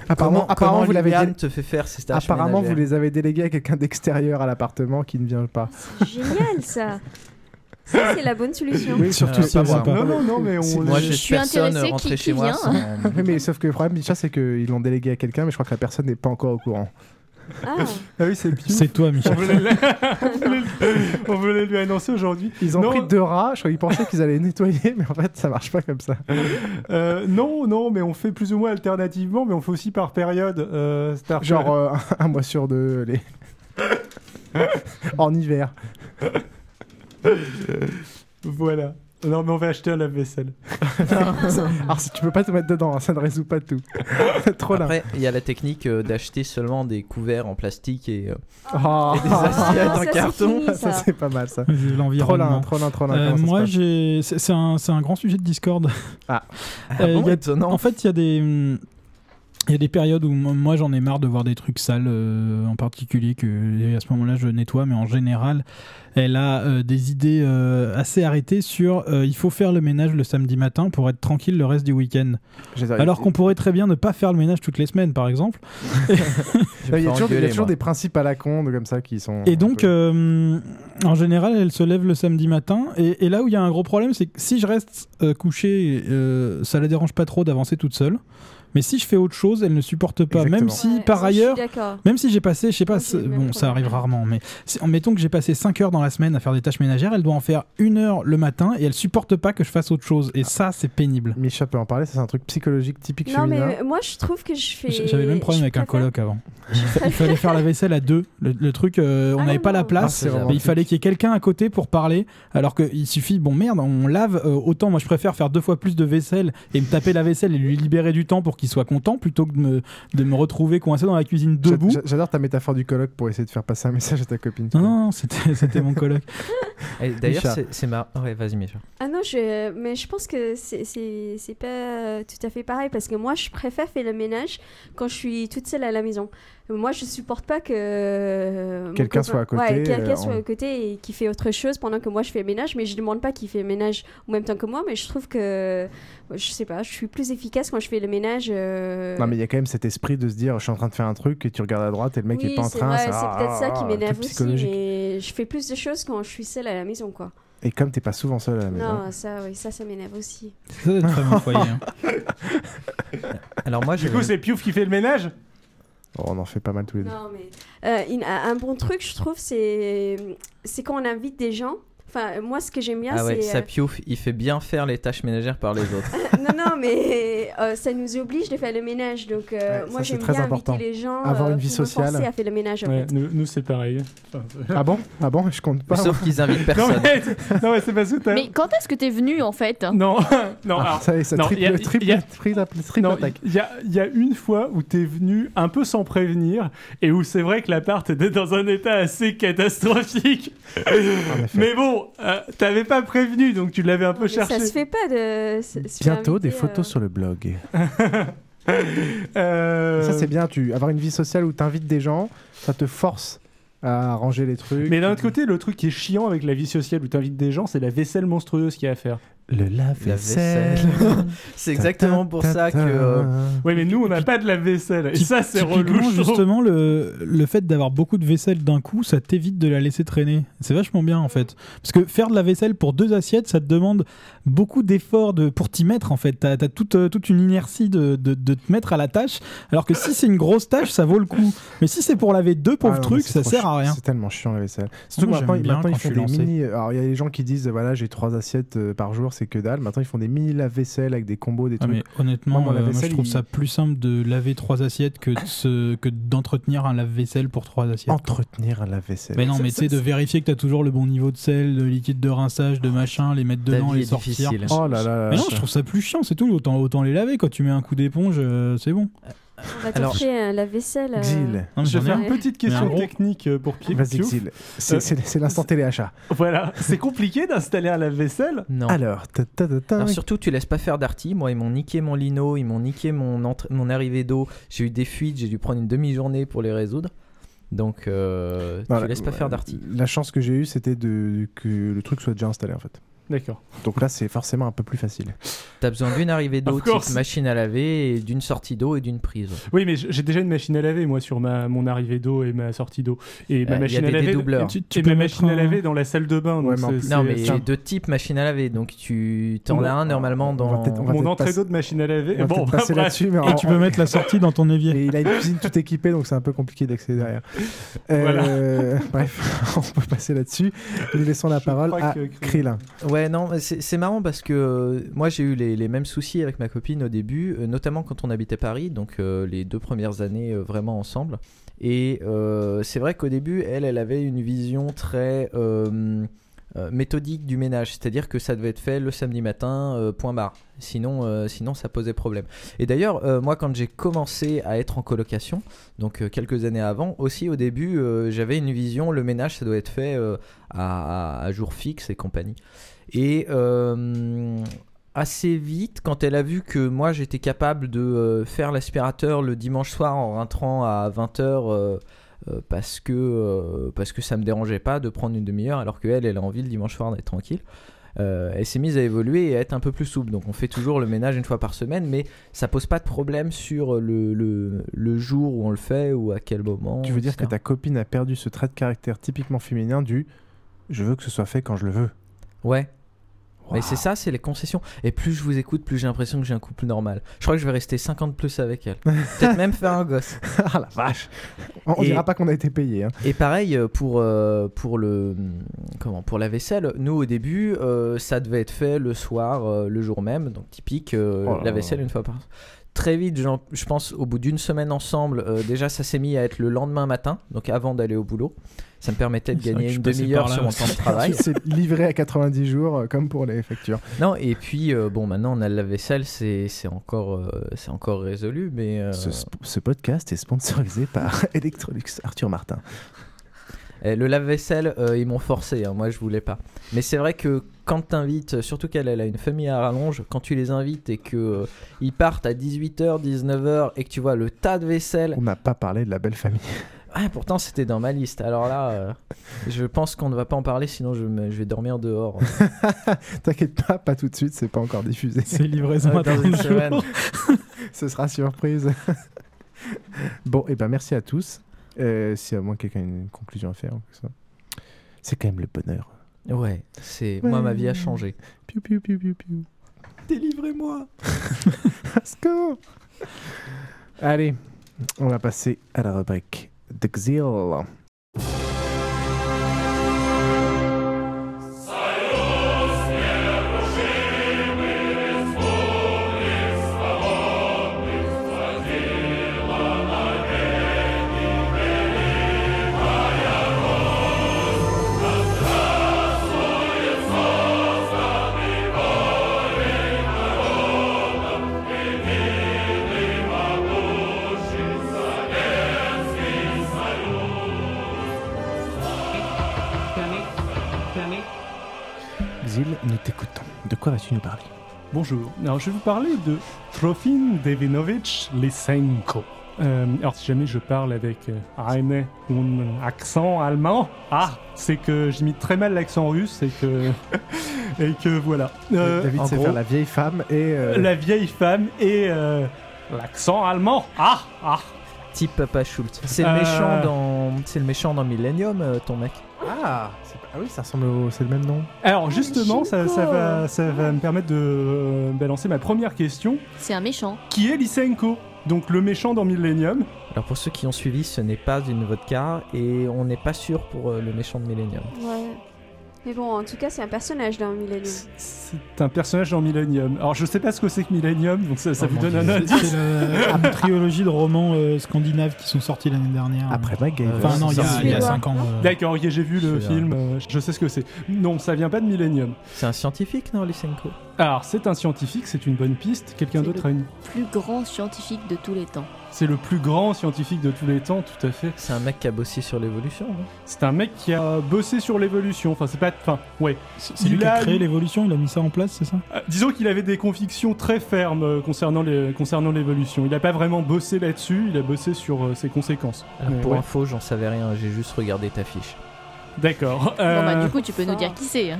Speaker 8: apparemment,
Speaker 9: Comment-
Speaker 8: apparemment,
Speaker 9: comment
Speaker 8: vous l'avez
Speaker 9: Liliane
Speaker 8: dé-
Speaker 9: te fait faire ces tâches
Speaker 8: Apparemment, vous
Speaker 9: ménagères
Speaker 8: les avez déléguées à quelqu'un d'extérieur à l'appartement qui ne vient pas.
Speaker 16: Génial ça. Ça c'est la bonne solution.
Speaker 8: Oui, surtout si
Speaker 9: Euh, pas
Speaker 8: elle vient
Speaker 9: moi.
Speaker 8: pas.
Speaker 9: Non, non, non, mais on-
Speaker 8: Si-
Speaker 9: Moi, je Je suis personne intéressée, rentrée qui- chez qui moi vient sans-
Speaker 8: Oui, mais sauf que le problème, Micha, c'est qu'ils l'ont délégué à quelqu'un, mais je crois que la personne n'est pas encore au courant.
Speaker 16: Ah.
Speaker 8: oui, c'est
Speaker 12: C'est toi, Micha.
Speaker 11: On venait de la- On venait de lui annoncer aujourd'hui.
Speaker 8: Ils ont
Speaker 11: Non.
Speaker 8: pris deux rats, je crois qu'ils pensaient qu'ils allaient nettoyer, mais en fait, ça marche pas comme ça.
Speaker 11: Euh, non, non, mais on fait plus ou moins alternativement, mais on fait aussi par période. euh, c'est-à-dire que-
Speaker 8: Genre euh, un mois sur deux, les... en hiver.
Speaker 11: voilà. Non, mais on va acheter un lave-vaisselle.
Speaker 8: Alors, si tu peux pas tout mettre dedans, hein, ça ne résout pas tout. Trop là.
Speaker 9: Après, il y a la technique euh, d'acheter seulement des couverts en plastique et, euh,
Speaker 8: Ah.
Speaker 9: et des assiettes
Speaker 8: Ah, ça,
Speaker 9: en
Speaker 8: c'est
Speaker 9: carton.
Speaker 8: fini, ça. Ça, c'est pas mal ça.
Speaker 12: C'est L'environnement.
Speaker 8: Trop lin, trop lin, trop lin,
Speaker 12: Euh,
Speaker 8: comment ça se
Speaker 12: moi,
Speaker 8: passe
Speaker 12: j'ai- c'est c'est un, c'est un grand sujet de Discord.
Speaker 8: Ah.
Speaker 12: Euh,
Speaker 9: bon,
Speaker 12: il y a-
Speaker 9: étonnant.
Speaker 12: En fait, il y a des. hum, Il y a des périodes où mo- moi j'en ai marre de voir des trucs sales euh, en particulier que et à ce moment-là je nettoie mais en général elle a euh, des idées euh, assez arrêtées sur euh, il faut faire le ménage le samedi matin pour être tranquille le reste du week-end
Speaker 8: J'ai-
Speaker 12: alors qu'on pourrait très bien ne pas faire le ménage toutes les semaines par exemple
Speaker 8: Non, Il y a toujours, il y a
Speaker 12: engueuler,
Speaker 8: toujours
Speaker 12: moi.
Speaker 8: des principes à la con de- comme ça qui sont.
Speaker 12: Et donc, euh, en général, elle se lève le samedi matin. Et, et là où il y a un gros problème, c'est que si je reste euh, couché, euh, ça la dérange pas trop d'avancer toute seule. Mais si je fais autre chose, elle ne supporte pas. Même si,
Speaker 16: Ouais,
Speaker 12: par
Speaker 16: ça, je suis
Speaker 12: ailleurs,
Speaker 16: d'accord.
Speaker 12: même si j'ai passé, je sais pas, c'est-
Speaker 16: le
Speaker 12: bon,
Speaker 16: même
Speaker 12: ça
Speaker 16: problème.
Speaker 12: arrive rarement, mais si- en mettons que j'ai passé 5 heures dans la semaine à faire des tâches ménagères, elle doit en faire une heure le matin et elle supporte pas que je fasse autre chose. Et ça, c'est pénible.
Speaker 8: Micha peut en parler, ça c'est un truc psychologique typique
Speaker 16: Non
Speaker 8: féminin.
Speaker 16: mais moi je trouve que je fais.
Speaker 12: J'avais le même problème
Speaker 16: je
Speaker 12: avec un
Speaker 16: préfère-
Speaker 12: coloc avant. Il fallait faire la vaisselle à deux. Le, le truc, euh, on n'avait pas la
Speaker 8: Ah,
Speaker 12: place,
Speaker 8: c'est
Speaker 12: mais il
Speaker 8: romantique.
Speaker 12: fallait qu'il y ait quelqu'un à côté pour parler. Alors qu'il suffit, bon merde, on lave. euh, autant moi, je préfère faire deux fois plus de vaisselle et me taper la vaisselle et lui libérer du temps pour qu'il soit content plutôt que de me, de me retrouver coincé dans la cuisine
Speaker 8: J'a-
Speaker 12: debout.
Speaker 8: j'a- J'adore ta métaphore du colloque pour essayer de faire passer un message à ta copine.
Speaker 12: Non, non, non, c'était c'était mon coloc.
Speaker 9: Et D'ailleurs,
Speaker 8: Micha.
Speaker 9: c'est- c'est marrant. Ouais, vas-y, Micha.
Speaker 16: Ah non, je... mais je pense que c'est- c'est c'est pas euh, tout à fait pareil parce que moi je préfère faire le ménage quand je suis toute seule à la maison. Moi je supporte pas que. euh, mon
Speaker 8: Quelqu'un
Speaker 16: copain-
Speaker 8: soit à côté,
Speaker 16: Ouais,
Speaker 8: euh,
Speaker 16: quelqu'un soit
Speaker 8: en-
Speaker 16: à côté et qui fait autre chose pendant que moi je fais le ménage, mais je demande pas qu'il fait le ménage en même temps que moi, mais je trouve que. Je sais pas, je suis plus efficace quand je fais le ménage. euh,
Speaker 8: Non, mais il y a quand même cet esprit de se dire je suis en train de faire un truc et tu regardes à droite et le mec
Speaker 16: oui,
Speaker 8: est pas en
Speaker 16: c'est
Speaker 8: train.
Speaker 16: vrai,
Speaker 8: ça-
Speaker 16: c'est peut-être ça
Speaker 8: ah,
Speaker 16: qui
Speaker 8: ah,
Speaker 16: m'énerve
Speaker 8: truc
Speaker 16: aussi,
Speaker 8: psychologique.
Speaker 16: mais je fais plus de choses quand je suis seule à la maison, quoi.
Speaker 8: Et comme t'es pas souvent seul à la maison.
Speaker 16: Non, ça, oui, ça, ça m'énerve aussi.
Speaker 12: Ça doit être très bon foyer. hein.
Speaker 9: Alors moi, j'ai
Speaker 11: Du coup, c'est Piouf qui fait le ménage
Speaker 8: Oh, on en fait pas mal tous les deux.
Speaker 16: Non, mais, euh, une- un bon truc, je trouve, c'est c'est quand on invite des gens. Enfin, moi, ce que j'aime bien,
Speaker 9: Ah ouais,
Speaker 16: c'est. euh,
Speaker 9: Sapiouf, il fait bien faire les tâches ménagères par les autres.
Speaker 16: non, non, mais euh, ça nous oblige de faire le ménage. Donc, euh, moi,
Speaker 13: ça,
Speaker 16: j'aime
Speaker 13: c'est très
Speaker 16: bien
Speaker 13: important.
Speaker 16: inviter les gens. euh,
Speaker 13: Avoir une vie
Speaker 16: qui vont
Speaker 13: sociale.
Speaker 16: forcer à faire le ménage, en
Speaker 13: Ouais,
Speaker 16: fait.
Speaker 13: nous, nous, c'est pareil. Enfin,
Speaker 8: Ah bon Ah bon Je compte pas.
Speaker 13: Sauf
Speaker 8: moi.
Speaker 13: qu'ils invitent personne. Non, mais- non, mais c'est parce que t'as-
Speaker 10: Mais quand est-ce que t'es venu en fait
Speaker 13: Non, non,
Speaker 8: Ah,
Speaker 13: alors,
Speaker 8: ça y est, ça
Speaker 13: non,
Speaker 8: triple-
Speaker 13: il y a-
Speaker 8: triple-
Speaker 13: il y a-
Speaker 8: triple- triple
Speaker 13: non,
Speaker 8: attaque.
Speaker 13: Il y a, il y a une fois où t'es venu un peu sans prévenir et où c'est vrai que l'appart était dans un état assez catastrophique. Mais bon, euh, t'avais pas prévenu donc tu l'avais un peu
Speaker 16: Ah, Mais
Speaker 13: cherché.
Speaker 16: ça se fait pas de. se- se faire
Speaker 8: Bientôt des
Speaker 10: euh,
Speaker 16: inviter,
Speaker 8: photos sur le blog. Ça c'est bien, tu avoir une vie sociale où t'invites des gens, ça te force à ranger les trucs.
Speaker 13: Mais d'un autre côté, le truc qui est chiant avec la vie sociale où t'invites des gens, c'est la vaisselle monstrueuse qu'il y a à faire.
Speaker 8: Le lave-vaisselle. vaisselle.
Speaker 9: C'est exactement pour ça que. euh,
Speaker 13: Oui, mais nous, on n'a pas de lave-vaisselle. Et
Speaker 12: Typ-
Speaker 13: ça, c'est
Speaker 12: typiquement,
Speaker 13: relou. je trouve.
Speaker 12: justement, le, le fait d'avoir beaucoup de vaisselle d'un coup, ça t'évite de la laisser traîner. C'est vachement bien en fait. Parce que faire de la vaisselle pour deux assiettes, ça te demande beaucoup d'efforts de, pour t'y mettre en fait. T'as as toute, euh, toute une inertie de, de, de te mettre à la tâche. Alors que si c'est une grosse tâche, ça vaut le coup. Mais si c'est pour laver deux pauvres
Speaker 8: Ah non, mais
Speaker 12: trucs,
Speaker 8: c'est
Speaker 12: ça
Speaker 8: trop
Speaker 12: sert
Speaker 8: chiant,
Speaker 12: à rien.
Speaker 8: C'est tellement chiant la vaisselle. Surtout
Speaker 12: Moi,
Speaker 8: que maintenant,
Speaker 12: j'aime bien
Speaker 8: maintenant, ils
Speaker 12: quand je
Speaker 8: font
Speaker 12: suis
Speaker 8: des
Speaker 12: lancé.
Speaker 8: mini. Alors il y a les gens qui disent voilà j'ai trois assiettes euh, par jour, c'est que dalle. Maintenant ils font des mini lave-vaisselle avec des combos, des
Speaker 12: Ah,
Speaker 8: trucs.
Speaker 12: mais honnêtement, euh,
Speaker 8: Moi, mon
Speaker 12: moi, je
Speaker 8: lave-vaisselle,
Speaker 12: trouve
Speaker 8: il-
Speaker 12: ça plus simple de laver trois assiettes que de se- que d'entretenir un lave-vaisselle pour trois assiettes.
Speaker 8: Entretenir un lave-vaisselle.
Speaker 12: Mais non,
Speaker 8: Ça-
Speaker 12: mais
Speaker 8: ça-
Speaker 12: tu sais, de vérifier que t'as toujours le bon niveau de sel, de liquide de rinçage, de
Speaker 8: Ah,
Speaker 12: machin, les mettre
Speaker 9: Ta
Speaker 12: dedans,
Speaker 9: vie
Speaker 12: les
Speaker 9: est
Speaker 12: sortir.
Speaker 9: difficile.
Speaker 8: Oh là là là
Speaker 12: Mais non,
Speaker 8: là.
Speaker 12: je trouve ça plus chiant, c'est tout. Autant, autant les laver, quand tu mets un coup d'éponge, euh, c'est bon.
Speaker 16: On va
Speaker 12: Alors-
Speaker 16: toucher euh, la vaisselle. euh,
Speaker 12: Non, mais
Speaker 13: Je
Speaker 12: j'en ai
Speaker 13: fais
Speaker 12: un.
Speaker 13: une petite
Speaker 12: Mais
Speaker 13: question
Speaker 12: en gros-
Speaker 13: technique euh, pour Pierre.
Speaker 8: Vas-y,
Speaker 13: Piouf.
Speaker 8: Xil.
Speaker 13: Euh,
Speaker 8: C'est- C'est c'est l'instant téléachat.
Speaker 13: Voilà, c'est compliqué d'installer un lave-vaisselle
Speaker 9: Non.
Speaker 8: Alors, ta- ta- ta- ta-
Speaker 9: Alors surtout, tu laisses pas faire d'arty. Moi, ils m'ont niqué mon lino, ils m'ont niqué mon, entr- mon arrivée d'eau. J'ai eu des fuites, j'ai dû prendre une demi-journée pour les résoudre. Donc, euh,
Speaker 8: Voilà,
Speaker 9: tu laisses pas
Speaker 8: euh,
Speaker 9: faire d'arty.
Speaker 8: La chance que j'ai eue, c'était de que le truc soit déjà installé en fait.
Speaker 13: D'accord.
Speaker 8: Donc là, c'est forcément un peu plus facile.
Speaker 9: T'as besoin d'une arrivée d'eau
Speaker 13: Of
Speaker 9: type
Speaker 13: course.
Speaker 9: machine à laver, et d'une sortie d'eau et d'une prise.
Speaker 13: Oui, mais j- j'ai déjà une machine à laver, moi, sur ma, mon arrivée d'eau et ma sortie d'eau. Et
Speaker 9: Euh,
Speaker 13: ma
Speaker 9: il y a
Speaker 13: machine à
Speaker 9: des
Speaker 13: laver.
Speaker 9: dédoubleurs.
Speaker 13: et tu-
Speaker 9: Tu
Speaker 13: et
Speaker 9: peux
Speaker 13: ma
Speaker 9: mettre
Speaker 13: machine à
Speaker 9: un-
Speaker 13: laver dans la salle de bain. donc
Speaker 8: Ouais, mais en
Speaker 13: c'est-
Speaker 8: plus-
Speaker 9: Non,
Speaker 13: c'est-
Speaker 9: mais
Speaker 13: c'est un-
Speaker 9: de type machine à laver. Donc, tu t'en
Speaker 13: On-
Speaker 9: as un normalement
Speaker 8: on va
Speaker 9: dans.
Speaker 8: peut-être- on va
Speaker 13: Mon
Speaker 8: peut-être
Speaker 13: entrée
Speaker 8: passer-
Speaker 13: d'eau de machine à laver.
Speaker 8: On va
Speaker 13: bon, bah,
Speaker 8: peut-être passer
Speaker 13: bref.
Speaker 8: là-dessus, mais
Speaker 12: Et tu peux mettre la sortie dans ton
Speaker 8: Et
Speaker 12: évier.
Speaker 8: il a une cuisine tout équipée, donc c'est un peu compliqué d'accéder derrière. Euh, bref, on peut passer là-dessus. Nous laissons la parole
Speaker 13: crois
Speaker 8: à
Speaker 13: que-
Speaker 8: Krillin.
Speaker 9: Ouais, non, mais c'est c'est marrant parce que euh, moi j'ai eu les, les mêmes soucis avec ma copine au début, euh, notamment quand on habitait Paris, donc euh, les deux premières années euh, vraiment ensemble. Et euh, c'est vrai qu'au début, elle, elle avait une vision très euh, euh, méthodique du ménage, c'est-à-dire que ça devait être fait le samedi matin, euh, point barre. Sinon, euh, sinon, ça posait problème. Et d'ailleurs, euh, moi, quand j'ai commencé à être en colocation, donc euh, quelques années avant, aussi au début, euh, j'avais une vision, le ménage, ça doit être fait euh, à, à- à jour fixe et compagnie. Et euh, assez vite, quand elle a vu que moi, j'étais capable de euh, faire l'aspirateur le dimanche soir en rentrant à 20h. euh, parce que euh, parce que ça me dérangeait pas de prendre une demi-heure alors que elle elle a envie le dimanche soir d'être tranquille euh, elle s'est mise à évoluer et à être un peu plus souple donc on fait toujours le ménage une fois par semaine mais ça pose pas de problème sur le, le, le jour où on le fait ou à quel moment
Speaker 8: Tu veux dire que
Speaker 9: etc.
Speaker 8: ta copine a perdu ce trait de caractère typiquement féminin du je veux que ce soit fait quand je le veux.
Speaker 9: ouais mais c'est ça c'est les concessions et plus je vous écoute plus j'ai l'impression que j'ai un couple normal je crois que je vais rester 50 plus avec elle peut-être même faire un gosse
Speaker 8: ah la vache On, on
Speaker 9: Et-
Speaker 8: dira pas qu'on a été payé. hein.
Speaker 9: Et pareil euh, pour, euh, pour, le, comment, pour la vaisselle, nous au début, euh, ça devait être fait le soir, euh, le jour même, donc typique, euh,
Speaker 8: Oh là
Speaker 9: la
Speaker 8: là.
Speaker 9: vaisselle une fois par Très vite, j'en- je pense, au bout d'une semaine ensemble, euh, déjà ça s'est mis à être le lendemain matin, donc avant d'aller au boulot. Ça me permettait de
Speaker 12: C'est vrai que
Speaker 9: gagner
Speaker 12: je
Speaker 9: une
Speaker 12: suis passé par
Speaker 9: demi-heure
Speaker 12: là
Speaker 9: sur mon
Speaker 12: aussi.
Speaker 9: temps de travail.
Speaker 8: C'est livré à 90 jours euh, comme pour les factures.
Speaker 9: Non, et puis, euh, bon, maintenant on a la vaisselle, c'est c'est encore, euh, c'est encore résolu, mais. euh,
Speaker 8: Ce, sp- ce podcast est sponsorisé par Electrolux Arthur Martin.
Speaker 9: Eh, le lave-vaisselle, euh, ils m'ont forcé, hein, moi je voulais pas. Mais c'est vrai que quand t'invites, surtout qu'elle elle a une famille à rallonge, quand tu les invites et que euh, ils partent à 18h, 19h et que tu vois le tas de vaisselle,
Speaker 8: On n'a pas parlé de la belle famille.
Speaker 9: ah, pourtant c'était dans ma liste. Alors là, euh, je pense qu'on ne va pas en parler sinon je, me- je vais dormir dehors.
Speaker 8: T'inquiète pas, pas tout de suite, c'est pas encore diffusé.
Speaker 12: C'est livraison
Speaker 9: Ah,
Speaker 12: à
Speaker 9: dans
Speaker 12: 30
Speaker 9: une
Speaker 12: jours.
Speaker 9: semaine.
Speaker 8: Ce sera surprise. bon, et ben merci à tous. Euh, si à moins que quelqu'un ait une conclusion à faire, ou ça. c'est quand même le bonheur.
Speaker 9: Ouais, c'est moi ma vie a changé.
Speaker 8: Piu piu piu piu piu.
Speaker 9: Délivrez-moi
Speaker 8: Score Allez, On va passer à la rubrique d'exil. Exil, nous t'écoutons. De quoi vas-tu nous parler
Speaker 11: Bonjour. Alors, je vais vous parler de Trofim Devinovich Lysenko. Euh, alors, si jamais je parle avec euh, un, un accent allemand, ah, c'est que j'imite très mal l'accent russe et que. et que voilà. Euh,
Speaker 8: David
Speaker 11: en
Speaker 8: sait
Speaker 11: gros,
Speaker 8: faire la vieille femme et. euh,
Speaker 11: la vieille femme et euh, l'accent allemand. Ah, ah.
Speaker 9: Type Papa Schultz. C'est le
Speaker 11: Euh.
Speaker 9: méchant dans, c'est le méchant dans Millennium, euh, ton mec.
Speaker 8: Ah, c'est pas- ah oui, ça ressemble au. C'est le même nom
Speaker 11: Alors justement, ça, ça va, ça va me permettre de euh, balancer ma première question.
Speaker 10: C'est un méchant.
Speaker 11: Qui est Lysenko Donc le méchant dans Millennium.
Speaker 9: Alors pour ceux qui ont suivi, ce n'est pas une vodka et on n'est pas sûr pour euh, le méchant de Millennium.
Speaker 16: Ouais. Mais bon, en tout cas, c'est un personnage dans Millennium.
Speaker 11: C'est un personnage dans Millennium. Alors je sais pas ce que c'est que Millennium, donc ça, ça
Speaker 12: Oh
Speaker 11: vous
Speaker 12: mon
Speaker 11: donne
Speaker 12: Dieu.
Speaker 11: un
Speaker 12: C'est
Speaker 11: indice.
Speaker 12: c'est la trilogie de romans euh, scandinaves qui sont sortis l'année dernière.
Speaker 8: Après MacGyver.
Speaker 12: Enfin, non, il y a- il y a 5 ans. euh.
Speaker 11: D'accord, ok, j'ai vu le
Speaker 12: C'est, euh,
Speaker 11: film, euh, je sais ce que c'est. Non, ça vient pas de Millennium.
Speaker 9: C'est un scientifique, non, Lysenko
Speaker 11: Alors c'est un scientifique, c'est une bonne piste. Quelqu'un d'autre a une.
Speaker 10: Plus grand scientifique de tous les temps.
Speaker 11: C'est le plus grand scientifique de tous les temps, tout à fait.
Speaker 9: C'est un mec qui a bossé sur l'évolution, non
Speaker 11: C'est un mec qui a bossé sur l'évolution. Enfin, c'est pas. Enfin, ouais.
Speaker 12: C'est lui
Speaker 11: Il
Speaker 12: qui a
Speaker 11: a-
Speaker 12: créé l'évolution, il a mis ça en place, c'est ça
Speaker 11: Euh, Disons qu'il avait des convictions très fermes euh, concernant les- concernant l'évolution. il n'a pas vraiment bossé là-dessus, il a bossé sur euh, ses conséquences.
Speaker 9: Alors,
Speaker 11: Mais
Speaker 9: Pour
Speaker 11: ouais.
Speaker 9: info, j'en savais rien, j'ai juste regardé ta fiche.
Speaker 11: D'accord.
Speaker 10: Bon, bah,
Speaker 11: Euh,
Speaker 10: du coup, tu peux nous dire qui c'est. hein.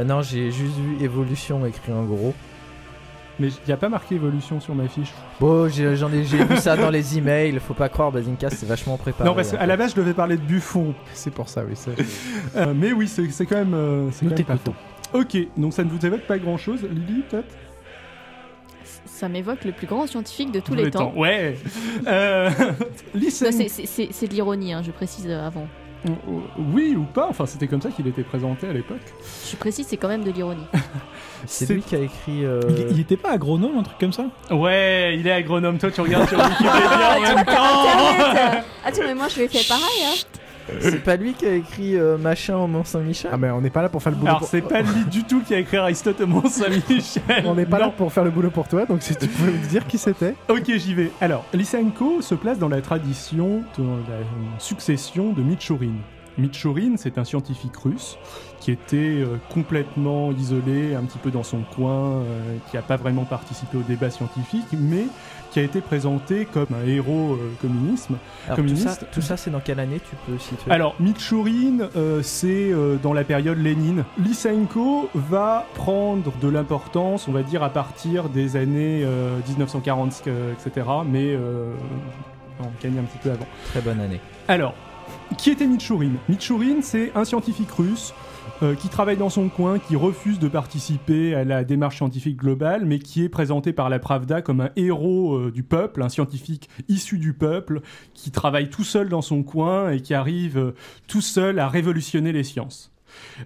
Speaker 9: Euh, non, j'ai juste vu évolution écrit en gros.
Speaker 11: Mais il n'y a pas marqué évolution sur ma fiche.
Speaker 9: Bon, j'ai- j'en ai, j'ai vu ça dans les emails, faut pas croire, Bazinka, c'est vachement préparé.
Speaker 11: non, parce qu'à la base, je devais parler de Buffon.
Speaker 8: C'est pour ça, oui.
Speaker 11: Euh, mais oui, c'est c'est quand même. euh, c'est
Speaker 8: Nous
Speaker 11: quand même pas
Speaker 8: t'écoutons.
Speaker 11: faux. Ok, donc ça ne vous évoque pas grand-chose. Lily, peut-être
Speaker 10: Ça m'évoque le plus grand scientifique de tous les, temps.
Speaker 11: Ouais Euh, Lysen-
Speaker 10: Non, c'est- c'est- C'est c'est de l'ironie, hein, je précise euh, avant.
Speaker 11: Oui ou pas Enfin, c'était comme ça qu'il était présenté à l'époque.
Speaker 10: Je précise, c'est quand même de l'ironie.
Speaker 9: C'est lui qui a écrit. euh,
Speaker 12: Il, il était pas agronome, un truc comme ça
Speaker 11: Ouais, il est agronome. Toi, tu regardes sur Wikipédia en même temps.
Speaker 16: Internet Attends, mais moi, je vais faire pareil, hein.
Speaker 9: C'est pas lui qui a écrit euh, machin au Mont-Saint-Michel
Speaker 8: Ah, mais on n'est pas là pour faire le boulot.
Speaker 11: Alors,
Speaker 8: pour-
Speaker 11: c'est pas lui du tout qui a écrit Aristote au Mont-Saint-Michel.
Speaker 8: On n'est pas là
Speaker 11: Non.
Speaker 8: pour faire le boulot pour toi, donc si tu pouvais me dire qui c'était.
Speaker 11: Ok, j'y vais. Alors, Lysenko se place dans la tradition de la euh, succession de Michorin. Michorin, c'est un scientifique russe qui était euh, complètement isolé, un petit peu dans son coin, euh, qui n'a pas vraiment participé au débat scientifique, mais qui a été présenté comme un héros euh, communisme.
Speaker 9: Alors, tout
Speaker 11: communiste.
Speaker 9: ça, tout ça, c'est dans quelle année tu peux situer
Speaker 11: Alors, Michourine, c'est euh, dans la période Lénine. Lysenko va prendre de l'importance, on va dire, à partir des années euh, 1940, euh, etc. Mais euh, on gagne un petit peu avant.
Speaker 9: Très bonne année.
Speaker 11: Alors, qui était Michourine Michourine, c'est un scientifique russe euh, qui travaille dans son coin, qui refuse de participer à la démarche scientifique globale, mais qui est présenté par la Pravda comme un héros euh, du peuple, un scientifique issu du peuple, qui travaille tout seul dans son coin et qui arrive euh, tout seul à révolutionner les sciences.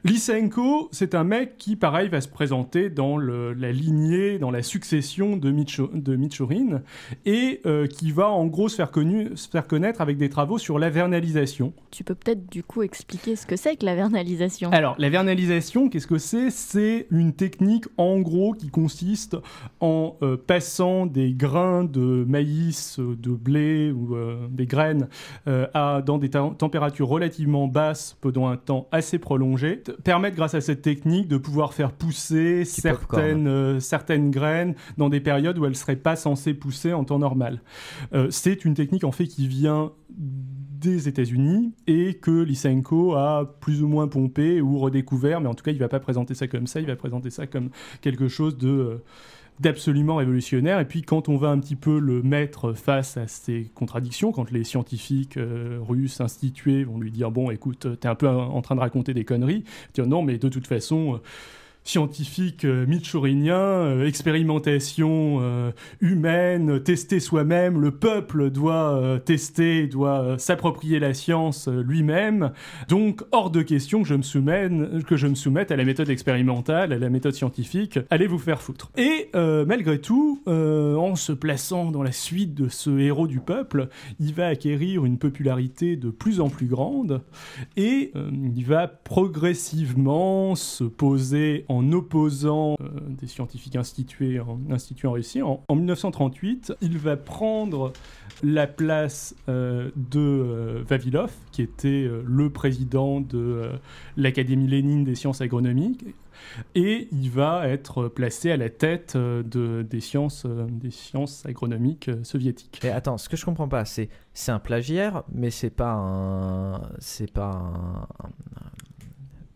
Speaker 11: Lysenko, c'est un mec qui, pareil, va se présenter dans le- la lignée, dans la succession de, Micho, de Michorin, et euh, qui va en gros se faire, connu, se faire connaître avec des travaux sur la vernalisation.
Speaker 10: Tu peux peut-être du coup expliquer ce que c'est que la vernalisation.
Speaker 11: Alors, la vernalisation, qu'est-ce que c'est C'est une technique, en gros, qui consiste en euh, passant des grains de maïs, euh, de blé ou euh, des graines euh, à, dans des tem- températures relativement basses pendant un temps assez prolongé, t- permettre grâce à cette technique de pouvoir faire pousser certaines, euh, certaines graines dans des périodes où elles ne seraient pas censées pousser en temps normal. Euh, c'est une technique, en fait, qui vient des États-Unis et que Lysenko a plus ou moins pompé ou redécouvert, mais en tout cas, il va pas présenter ça comme ça, il va présenter ça comme quelque chose de euh, d'absolument révolutionnaire. Et puis, quand on va un petit peu le mettre face à ces contradictions, quand les scientifiques euh, russes institués vont lui dire bon, écoute, t'es un peu en train de raconter des conneries, dire non, mais de toute façon. euh, scientifique euh, mitchourinien, euh, expérimentation euh, humaine, tester soi-même, le peuple doit euh, tester, doit euh, s'approprier la science euh, lui-même. Donc hors de question que je me soumène, que je me soumette à la méthode expérimentale, à la méthode scientifique, allez vous faire foutre. Et euh, malgré tout, euh, en se plaçant dans la suite de ce héros du peuple, il va acquérir une popularité de plus en plus grande et euh, il va progressivement se poser en opposant euh, des scientifiques institués en, institués en Russie. En, en 1938, il va prendre la place euh, de euh, Vavilov, qui était euh, le président de euh, l'Académie Lénine des sciences agronomiques, et il va être placé à la tête euh, de, des, sciences, euh, des sciences agronomiques euh, soviétiques.
Speaker 9: Et attends, ce que je comprends pas, c'est c'est un plagiaire, mais c'est pas un c'est pas un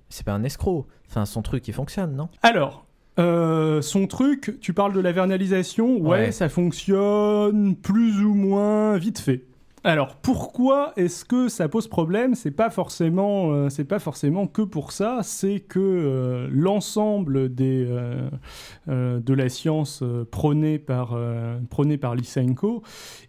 Speaker 9: c'est pas un escroc. Enfin, son truc il fonctionne, non
Speaker 11: Alors, euh, son truc, tu parles de la vernalisation, ouais,
Speaker 9: Ouais.
Speaker 11: ça fonctionne plus ou moins vite fait. Alors pourquoi est-ce que ça pose problème C'est pas forcément, euh, c'est pas forcément que pour ça. C'est que euh, l'ensemble des euh, euh, de la science euh, prônée par euh, prônée par Lysenko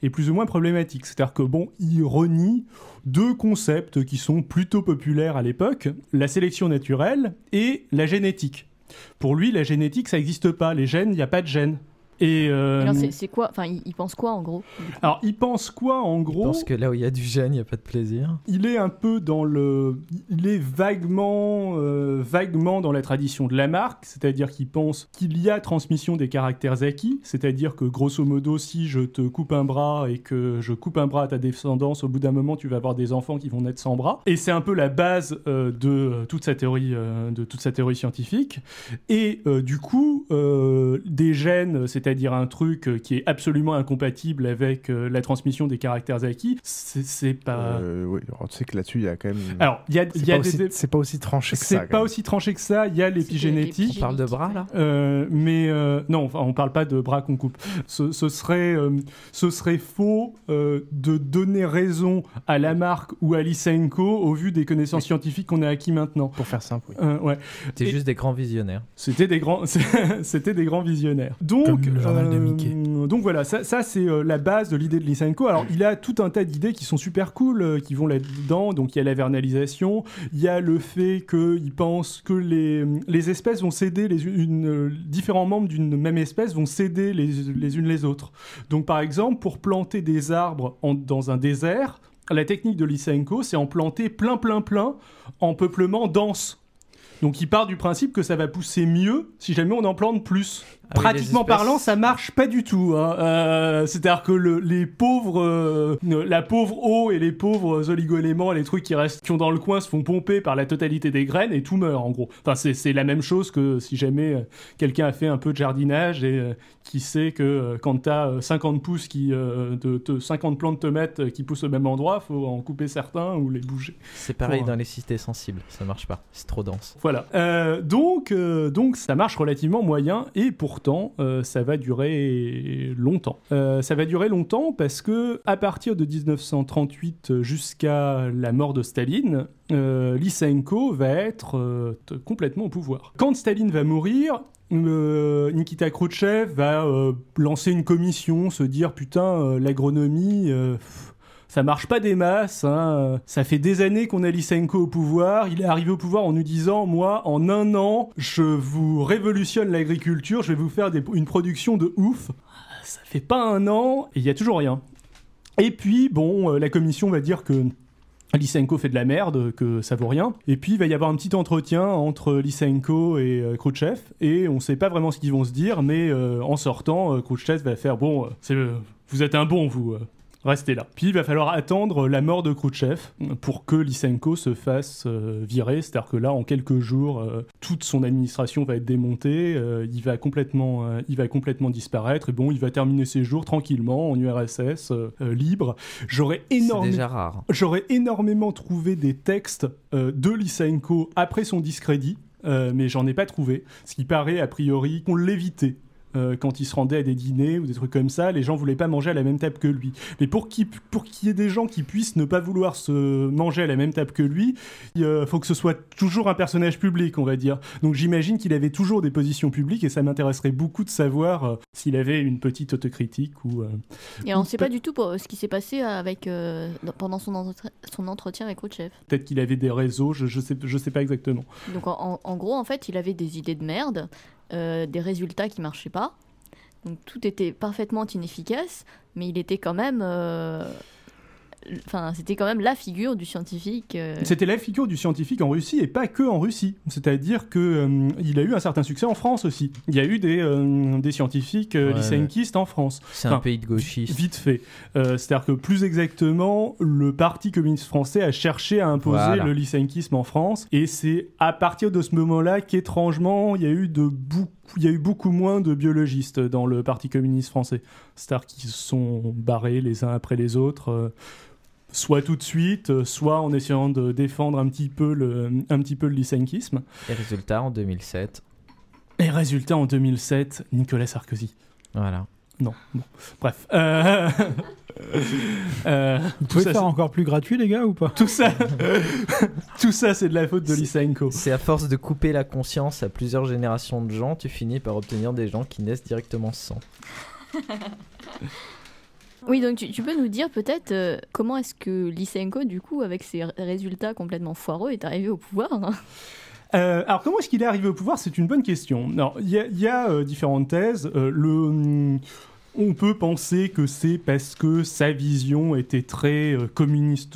Speaker 11: est plus ou moins problématique. C'est-à-dire que bon, il renie deux concepts qui sont plutôt populaires à l'époque la sélection naturelle et la génétique. Pour lui, la génétique, ça n'existe pas. Les gènes, il n'y a pas de gènes. Et euh,
Speaker 10: Alors, c'est- c'est quoi Enfin, il, il pense quoi en gros
Speaker 11: alors, il pense quoi en gros
Speaker 9: Parce que là où il y a du gène, il y a pas de plaisir.
Speaker 11: il est un peu dans le, il est vaguement, euh, vaguement dans la tradition de Lamarck, c'est-à-dire qu'il pense qu'il y a transmission des caractères acquis, c'est-à-dire que grosso modo, si je te coupe un bras et que je coupe un bras à ta descendance, au bout d'un moment, tu vas avoir des enfants qui vont naître sans bras, et c'est un peu la base euh, de euh, toute sa théorie, euh, de toute sa théorie scientifique, et euh, du coup, euh, des gènes, c'est-à-dire un truc euh, qui est absolument incompatible avec euh, la transmission des caractères acquis, c'est c'est pas
Speaker 8: Euh, oui, alors, tu sais que là-dessus, il y a quand même.
Speaker 11: alors, il y a,
Speaker 8: C'est
Speaker 11: il y a
Speaker 8: pas
Speaker 11: des-
Speaker 8: aussi- c'est pas aussi tranché que ça.
Speaker 11: C'est
Speaker 8: quand
Speaker 11: pas
Speaker 8: même.
Speaker 11: aussi tranché que ça. Il y a l'épigénétique.
Speaker 9: On parle de bras là
Speaker 11: Euh, mais euh, non, enfin, on parle pas de bras qu'on coupe. Ce, ce serait, euh, ce serait faux euh, de donner raison à Lamarck ou à Lysenko au vu des connaissances scientifiques qu'on a acquis maintenant.
Speaker 8: Pour faire simple, oui.
Speaker 11: ouais.
Speaker 9: T'es
Speaker 11: Et-
Speaker 9: juste des grands visionnaires.
Speaker 11: c'était des grands, c'était des grands visionnaires. Donc, euh, donc voilà, ça, ça, c'est euh, la base de l'idée de Lysenko. Alors il a tout un tas d'idées qui sont super cool, euh, qui vont là-dedans. Donc il y a la vernalisation, il y a le fait qu'il pense que les, les espèces vont céder les unes- une, euh, différents membres d'une même espèce vont céder les, les unes les autres. Donc par exemple pour planter des arbres en- dans un désert, la technique de Lysenko c'est en planter plein plein plein en peuplement dense. Donc il part du principe que ça va pousser mieux si jamais on en plante plus.
Speaker 9: Ah oui,
Speaker 11: Pratiquement
Speaker 9: les espèces.
Speaker 11: parlant, ça marche pas du tout. hein. Euh, C'est-à-dire que le- les pauvres, euh, la pauvre eau et les pauvres oligoéléments, les trucs qui restent, qui ont dans le coin, se font pomper par la totalité des graines et tout meurt en gros. Enfin, c'est- c'est la même chose que si jamais euh, quelqu'un a fait un peu de jardinage et euh, qui sait que euh, quand t'as euh, 50 pouces qui, euh, de, de- 50 plants de tomates euh, qui poussent au même endroit, faut en couper certains ou les bouger.
Speaker 9: C'est pareil
Speaker 11: Pour,
Speaker 9: dans les cités sensibles, ça marche pas, c'est trop dense.
Speaker 11: voilà. Euh, donc, euh, donc ça marche relativement moyen et pourtant euh, ça va durer longtemps. Euh, ça va durer longtemps parce que à partir de 1938 jusqu'à la mort de Staline, euh, Lysenko va être euh, t- complètement au pouvoir. Quand Staline va mourir, euh, Nikita Khrouchtchev va euh, lancer une commission, se dire putain euh, l'agronomie. euh, pff, ça marche pas des masses. hein. Ça fait des années qu'on a Lysenko au pouvoir. Il est arrivé au pouvoir en nous disant Moi, en un an, je vous révolutionne l'agriculture, je vais vous faire des- une production de ouf. Ça fait pas un an et il y a toujours rien. Et puis, bon, euh, la commission va dire que. Lysenko fait de la merde, que ça vaut rien. Et puis il va y avoir un petit entretien entre Lysenko et euh, Khrouchtchev, et on sait pas vraiment ce qu'ils vont se dire, mais euh, en sortant, euh, Khrouchtchev va faire bon, euh, c'est le- vous êtes un bon vous, euh, Restez là. Puis il va falloir attendre la mort de Khrouchtchev pour que Lysenko se fasse euh, virer. C'est-à-dire que là, en quelques jours, euh, toute son administration va être démontée. euh, il, va complètement, euh, il va complètement disparaître. Et bon, il va terminer ses jours tranquillement en URSS, euh, euh, libre. J'aurais énormément.
Speaker 9: déjà rare.
Speaker 11: J'aurais énormément trouvé des textes euh, de Lysenko après son discrédit, euh, mais j'en ai pas trouvé. Ce qui paraît, a priori, qu'on l'évitait. euh, quand il se rendait à des dîners ou des trucs comme ça, les gens voulaient pas manger à la même table que lui. Mais pour qu'il pour qu'il y ait des gens qui puissent ne pas vouloir se manger à la même table que lui, il euh, faut que ce soit toujours un personnage public, on va dire. Donc j'imagine qu'il avait toujours des positions publiques et ça m'intéresserait beaucoup de savoir euh, s'il avait une petite autocritique ou. euh,
Speaker 10: Et on ne sait
Speaker 11: peut-
Speaker 10: pas du tout pour- ce qui s'est passé avec, euh, dans- pendant son, entre- son entretien avec Khrouchtchev.
Speaker 11: Peut-être qu'il avait des réseaux, je, je sais je sais pas exactement.
Speaker 10: Donc en, en- en gros, en fait, il avait des idées de merde, euh, des résultats qui marchaient pas. Donc tout était parfaitement inefficace, mais il était quand même. euh, l- Enfin, c'était quand même la figure du scientifique. euh,
Speaker 11: C'était la figure du scientifique en Russie et pas que en Russie. C'est-à-dire que euh, il a eu un certain succès en France aussi. Il y a eu des, euh, des scientifiques euh,
Speaker 9: Ouais,
Speaker 11: lycéenkistes en France.
Speaker 9: C'est un pays de gauchistes.
Speaker 11: Vite fait. Euh, C'est-à-dire que plus exactement, le Parti communiste français a cherché à imposer
Speaker 9: Voilà.
Speaker 11: le lycéenkisme en France. Et c'est à partir de ce moment-là qu'étrangement, il y a eu de beaucoup il y a eu beaucoup moins de biologistes dans le Parti communiste français. C'est-à-dire qu'ils se sont barrés les uns après les autres. euh, soit tout de suite, euh, soit en essayant de défendre un petit peu le, un petit peu le lysenkisme.
Speaker 9: Et résultat, en 2007.
Speaker 11: Et résultat, en 2007, Nicolas Sarkozy.
Speaker 9: Voilà.
Speaker 11: Non, bon, bref. Euh, euh,
Speaker 12: Vous
Speaker 11: tout
Speaker 12: pouvez
Speaker 11: ça,
Speaker 12: faire
Speaker 11: c'est-
Speaker 12: encore plus gratuit, les gars, ou pas
Speaker 11: Tout ça, tout ça, c'est de la faute de Lysenko.
Speaker 9: C'est à force de couper la conscience à plusieurs générations de gens, tu finis par obtenir des gens qui naissent directement sans.
Speaker 10: Oui, donc tu, tu peux nous dire peut-être euh, comment est-ce que Lysenko, du coup, avec ses r- résultats complètement foireux, est arrivé au pouvoir hein
Speaker 11: Euh, alors, comment est-ce qu'il est arrivé au pouvoir C'est une bonne question. Alors, il y a, il y a, euh, différentes thèses. Euh, le, hum, on peut penser que c'est parce que sa vision était très euh,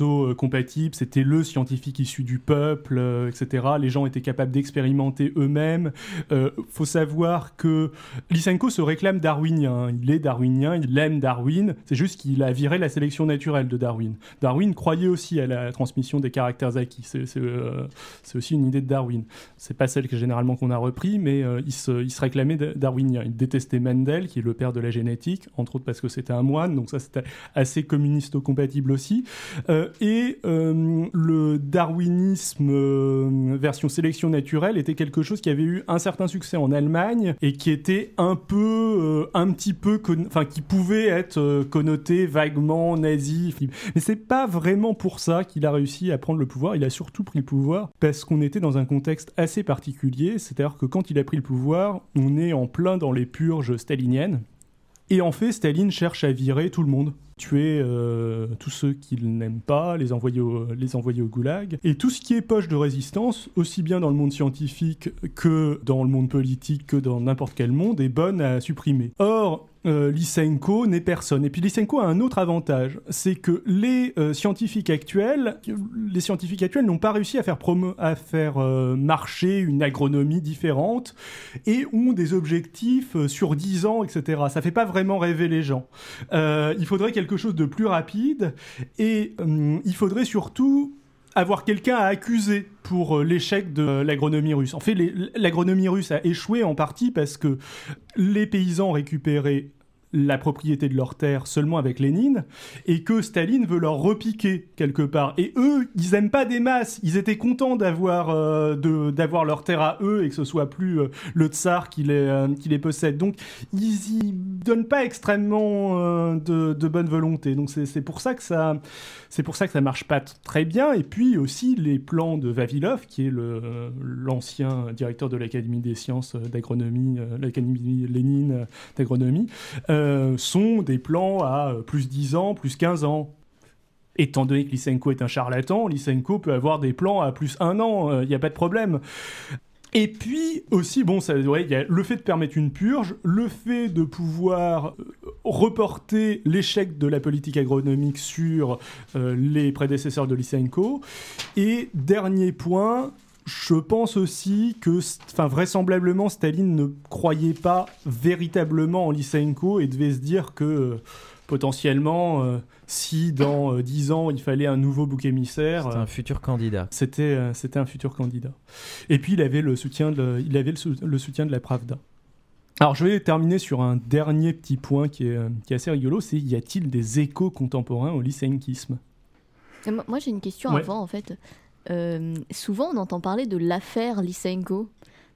Speaker 11: communisto-compatible, c'était le scientifique issu du peuple, euh, etc. Les gens étaient capables d'expérimenter eux-mêmes. Euh, faut savoir que Lysenko se réclame darwinien. Il est darwinien, il aime Darwin. C'est juste qu'il a viré la sélection naturelle de Darwin. Darwin croyait aussi à la transmission des caractères acquis. C'est c'est, euh, c'est aussi une idée de Darwin. C'est pas celle que généralement qu'on a repris, mais euh, il, se, il se réclamait de- darwinien. Il détestait Mendel, qui est le père de la génétique, entre autres parce que c'était un moine, donc ça c'était assez communisto-compatible aussi. Euh, et euh, le darwinisme euh, version sélection naturelle était quelque chose qui avait eu un certain succès en Allemagne et qui était un peu, euh, un petit peu, con- enfin qui pouvait être euh, connoté vaguement nazi. Mais c'est pas vraiment pour ça qu'il a réussi à prendre le pouvoir. Il a surtout pris le pouvoir parce qu'on était dans un contexte assez particulier. C'est-à-dire que quand il a pris le pouvoir, on est en plein dans les purges staliniennes. Et en fait, Staline cherche à virer tout le monde, tuer euh, tous ceux qu'il n'aime pas, les envoyer, au, les envoyer au goulag. Et tout ce qui est poche de résistance, aussi bien dans le monde scientifique que dans le monde politique, que dans n'importe quel monde, est bonne à supprimer. Or, euh, Lysenko n'est personne. Et puis Lysenko a un autre avantage, c'est que les euh, scientifiques actuels, les scientifiques actuels n'ont pas réussi à faire promo- à faire euh, marcher une agronomie différente et ont des objectifs euh, sur 10 ans, etc. Ça fait pas vraiment rêver les gens. Euh, il faudrait quelque chose de plus rapide et hum, il faudrait surtout avoir quelqu'un à accuser pour euh, l'échec de euh, l'agronomie russe. En fait, les- l'agronomie russe a échoué en partie parce que les paysans récupéraient la propriété de leurs terres seulement avec Lénine, et que Staline veut leur repiquer quelque part. Et eux, ils aiment pas des masses, ils étaient contents d'avoir euh, de- d'avoir leurs terres à eux, et que ce soit plus euh, le tsar qui les, euh, qui les possède. Donc, ils y donnent pas extrêmement euh, de, de bonne volonté. Donc, c'est c'est pour ça que ça c'est pour ça que ça marche pas t- très bien. Et puis aussi, les plans de Vavilov, qui est le, euh, l'ancien directeur de l'Académie des sciences euh, d'agronomie, euh, l'Académie Lénine euh, d'agronomie, euh, sont des plans à euh, plus 10 ans, plus 15 ans. Étant donné que Lysenko est un charlatan, Lysenko peut avoir des plans à plus un an, il n'y a pas de problème. Et puis aussi, bon, ça, ouais, il y a le fait de permettre une purge, le fait de pouvoir euh, reporter l'échec de la politique agronomique sur euh, les prédécesseurs de Lysenko. Et dernier point, je pense aussi que, enfin, vraisemblablement, Staline ne croyait pas véritablement en Lysenko et devait se dire que euh, potentiellement, euh, si dans euh, 10 ans il fallait un nouveau bouc émissaire, euh,
Speaker 9: C'était un futur candidat.
Speaker 11: c'était euh, c'était un futur candidat. Et puis il avait le soutien de, il avait le, sou- le soutien de la Pravda. Alors je vais terminer sur un dernier petit point qui est, euh, qui est assez rigolo, c'est y a-t-il des échos contemporains au lysenkisme
Speaker 10: Et moi- Moi, j'ai une question
Speaker 11: Ouais.
Speaker 10: avant, en fait. Euh, souvent, on entend parler de l'affaire Lysenko.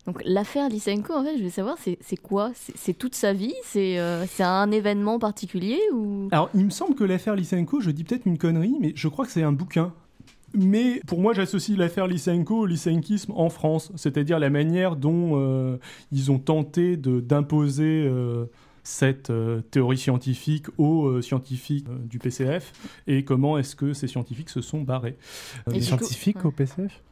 Speaker 10: Donc l'affaire Lysenko, en fait, je vais savoir, c'est c'est quoi C'est- C'est toute sa vie C'est euh, c'est un événement particulier ou
Speaker 11: Alors, il me semble que l'affaire Lysenko, je dis peut-être une connerie, mais je crois que c'est un bouquin. Mais pour moi, j'associe l'affaire Lysenko au lysenkisme en France, c'est-à-dire la manière dont euh, ils ont tenté de- d'imposer euh, cette euh, théorie scientifique aux euh, scientifiques euh, du PCF et comment est-ce que ces scientifiques se sont barrés.
Speaker 10: Euh, Et
Speaker 11: Les
Speaker 10: du coup- Scientifiques
Speaker 11: au PCF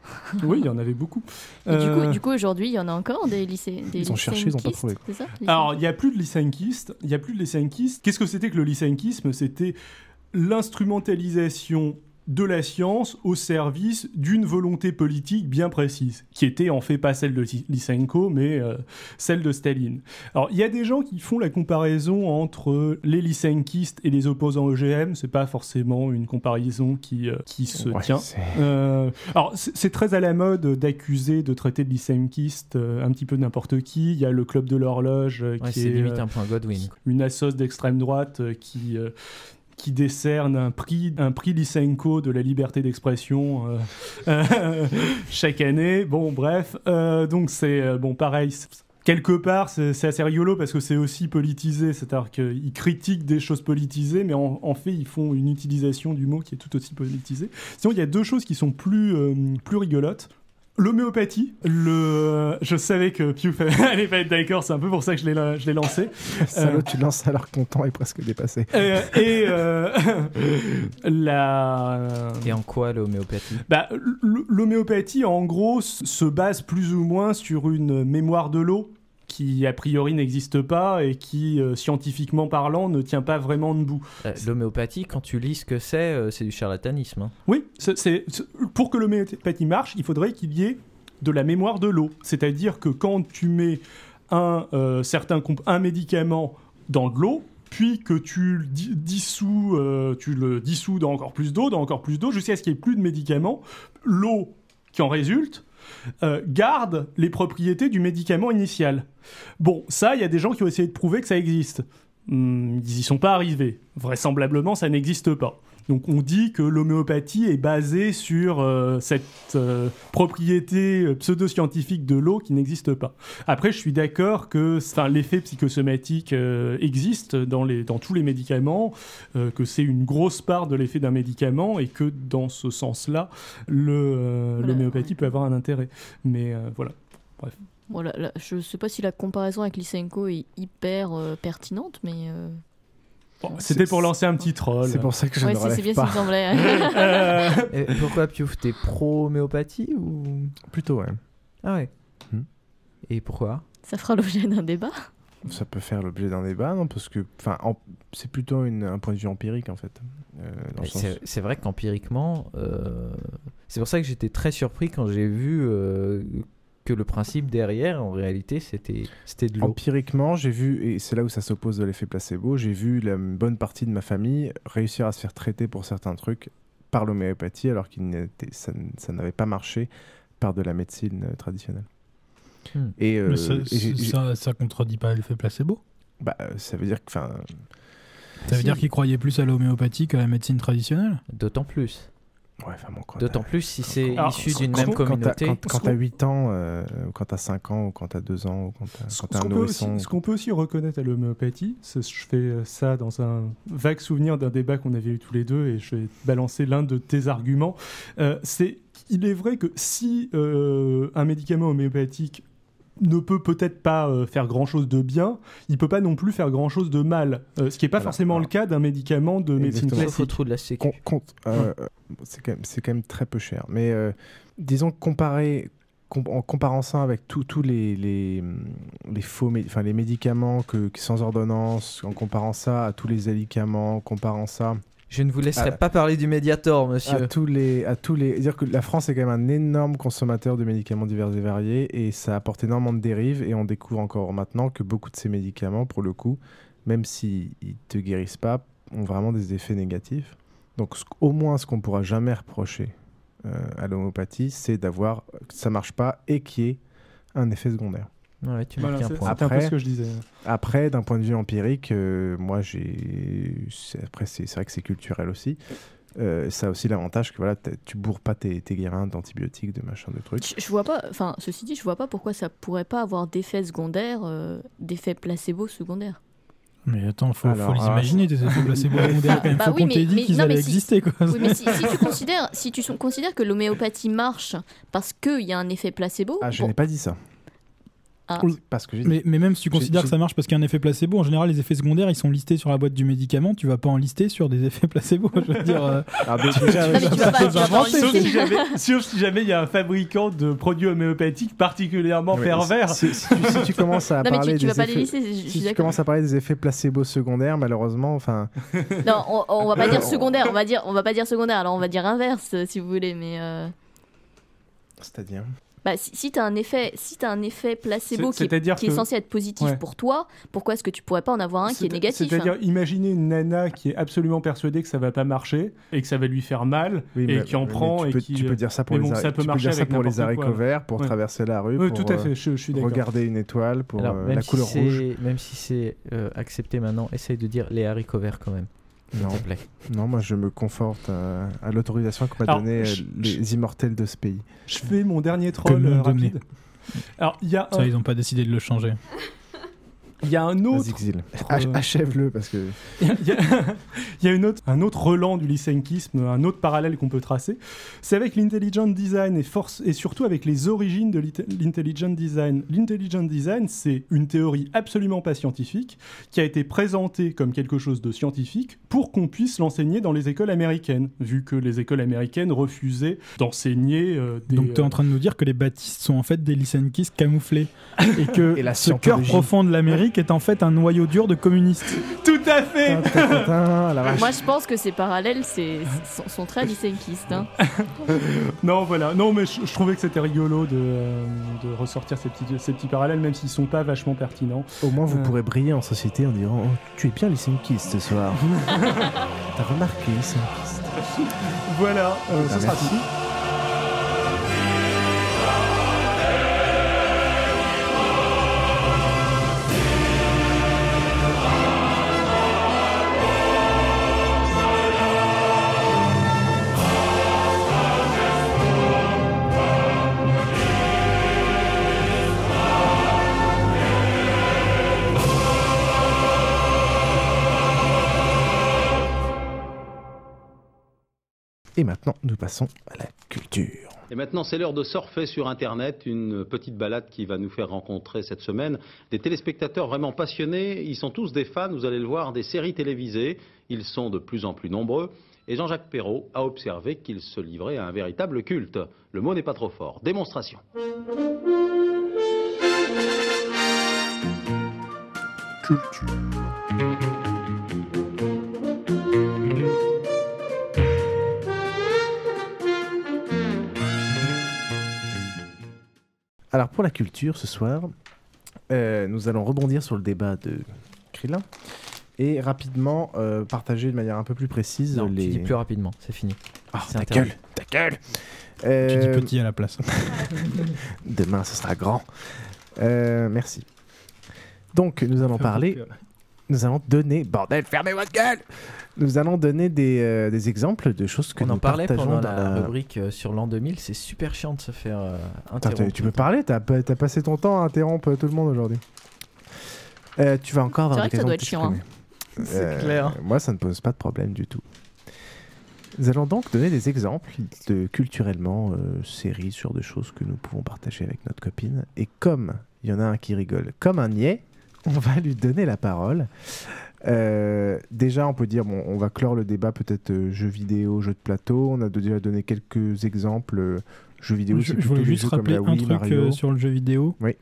Speaker 11: Oui, il y en avait beaucoup.
Speaker 10: Et du coup,
Speaker 11: Euh,
Speaker 10: du coup, aujourd'hui, il y en a encore des lycées. Des
Speaker 11: Ils ont cherché, ils ont pas
Speaker 10: lycéenkistes,
Speaker 11: trouvé, quoi.
Speaker 10: c'est ça
Speaker 11: euh, Alors, il n'y a plus de lysenkistes. Euh, Il y a plus de lysenkistes. Qu'est-ce que c'était que le lysenkisme C'était l'instrumentalisation de la science au service d'une volonté politique bien précise, qui était en fait pas celle de Ly- Lysenko, mais euh, celle de Staline. Alors, il y a des gens qui font la comparaison entre les lysenkistes et les opposants au GM, c'est pas forcément une comparaison qui, euh, qui se
Speaker 8: Ouais,
Speaker 11: tient.
Speaker 8: c'est-
Speaker 11: Euh, alors, c'est c'est très à la mode d'accuser, de traiter de lysenkiste euh, un petit peu n'importe qui. Il y a le club de l'horloge euh,
Speaker 9: Ouais,
Speaker 11: qui
Speaker 9: c'est
Speaker 11: est
Speaker 9: limite
Speaker 11: euh,
Speaker 9: un point Godwin.
Speaker 11: une assoce d'extrême droite euh, qui, euh, qui décerne un prix, un prix Lysenko de la liberté d'expression euh, chaque année. Bon, bref, euh, donc c'est euh, bon, pareil. c'est- Quelque part, c'est c'est assez rigolo parce que c'est aussi politisé, c'est-à-dire qu'ils critiquent des choses politisées, mais en, en fait, ils font une utilisation du mot qui est tout aussi politisée. Sinon, il y a deux choses qui sont plus, euh, plus rigolotes. L'homéopathie, le... je savais que Piouf allait pas être d'accord, c'est un peu pour ça que je l'ai la- je l'ai lancé.
Speaker 8: Salaud, tu lances alors que ton temps est presque dépassé.
Speaker 11: Euh, et euh, la. euh,
Speaker 9: Et en quoi l'homéopathie
Speaker 11: Bah, l- l'homéopathie, en gros, s- se base plus ou moins sur une mémoire de l'eau qui, a priori, n'existe pas et qui, euh, scientifiquement parlant, ne tient pas vraiment debout.
Speaker 9: Euh, L'homéopathie, quand tu lis ce que c'est, euh, c'est du charlatanisme. hein.
Speaker 11: Oui, c'est- c'est- c'est- pour que l'homéopathie marche, il faudrait qu'il y ait de la mémoire de l'eau. C'est-à-dire que quand tu mets un, euh, certain comp- un médicament dans de l'eau, puis que tu le di- dissous, euh, tu le dissous dans encore plus d'eau, dans encore plus d'eau, jusqu'à ce qu'il n'y ait plus de médicament, l'eau qui en résulte euh, garde les propriétés du médicament initial. Bon, ça, il y a des gens qui ont essayé de prouver que ça existe. Hmm, ils y sont pas arrivés. Vraisemblablement, ça n'existe pas. Donc on dit que l'homéopathie est basée sur euh, cette euh, propriété euh, pseudo-scientifique de l'eau qui n'existe pas. Après, je suis d'accord que enfin, l'effet psychosomatique euh, existe dans, les, dans tous les médicaments, euh, que c'est une grosse part de l'effet d'un médicament et que dans ce sens-là, le, euh, l'homéopathie peut avoir un intérêt. Mais euh, voilà, bref.
Speaker 10: Bon, la- la- je sais pas si la comparaison avec Lysenko est hyper euh, pertinente, mais. euh,
Speaker 11: C'était pour lancer un petit troll.
Speaker 8: C'est pour ça que je
Speaker 10: Ouais,
Speaker 8: ne
Speaker 10: c'est- c'est
Speaker 8: relève
Speaker 10: bien
Speaker 8: pas.
Speaker 10: ce qui me semblait.
Speaker 9: Et pourquoi Piouf, t'es pro-homéopathie ou
Speaker 8: Plutôt, ouais.
Speaker 9: Ah ouais. Et pourquoi
Speaker 10: Ça fera l'objet d'un débat.
Speaker 8: Ça peut faire l'objet d'un débat, non Parce que, enfin, en- c'est plutôt une- un point de vue empirique en fait. Euh, dans le
Speaker 9: Mais
Speaker 8: sens-
Speaker 9: C'est c'est vrai qu'empiriquement, euh, c'est pour ça que j'étais très surpris quand j'ai vu euh, que le principe derrière, en réalité, c'était c'était de l'eau.
Speaker 8: Empiriquement, j'ai vu, et c'est là où ça s'oppose de l'effet placebo, j'ai vu la bonne partie de ma famille réussir à se faire traiter pour certains trucs par l'homéopathie, alors que ça, n- ça n'avait pas marché par de la médecine euh, traditionnelle.
Speaker 12: Hmm.
Speaker 8: Et, euh,
Speaker 12: Mais ça,
Speaker 8: et j'ai- j'ai-
Speaker 12: ça, ça contredit pas l'effet placebo.
Speaker 8: bah, euh, ça veut dire que, enfin,
Speaker 12: Ça veut
Speaker 8: Si.
Speaker 12: dire qu'ils croyaient plus à l'homéopathie qu'à la médecine traditionnelle
Speaker 9: D'autant plus.
Speaker 8: Ouais, enfin, bon, quand
Speaker 9: D'autant
Speaker 8: t'as-
Speaker 9: plus si c'est
Speaker 8: quand-
Speaker 9: issu
Speaker 8: quand-
Speaker 9: d'une
Speaker 8: quand-
Speaker 9: même
Speaker 8: quand t'as-
Speaker 9: communauté.
Speaker 8: Quand, quand t'as 8 ans, euh, ou quand t'as 5 ans, ou quand t'as 2 ans, ou quand t'as quand t'as
Speaker 11: Ce qu'on
Speaker 8: un
Speaker 11: peut aussi-
Speaker 8: nourrisson.
Speaker 11: ce qu'on peut aussi reconnaître à l'homéopathie, c'est- je fais euh, ça dans un vague souvenir d'un débat qu'on avait eu tous les deux et je vais balancer l'un de tes arguments. Euh, c'est il est vrai que si euh, un médicament homéopathique ne peut peut-être pas euh, faire grand-chose de bien, il peut pas non plus faire grand-chose de mal, Euh, ce qui n'est pas forcément le cas d'un médicament de médecine
Speaker 8: Exactement.
Speaker 11: classique.
Speaker 8: Con- compte, euh, c'est quand, même- c'est quand même très peu cher. Mais euh, disons que comparé, com- en comparant ça avec tous tous les, les, les faux, mé- enfin les médicaments que, qui sans ordonnance, en comparant ça à tous les alicaments, en comparant ça.
Speaker 9: Je ne vous laisserai
Speaker 8: Ah.
Speaker 9: pas parler du Mediator, monsieur.
Speaker 8: À tous les, à tous les, dire que la France est quand même un énorme consommateur de médicaments divers et variés et ça apporte énormément de dérives et on découvre encore maintenant que beaucoup de ces médicaments, pour le coup, même s'ils ils te guérissent pas, ont vraiment des effets négatifs. Donc ce qu- au moins ce qu'on pourra jamais reprocher euh, à l'homéopathie, c'est d'avoir que ça marche pas et qu'il y ait un effet secondaire.
Speaker 9: Ouais, tu marques Voilà, un c'est- point.
Speaker 11: c'était un peu ce que je disais.
Speaker 8: Après, d'un point de vue empirique, euh, moi j'ai. c'est- Après, c'est c'est vrai que c'est culturel aussi. Euh, ça a aussi l'avantage que voilà, t'as- tu bourres pas tes, tes guérins d'antibiotiques, de machin, de trucs.
Speaker 10: Je vois pas, enfin, ceci dit, je vois pas pourquoi ça pourrait pas avoir d'effets secondaires, euh, d'effets placebo secondaires.
Speaker 12: Mais attends, faut,
Speaker 8: Alors,
Speaker 12: faut
Speaker 11: euh,
Speaker 12: les
Speaker 8: ah.
Speaker 12: imaginer, des effets placebo secondaires quand même.
Speaker 10: Bah
Speaker 12: faut
Speaker 10: oui,
Speaker 12: qu'on
Speaker 10: mais-
Speaker 12: t'ait dit
Speaker 10: mais-
Speaker 12: qu'ils
Speaker 10: non, mais
Speaker 12: allaient
Speaker 10: si-
Speaker 12: exister, quoi.
Speaker 10: Oui, mais si, si tu considères, si tu son- considères que l'homéopathie marche parce qu'il y a un effet placebo,
Speaker 8: Ah, je
Speaker 10: bon,
Speaker 8: n'ai pas dit ça.
Speaker 10: ah.
Speaker 8: Parce que j'ai dit.
Speaker 12: Mais, mais même si tu
Speaker 8: J'ai-
Speaker 12: considères
Speaker 8: j'ai-
Speaker 12: que ça marche parce qu'il y a un effet placebo, en général, les effets secondaires, ils sont listés sur la boîte du médicament. Tu vas pas en lister sur des effets placebo. Je veux dire. euh,
Speaker 8: Ah, mais
Speaker 12: tu-
Speaker 8: déjà,
Speaker 12: tu-
Speaker 8: mais tu vas pas-
Speaker 12: tu-
Speaker 8: tu vas pas en
Speaker 12: tu-
Speaker 8: lister.
Speaker 11: Sauf si jamais- Sauf si jamais il y a un fabricant de produits homéopathiques particulièrement
Speaker 8: Ouais,
Speaker 11: pervers.
Speaker 8: Si, si tu, si tu commences à
Speaker 10: Non, mais tu-
Speaker 8: parler
Speaker 10: tu
Speaker 8: des
Speaker 10: vas pas les
Speaker 8: effets-
Speaker 10: lisser, je- je suis
Speaker 8: si tu
Speaker 10: d'accord.
Speaker 8: commences à parler des effets placebo secondaires, malheureusement, enfin,
Speaker 10: Non, on, on va pas dire secondaire, on va dire, on va pas dire secondaire. Alors on va dire inverse, euh, si vous voulez. Mais euh,
Speaker 8: c'est-à-dire.
Speaker 10: bah, si, si t'as un effet, si t'as un effet placebo
Speaker 11: C'est-
Speaker 10: qui, est,
Speaker 11: c'est-à-dire
Speaker 10: qui est
Speaker 11: que-
Speaker 10: censé être positif
Speaker 11: Ouais.
Speaker 10: pour toi, pourquoi est-ce que tu pourrais pas en avoir un qui est
Speaker 11: C'est-
Speaker 10: négatif
Speaker 11: C'est-à-dire,
Speaker 10: hein
Speaker 11: imaginez une nana qui est absolument persuadée que ça va pas marcher et que ça va lui faire mal
Speaker 8: Oui,
Speaker 11: et
Speaker 8: mais-
Speaker 11: qui en
Speaker 8: mais
Speaker 11: prend
Speaker 8: tu
Speaker 11: et
Speaker 8: peux,
Speaker 11: qui. euh,
Speaker 8: tu peux dire ça pour
Speaker 11: mais
Speaker 8: les
Speaker 11: bon,
Speaker 8: haricots-
Speaker 11: ça peut
Speaker 8: tu peux
Speaker 11: marcher
Speaker 8: dire ça
Speaker 11: avec
Speaker 8: pour les
Speaker 11: n'importe
Speaker 8: haricots
Speaker 11: quoi.
Speaker 8: verts, pour
Speaker 11: Ouais.
Speaker 8: traverser la rue,
Speaker 11: Ouais,
Speaker 8: pour,
Speaker 11: tout à
Speaker 8: euh,
Speaker 11: fait, je, je suis d'accord.
Speaker 8: regarder une étoile, pour
Speaker 9: Alors,
Speaker 8: euh,
Speaker 9: même
Speaker 8: la
Speaker 9: si
Speaker 8: couleur
Speaker 9: c'est-
Speaker 8: rouge.
Speaker 9: Même si c'est euh, accepté maintenant, essaye de dire les haricots verts quand même. s'il
Speaker 8: Non.
Speaker 9: te plaît.
Speaker 8: Non, moi je me conforte euh, à l'autorisation que m'a
Speaker 11: Alors,
Speaker 8: donnée euh,
Speaker 11: je-
Speaker 8: les immortels de ce pays.
Speaker 11: Je fais mon dernier
Speaker 12: Que
Speaker 11: troll
Speaker 12: me
Speaker 11: euh,
Speaker 12: donner.
Speaker 11: rapide. Alors, il y a
Speaker 12: Ça,
Speaker 11: un-
Speaker 12: ils ont pas décidé de le changer.
Speaker 11: il y a un autre.
Speaker 8: Vas-y, Xil. Ach- Achève-le parce que.
Speaker 11: Il y a une autre, un autre relan du lysenkisme, un autre parallèle qu'on peut tracer. C'est avec l'intelligent design et, force, et surtout avec les origines de l'ite- l'intelligent design. L'intelligent design, c'est une théorie absolument pas scientifique qui a été présentée comme quelque chose de scientifique pour qu'on puisse l'enseigner dans les écoles américaines, vu que les écoles américaines refusaient d'enseigner euh, des.
Speaker 12: Donc, tu es en train de nous dire que les baptistes sont en fait des lysenkistes camouflés. Et que ce cœur profond de l'Amérique est en fait un noyau dur de communistes.
Speaker 11: Tout à fait
Speaker 10: Moi, je pense que ces parallèles, c'est sont, sont très lysenkistes. Hein.
Speaker 11: non, voilà. Non, mais je, je trouvais que c'était rigolo de, euh, de ressortir ces petits, ces petits parallèles, même s'ils sont pas vachement pertinents.
Speaker 8: Au moins, vous
Speaker 11: Euh.
Speaker 8: pourrez briller en société en disant Oh, Tu es bien lysenkiste ce soir. T'as remarqué, lysenkiste.
Speaker 11: Voilà, euh,
Speaker 8: Bah,
Speaker 11: ce sera
Speaker 8: merci.
Speaker 11: tout.
Speaker 8: Et maintenant, nous passons à la culture.
Speaker 6: Et maintenant, c'est l'heure de surfer sur Internet, une petite balade qui va nous faire rencontrer cette semaine des téléspectateurs vraiment passionnés. Ils sont tous des fans, vous allez le voir, des séries télévisées. Ils sont de plus en plus nombreux. Et Jean-Jacques Perrault a observé qu'ils se livraient à un véritable culte. Le mot n'est pas trop fort. Démonstration.
Speaker 8: Alors, pour la culture ce soir, euh, nous allons rebondir sur le débat de Krillin et rapidement euh, partager de manière un peu plus précise
Speaker 9: Non,
Speaker 8: les.
Speaker 9: tu dis plus rapidement, c'est fini.
Speaker 8: Ah,
Speaker 9: C'est
Speaker 8: ta
Speaker 9: interdit.
Speaker 8: gueule, ta gueule
Speaker 12: Tu dis
Speaker 8: Euh,
Speaker 12: petit à la place.
Speaker 8: Demain, ce sera grand. Euh, merci. Donc, nous allons parler. Nous allons donner. Bordel, fermez votre gueule Nous allons donner des, euh, des exemples de choses que
Speaker 9: On
Speaker 8: nous
Speaker 9: en parlait
Speaker 8: partageons
Speaker 9: pendant
Speaker 8: dans
Speaker 9: la, rubrique euh, sur l'an 2000, c'est super chiant de se faire euh,
Speaker 8: Attends, t'as-
Speaker 9: interrompre.
Speaker 8: tu peux parler T'as pas- t'as passé ton temps à interrompre tout le monde aujourd'hui. Euh, tu vas encore avoir
Speaker 10: C'est vrai que ça
Speaker 8: l'occasion
Speaker 10: doit
Speaker 8: de
Speaker 10: être chiant, hein.
Speaker 8: t'exprimer.
Speaker 9: C'est clair.
Speaker 8: Euh, Moi, ça ne pose pas de problème du tout. Nous allons donc donner des exemples de culturellement euh, séries sur des choses que nous pouvons partager avec notre copine. Et comme il y en a un qui rigole comme un niais, on va lui donner la parole. Euh, déjà, on peut dire, bon, on va clore le débat peut-être euh, jeux vidéo, jeux de plateau. On a déjà donné quelques exemples euh, jeux vidéo.
Speaker 12: je,
Speaker 8: c'est
Speaker 12: je voulais
Speaker 8: plutôt des
Speaker 12: juste
Speaker 8: jeux comme
Speaker 12: rappeler
Speaker 8: la Wii,
Speaker 12: un truc
Speaker 8: Mario.
Speaker 12: euh, sur le jeu vidéo.
Speaker 8: Oui.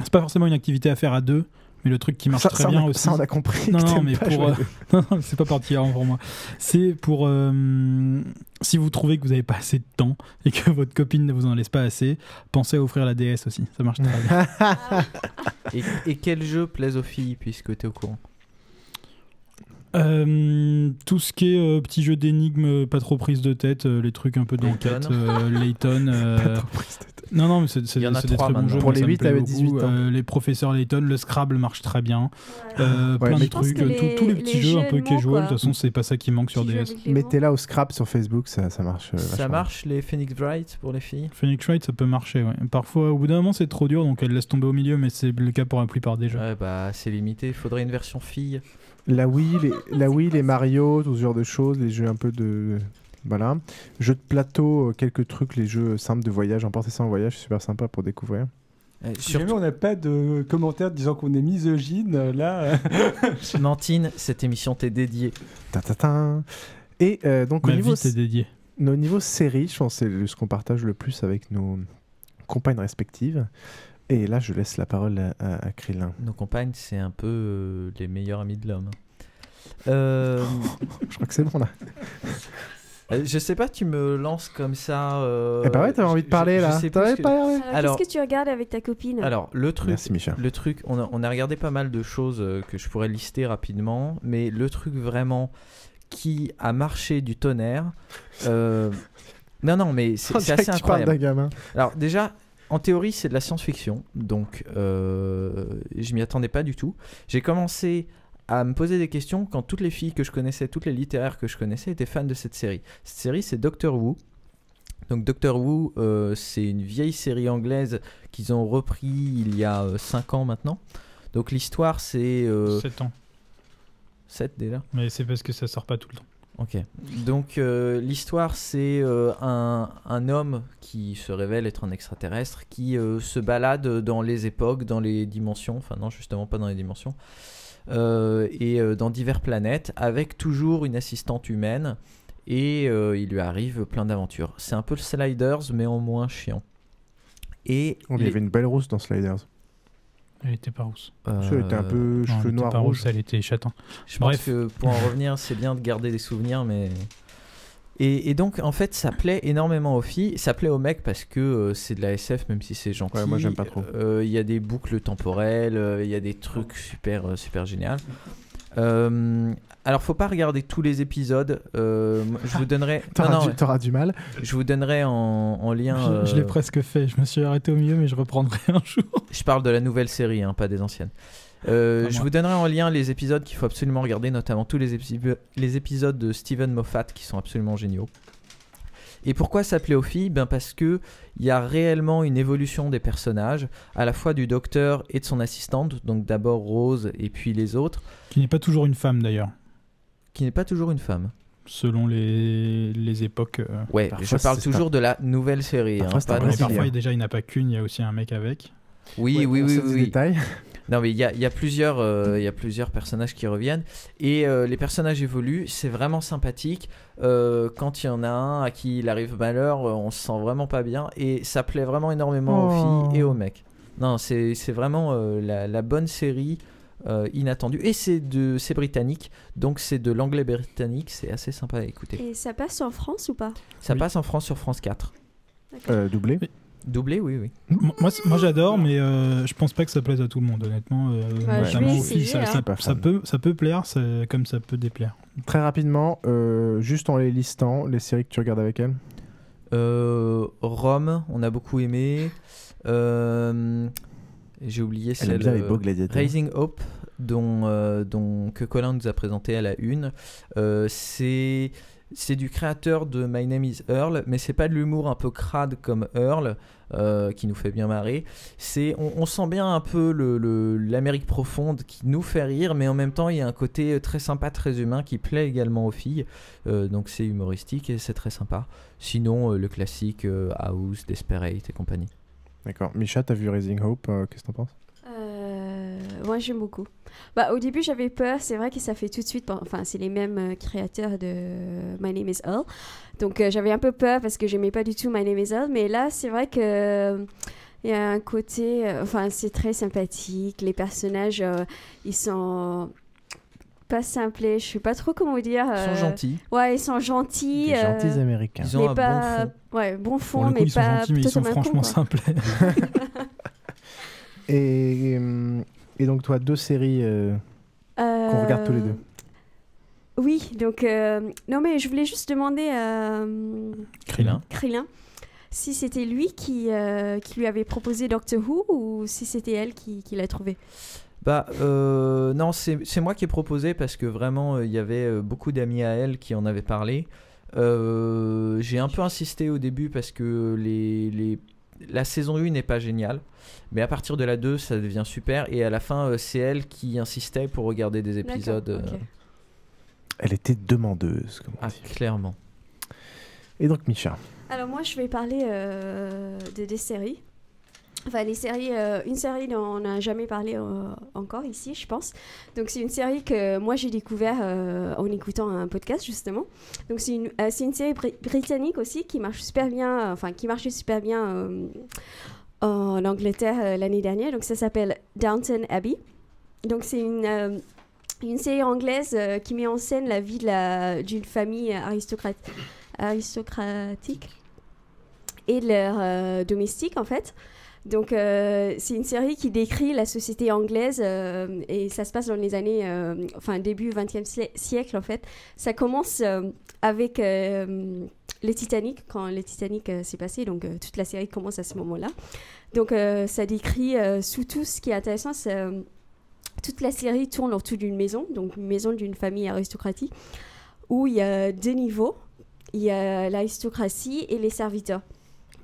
Speaker 12: C'est pas forcément une activité à faire à deux, mais le truc qui marche
Speaker 8: Ça-
Speaker 12: très
Speaker 8: ça, on
Speaker 12: bien
Speaker 8: a-
Speaker 12: aussi.
Speaker 8: ça, on a compris
Speaker 12: Non,
Speaker 8: que
Speaker 12: non,
Speaker 8: t'aimes
Speaker 12: mais
Speaker 8: pas
Speaker 12: pour.
Speaker 8: jouer à
Speaker 12: euh, non, non, c'est pas particulièrement pour moi. C'est pour. euh, si vous trouvez que vous n'avez pas assez de temps et que votre copine ne vous en laisse pas assez, pensez à offrir la DS aussi. Ça marche très bien.
Speaker 9: Et, et quel jeu plaise aux filles, puisque t'es au courant
Speaker 12: Euh, tout ce qui est euh, petit jeu d'énigmes, euh, pas trop prise de tête, euh, les trucs un peu d'enquête,
Speaker 9: Layton.
Speaker 12: euh, Layton, euh, Non, non, mais c'est c'est-
Speaker 8: Il y en a
Speaker 12: c'est des
Speaker 8: trois
Speaker 12: très bons
Speaker 8: maintenant.
Speaker 12: jeux.
Speaker 8: Pour
Speaker 12: moi,
Speaker 8: les
Speaker 12: ça me
Speaker 8: huit, hein.
Speaker 12: plaît
Speaker 8: elle avait
Speaker 12: beaucoup.
Speaker 8: 18 ans.
Speaker 12: Euh, les professeurs Layton, le Scrabble marche très bien. Euh,
Speaker 8: Ouais,
Speaker 12: plein de
Speaker 8: mais-
Speaker 12: trucs,
Speaker 8: Je pense que
Speaker 12: tous-
Speaker 8: les-
Speaker 12: tous les petits
Speaker 8: les
Speaker 12: jeux un
Speaker 8: jeux
Speaker 12: peu
Speaker 8: de mots,
Speaker 12: casual. De
Speaker 8: quoi.
Speaker 12: toute façon, c'est pas ça qui manque sur DS.
Speaker 8: Mettez-la au scrap sur Facebook, ça, ça marche. euh,
Speaker 9: Ça
Speaker 8: vachement.
Speaker 9: marche les Phoenix Bright pour les filles
Speaker 12: Phoenix Wright, ça peut marcher. Ouais. Parfois, au bout d'un moment, c'est trop dur, donc elle laisse tomber au milieu, mais c'est le cas pour la plupart des jeux.
Speaker 9: Ouais, bah c'est limité, il faudrait une version fille.
Speaker 8: La Wii, les, la Wii, les Mario, tout ce genre de choses, les jeux un peu de. Voilà. Jeux de plateau, euh, quelques trucs, les jeux simples de voyage. Emporter ça en voyage, c'est super sympa pour découvrir.
Speaker 11: Euh, Si jamais on n'a pas de commentaires disant qu'on est misogyne, euh, là.
Speaker 9: Nantine, cette émission t'est dédiée.
Speaker 8: Ta ta ta. Et euh, donc
Speaker 12: Ma
Speaker 8: au niveau,
Speaker 12: vie t'est dédiée.
Speaker 8: Au niveau série, je pense que c'est ce qu'on partage le plus avec nos compagnes respectives. Et là, je laisse la parole à, à, à Krillin.
Speaker 9: Nos compagnes, c'est un peu euh, les meilleurs amis de l'homme. Euh,
Speaker 8: Je crois que c'est bon là.
Speaker 9: euh, je sais pas, tu me lances comme ça. euh,
Speaker 8: Eh bah ouais, t'avais envie de
Speaker 9: je-
Speaker 8: parler,
Speaker 9: je
Speaker 8: là.
Speaker 9: sais plus
Speaker 8: T'avais
Speaker 9: ce que-
Speaker 8: parlé.
Speaker 16: Alors, qu'est-ce que tu regardes avec ta copine
Speaker 9: Alors, le truc,
Speaker 8: Merci, Micha.
Speaker 9: le truc on, a, on a regardé pas mal de choses euh, que je pourrais lister rapidement, mais le truc vraiment qui a marché du tonnerre. euh, Non, non, mais c'est
Speaker 8: On
Speaker 9: c'est
Speaker 8: dirait
Speaker 9: assez
Speaker 8: que tu parles
Speaker 9: incroyable.
Speaker 8: d'un gamin.
Speaker 9: Alors, déjà, en théorie, c'est de la science-fiction, donc euh, je m'y attendais pas du tout. J'ai commencé à me poser des questions quand toutes les filles que je connaissais, toutes les littéraires que je connaissais étaient fans de cette série. Cette série, c'est Doctor Who. Donc Doctor Who, euh, c'est une vieille série anglaise qu'ils ont repris il y a 5 ans maintenant. Donc l'histoire, c'est...
Speaker 12: 7 ans.
Speaker 9: 7 déjà
Speaker 12: Mais c'est parce que ça sort pas tout le temps.
Speaker 9: Ok. Donc euh, l'histoire, c'est euh, un, un homme qui se révèle être un extraterrestre, qui euh, se balade dans les époques, dans les dimensions, enfin non justement pas dans les dimensions, euh, et euh, dans diverses planètes, avec toujours une assistante humaine, et euh, il lui arrive plein d'aventures. C'est un peu le Sliders, mais en moins chiant. Et
Speaker 8: On y
Speaker 9: les-
Speaker 8: avait une belle rousse dans Sliders.
Speaker 12: Elle était pas rousse.
Speaker 8: Ça, elle était un
Speaker 9: Euh,
Speaker 8: peu cheveux
Speaker 12: elle était
Speaker 8: noirs,
Speaker 12: pas
Speaker 8: rouges.
Speaker 12: rousse, Elle était châtain.
Speaker 9: Je
Speaker 12: Bref.
Speaker 9: pense que pour en revenir, c'est bien de garder des souvenirs, mais. Et, et donc, en fait, ça plaît énormément aux filles, ça plaît aux mecs parce que euh, c'est de la SF, même si c'est gentil.
Speaker 8: Ouais, moi, j'aime pas trop.
Speaker 9: Euh, Il y a des boucles temporelles, euh, il y a des trucs super, euh, super génial. Euh, alors, faut pas regarder tous les épisodes. euh, moi, je vous donnerai.
Speaker 8: T'auras
Speaker 9: non, non,
Speaker 8: du, t'auras du mal.
Speaker 9: je vous donnerai en, en lien.
Speaker 12: Je- Je l'ai
Speaker 9: euh,
Speaker 12: presque fait. Je me suis arrêté au milieu, mais je reprendrai un jour.
Speaker 9: je parle de la nouvelle série, hein, pas des anciennes. Euh, je vous donnerai en lien les épisodes qu'il faut absolument regarder, notamment tous les, épi- les épisodes de Steven Moffat qui sont absolument géniaux. Et pourquoi ça plaît aux filles ben Parce que il y a réellement une évolution des personnages, à la fois du docteur et de son assistante, donc d'abord Rose et puis les autres,
Speaker 12: Qui n'est pas toujours une femme d'ailleurs,
Speaker 9: qui n'est pas toujours une femme.
Speaker 12: selon les, les époques. euh.
Speaker 9: Ouais, je parle toujours de la nouvelle série. hein,
Speaker 12: Parfois, c'est
Speaker 9: pas
Speaker 12: un
Speaker 9: de-
Speaker 12: mec, parfois, il- déjà, il n'y en a pas qu'une, il y a aussi un mec avec.
Speaker 9: Oui, oui,
Speaker 12: on
Speaker 9: oui,
Speaker 12: sait
Speaker 9: oui.
Speaker 12: des
Speaker 9: oui. Non, mais il y a, il y a plusieurs, euh, il y a plusieurs personnages qui reviennent et euh, les personnages évoluent. C'est vraiment sympathique. Euh, quand il y en a un à qui il arrive malheur, euh, on se sent vraiment pas bien et ça plaît vraiment énormément
Speaker 8: Oh.
Speaker 9: aux filles et aux mecs. Non, c'est c'est vraiment euh, la, la bonne série euh, inattendue et c'est de c'est britannique, donc c'est de l'anglais britannique. C'est assez sympa à écouter.
Speaker 16: Et ça passe en France ou pas
Speaker 9: Ça passe en France sur France 4.
Speaker 8: Euh, doublé
Speaker 9: Doublé, oui, oui.
Speaker 12: Moi, moi, c'est- moi, j'adore, mais euh, je pense pas que ça plaise à tout le monde, honnêtement. euh,
Speaker 9: je
Speaker 12: notamment
Speaker 9: vais
Speaker 12: aux filles.
Speaker 9: essayer,
Speaker 12: ça,
Speaker 9: hein.
Speaker 12: ça-
Speaker 8: Je suis pas
Speaker 12: ça
Speaker 8: fan.
Speaker 12: peut, ça peut plaire, ça- comme ça peut déplaire.
Speaker 8: Très rapidement, euh, juste en les listant, les séries que tu regardes avec elle.
Speaker 9: Euh, Rome, on a beaucoup aimé. Euh, J'ai oublié
Speaker 8: Elle aime
Speaker 9: celle
Speaker 8: bien les
Speaker 9: euh,
Speaker 8: beaux gladiateurs.
Speaker 9: Raising Hope, dont, euh, dont- que Colin nous a présenté à la une. Euh, c'est c'est du créateur de My Name Is Earl, mais c'est pas de l'humour un peu crade comme Earl euh, qui nous fait bien marrer. C'est on, on sent bien un peu le- le- l'Amérique profonde qui nous fait rire, mais en même temps il y a un côté très sympa, très humain qui plaît également aux filles. Euh, donc c'est humoristique et c'est très sympa. Sinon euh, le classique euh, House, Desperate et compagnie.
Speaker 8: D'accord. Micha, t'as vu Raising Hope euh, Qu'est-ce que t'en penses
Speaker 16: Euh, Moi, j'aime beaucoup. Bah, au début, j'avais peur. C'est vrai que ça fait tout de suite. pen- Enfin, c'est les mêmes euh, créateurs de My Name Is Earl. Donc, euh, j'avais un peu peur parce que j'aimais pas du tout My Name Is Earl. Mais là, c'est vrai que. euh, Il y a un côté, euh, enfin c'est très sympathique, les personnages euh, ils sont pas simplés, je sais pas trop comment dire.
Speaker 9: Ils sont
Speaker 16: euh,
Speaker 9: gentils.
Speaker 16: Ouais, ils sont gentils. euh,
Speaker 8: Des gentils Américains.
Speaker 9: Ils ont
Speaker 16: mais
Speaker 9: un bon
Speaker 16: pas, Ouais, bon fond,
Speaker 12: Pour le
Speaker 16: mais
Speaker 12: coup, ils sont
Speaker 16: pas
Speaker 12: gentils, mais ils sont
Speaker 16: totalement cons,
Speaker 12: franchement
Speaker 16: quoi.
Speaker 12: simples.
Speaker 8: et, euh, et donc, toi, deux séries euh, qu'on regarde tous les deux.
Speaker 16: Oui, donc euh, non mais je voulais juste demander à euh,
Speaker 9: Krillin.
Speaker 16: Krillin si c'était lui qui, euh, qui lui avait proposé Doctor Who ou si c'était elle qui, qui l'a trouvé.
Speaker 9: Bah euh, non, c'est c'est moi qui ai proposé parce que vraiment euh, il y avait euh, beaucoup d'amis à elle qui en avaient parlé. Euh, J'ai un peu insisté au début parce que les, les- la saison 1 n'est pas géniale, mais à partir de la 2 ça devient super et à la fin euh, c'est elle qui insistait pour regarder des
Speaker 16: D'accord,
Speaker 9: épisodes. euh,
Speaker 16: ok.
Speaker 8: Elle était demandeuse. Comme on dit.
Speaker 9: Clairement.
Speaker 8: Et donc, Micha.
Speaker 16: Alors moi, je vais parler euh, de des séries. Enfin, les séries, euh, une série dont on n'a jamais parlé euh, encore ici, je pense. Donc, c'est une série que moi j'ai découvert euh, en écoutant un podcast justement. Donc, c'est une, euh, c'est une série bri- britannique aussi qui marche super bien, euh, enfin qui marchait super bien euh, en Angleterre euh, l'année dernière. Donc, ça s'appelle Downton Abbey. Donc, c'est une euh, une série anglaise euh, qui met en scène la vie de la- d'une famille aristocrate, aristocratique et de leurs euh, domestiques en fait. Donc euh, c'est une série qui décrit la société anglaise euh, et ça se passe dans les années, euh, enfin début 20e sie- siècle en fait. Ça commence euh, avec euh, le Titanic, quand le Titanic euh, s'est passé, donc euh, toute la série commence à ce moment-là. Donc euh, ça décrit euh, sous tout ce qui est intéressant, c'est, euh, toute la série tourne autour d'une maison, donc une maison d'une famille aristocratique, où il y a deux niveaux. Il y a l'aristocratie et les serviteurs.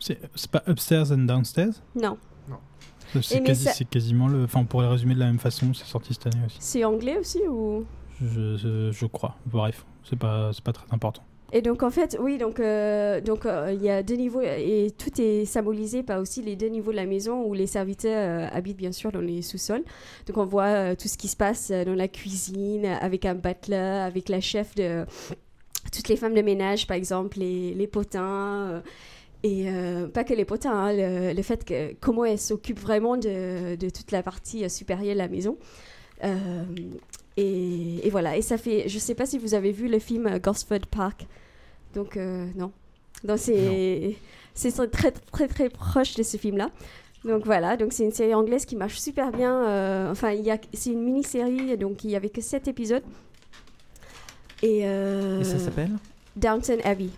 Speaker 12: C'est c'est pas upstairs and downstairs
Speaker 16: Non. Et
Speaker 12: C'est
Speaker 16: mais
Speaker 12: quasi-
Speaker 16: ça-
Speaker 12: c'est quasiment le. Enfin, on pourrait le résumer de la même façon, c'est sorti cette année aussi.
Speaker 16: C'est anglais aussi ou
Speaker 12: Je, je- je crois. Bref, c'est pas, c'est pas très important.
Speaker 16: Et donc en fait, oui, donc euh, donc euh, il y a deux niveaux et tout est symbolisé par aussi les deux niveaux de la maison où les serviteurs euh, habitent bien sûr dans les sous-sols. Donc on voit euh, tout ce qui se passe euh, dans la cuisine avec un butler, avec la chef de toutes les femmes de ménage par exemple, les, les potins. euh, et euh, pas que les potins, hein, le, le fait que comment elles s'occupent vraiment de, de toute la partie euh, supérieure de la maison. Euh, et, et voilà, et ça fait, je sais pas si vous avez vu le film euh, Gosford Park. Donc euh, non. Donc c'est c'est très très très très proche de ce film là. Donc voilà, donc c'est une série anglaise qui marche super bien. euh, enfin, il y a c'est une mini-série donc il y avait que 7 épisodes. Et, euh,
Speaker 9: Et ça s'appelle
Speaker 16: Downton Abbey.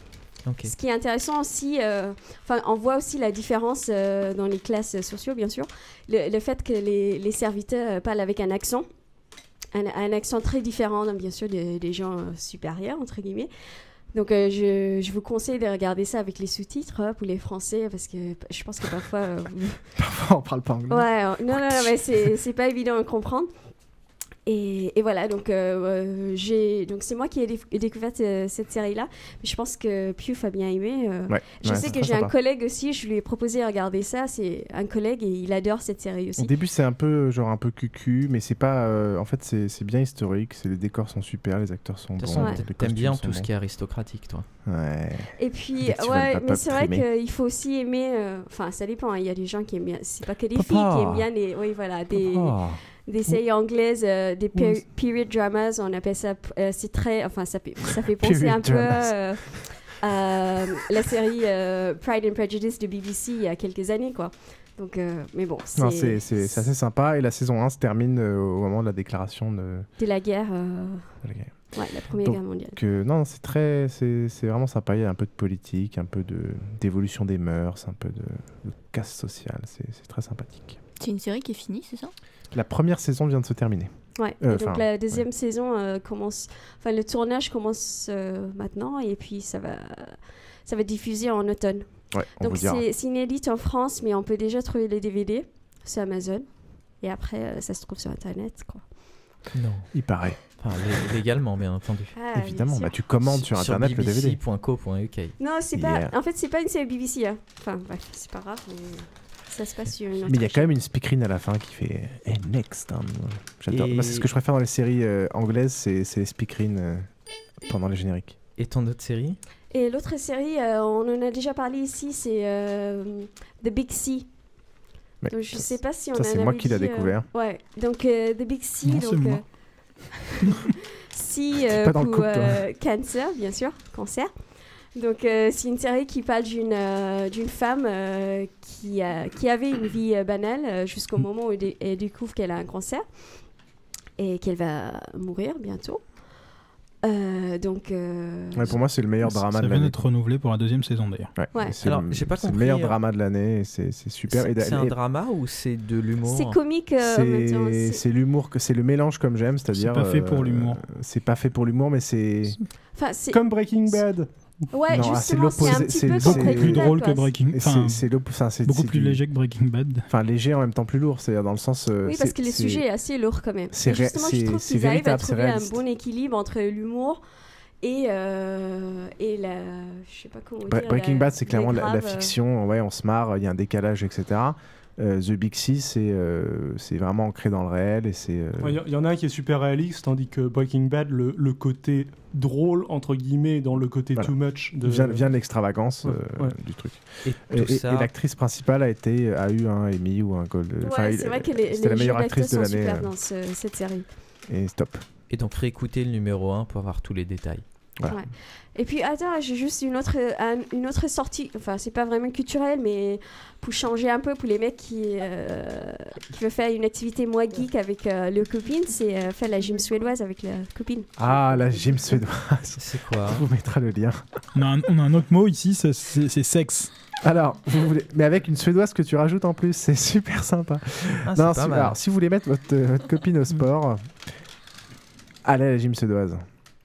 Speaker 9: Ok.
Speaker 16: Ce qui est intéressant aussi, euh, enfin, on voit aussi la différence euh, dans les classes euh, sociaux, bien sûr. Le, le fait que les, les serviteurs euh, parlent avec un accent, un, un accent très différent, donc, bien sûr, des, des gens euh, supérieurs, entre guillemets. Donc, euh, je, je vous conseille de regarder ça avec les sous-titres euh, pour les Français, parce que p- je pense que parfois. euh, vous-
Speaker 8: on parle pas anglais.
Speaker 16: Ouais, euh, non, non, non, mais c'est c'est pas évident à comprendre. Et, et voilà, donc euh, euh, j'ai donc c'est moi qui ai déf- découvert euh, cette série-là. Je pense que Piouf a bien aimé. euh.
Speaker 8: Ouais,
Speaker 16: je
Speaker 8: ouais,
Speaker 16: sais
Speaker 8: c'est
Speaker 16: que
Speaker 8: très
Speaker 16: j'ai un
Speaker 8: sympa.
Speaker 16: collègue aussi, je lui ai proposé de regarder ça. C'est un collègue et il adore cette série
Speaker 8: Au
Speaker 16: aussi.
Speaker 8: début, c'est un peu genre un peu cucu, mais c'est pas. euh, en fait, c'est c'est bien historique. c'est- Les décors sont super, les acteurs sont
Speaker 9: De toute façon,
Speaker 8: bons. les
Speaker 9: t'a-
Speaker 8: costumes
Speaker 9: t'aimes bien
Speaker 8: sont
Speaker 9: tout ce
Speaker 8: bons.
Speaker 9: qui est aristocratique, toi.
Speaker 8: Ouais.
Speaker 16: Et puis,
Speaker 8: Dès que tu vas le
Speaker 16: ouais,
Speaker 8: papa
Speaker 16: mais c'est vrai
Speaker 8: primer.
Speaker 16: qu'il faut aussi aimer. euh, Enfin, ça dépend. hein, Il y a des gens qui aiment bien. C'est pas que des
Speaker 8: Papa.
Speaker 16: filles qui aiment bien les. Oui, voilà, des,
Speaker 8: Papa.
Speaker 16: des séries anglaises, euh, des
Speaker 8: Oui.
Speaker 16: peri- period dramas. On appelle ça. euh, c'est très. Enfin, ça, fait- ça fait penser
Speaker 8: Period
Speaker 16: un peu
Speaker 8: dramas.
Speaker 16: euh, à la série euh, Pride and Prejudice de BBC il y a quelques années, quoi. Donc, euh, mais bon, c'est
Speaker 8: Non, c'est c'est- c'est assez sympa. Et la saison 1 se termine euh, au moment de la déclaration de,
Speaker 16: de la guerre. euh,
Speaker 8: de la guerre.
Speaker 16: ouais, la Première
Speaker 8: Donc,
Speaker 16: Guerre mondiale.
Speaker 8: euh, non, c'est très, c'est c'est vraiment sympa. Il y a un peu de politique, un peu de d'évolution des mœurs, un peu de, de casse sociale. C'est c'est très sympathique.
Speaker 10: C'est une série qui est finie, c'est ça
Speaker 8: La première saison vient de se terminer.
Speaker 16: Ouais.
Speaker 8: Euh,
Speaker 16: et donc
Speaker 8: enfin,
Speaker 16: la deuxième saison euh, commence, enfin le tournage commence euh, maintenant et puis ça va, ça va diffuser en automne.
Speaker 8: Ouais, on
Speaker 16: donc
Speaker 8: vous dira.
Speaker 16: c'est c'est inédit en France, mais on peut déjà trouver les DVD sur Amazon et après euh, ça se trouve sur Internet. Quoi.
Speaker 9: Non.
Speaker 8: Il paraît.
Speaker 9: Enfin, lé- légalement, bien entendu.
Speaker 16: Ah, bien
Speaker 8: Évidemment, sûr. bah, tu commandes sur Internet le DVD.
Speaker 9: bbc.co.uk.
Speaker 16: Non, c'est
Speaker 8: Yeah.
Speaker 16: pas. En fait, c'est pas une série BBC. hein. Enfin, bref, c'est pas grave. mais ça se passe sur une autre.
Speaker 8: Mais il y a quand même une speakerine à la fin qui fait eh, next. hein. J'adore.
Speaker 9: Et-
Speaker 8: Moi, c'est ce que je préfère dans les séries euh, anglaises, c'est c'est les speakerines euh, pendant les génériques.
Speaker 9: Et ton autre série
Speaker 16: Et l'autre série, euh, on en a déjà parlé ici, c'est euh, The Big Sea.
Speaker 8: Ouais,
Speaker 16: donc je
Speaker 8: ça,
Speaker 16: sais pas si on
Speaker 8: ça,
Speaker 16: en
Speaker 8: c'est
Speaker 16: avait
Speaker 8: moi qui l'ai
Speaker 16: dit, euh,
Speaker 8: découvert.
Speaker 16: Ouais, donc euh, The Big Sea,
Speaker 8: Non, c'est
Speaker 16: donc euh,
Speaker 8: moi.
Speaker 16: si
Speaker 8: T'es
Speaker 16: euh,
Speaker 8: pas dans le
Speaker 16: pour
Speaker 8: couple, toi.
Speaker 16: euh, cancer, bien sûr, cancer. Donc euh, c'est une série qui parle d'une euh, d'une femme euh, qui a- qui avait une vie euh, banale euh, jusqu'au moment où elle dé- elle découvre qu'elle a un cancer et qu'elle va mourir bientôt. Euh, donc. euh,
Speaker 8: Ouais, pour moi, c'est le meilleur
Speaker 12: Ça-
Speaker 8: drama de
Speaker 12: Ça vient
Speaker 8: l'année.
Speaker 12: d'être renouvelé pour la deuxième saison d'ailleurs.
Speaker 8: Ouais,
Speaker 16: Ouais.
Speaker 8: c'est
Speaker 12: Alors,
Speaker 8: le-
Speaker 12: j'ai pas
Speaker 8: c'est
Speaker 12: compris,
Speaker 8: le meilleur
Speaker 12: euh,
Speaker 8: drama de l'année, et c'est c'est super.
Speaker 9: C'est
Speaker 8: Et d'a-
Speaker 9: c'est un
Speaker 8: et-
Speaker 9: drama ou c'est de l'humour
Speaker 16: C'est comique euh, en même temps.
Speaker 8: C'est-
Speaker 16: C'est-
Speaker 8: C'est l'humour, que- c'est le mélange comme j'aime, c'est-à-dire. euh,
Speaker 12: pas fait pour l'humour.
Speaker 8: C'est pas fait pour l'humour, mais c'est.
Speaker 16: enfin, c'est-
Speaker 11: Comme Breaking Bad.
Speaker 16: Ouais,
Speaker 8: Non, ah,
Speaker 16: justement, c'est un petit
Speaker 8: c'est-
Speaker 16: peu
Speaker 8: c'est-
Speaker 16: comme Breaking Bad, quoi.
Speaker 8: Et
Speaker 12: enfin,
Speaker 8: c'est- c'est l'opposé- enfin, c'est-
Speaker 12: beaucoup
Speaker 8: c'est
Speaker 12: plus
Speaker 8: du-
Speaker 12: léger que Breaking Bad.
Speaker 8: Enfin, léger en même temps plus lourd, c'est-à-dire dans le sens. euh,
Speaker 16: Oui,
Speaker 8: c'est-
Speaker 16: parce que le
Speaker 8: c'est-
Speaker 16: sujet est assez lourd quand même.
Speaker 8: c'est
Speaker 16: Et
Speaker 8: ré-
Speaker 16: justement, je
Speaker 8: c'est-
Speaker 16: trouve
Speaker 8: c'est
Speaker 16: qu'ils arrivent à
Speaker 8: véritable, c'est
Speaker 16: trouver un
Speaker 8: réaliste.
Speaker 16: bon équilibre entre l'humour et, euh, et la. Je sais pas comment
Speaker 8: Bre-
Speaker 16: dire,
Speaker 8: Breaking
Speaker 16: la-
Speaker 8: Bad, c'est clairement la, la
Speaker 16: grave, euh,
Speaker 8: fiction, ouais, on se marre, il y a un décalage, etc. Euh, The Big Six, c'est euh, c'est vraiment ancré dans le réel et c'est. euh,
Speaker 11: Il y, y en a un qui est super réaliste, tandis que Breaking Bad, le, le côté drôle, entre guillemets, dans le côté
Speaker 8: Voilà.
Speaker 11: too much. De...
Speaker 8: vient, vient de l'extravagance
Speaker 11: Ouais,
Speaker 8: euh,
Speaker 11: ouais.
Speaker 8: du truc.
Speaker 9: Et
Speaker 8: Et,
Speaker 9: tout
Speaker 8: et-
Speaker 9: ça-
Speaker 8: et l'actrice principale a été a eu un Emmy ou un Gold. enfin,
Speaker 16: Ouais,
Speaker 8: il-
Speaker 16: c'est vrai que les,
Speaker 8: c'était
Speaker 16: les
Speaker 8: la meilleure
Speaker 16: jeux
Speaker 8: actrice de
Speaker 16: d'acteurs sont
Speaker 8: l'année.
Speaker 16: super
Speaker 8: euh,
Speaker 16: dans ce- cette série.
Speaker 8: Et stop.
Speaker 9: Et donc réécouter le numéro 1 pour avoir tous les détails.
Speaker 16: Ouais. Et puis attends, j'ai juste une autre, un- une autre sortie. Enfin, c'est pas vraiment culturel, mais pour changer un peu pour les mecs qui, euh, qui veulent faire une activité moins geek avec euh, leurs copines, c'est euh, faire la gym suédoise avec leurs copines.
Speaker 8: Ah, la gym suédoise.
Speaker 9: C'est quoi
Speaker 8: On vous mettra le lien.
Speaker 12: On a un, on a un autre mot ici, ça, c'est c'est sexe.
Speaker 8: Alors, vous voulez- mais avec une suédoise que tu rajoutes en plus, c'est super sympa.
Speaker 9: Ah, c'est pas
Speaker 8: si,
Speaker 9: mal.
Speaker 8: alors, si vous voulez mettre votre, euh, votre copine au sport, allez à la gym suédoise.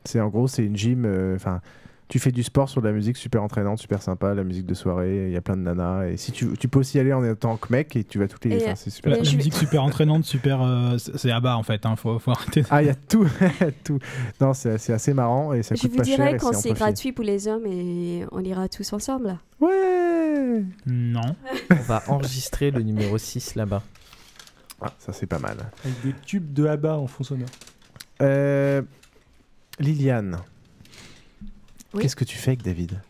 Speaker 8: C'est en gros, c'est une gym. euh, Enfin, tu fais du sport sur de la musique super entraînante, super sympa, la musique de soirée. Il y a plein de nanas. Et si tu, tu peux aussi y aller en étant que mec et tu vas toutes les.
Speaker 16: Et-
Speaker 10: euh,
Speaker 8: enfin, c'est super.
Speaker 12: La, la musique super entraînante, super. euh, c'est c'est à bas en fait, hein, faut, faut arrêter.
Speaker 8: Ah, il y a tout, tout. Non, c'est c'est assez marrant et ça
Speaker 16: Je
Speaker 8: coûte
Speaker 16: vous
Speaker 8: pas cher.
Speaker 16: dirais
Speaker 8: et
Speaker 16: quand
Speaker 8: en
Speaker 16: c'est
Speaker 8: profit.
Speaker 16: gratuit pour les hommes et on ira tous ensemble.
Speaker 8: Ouais
Speaker 12: Non.
Speaker 9: On va enregistrer le numéro 6 là-bas.
Speaker 8: Ah, ça c'est pas mal.
Speaker 11: Avec des tubes de Abba en fond sonore.
Speaker 8: Euh, Liliane,
Speaker 10: Oui.
Speaker 8: qu'est-ce que tu fais avec David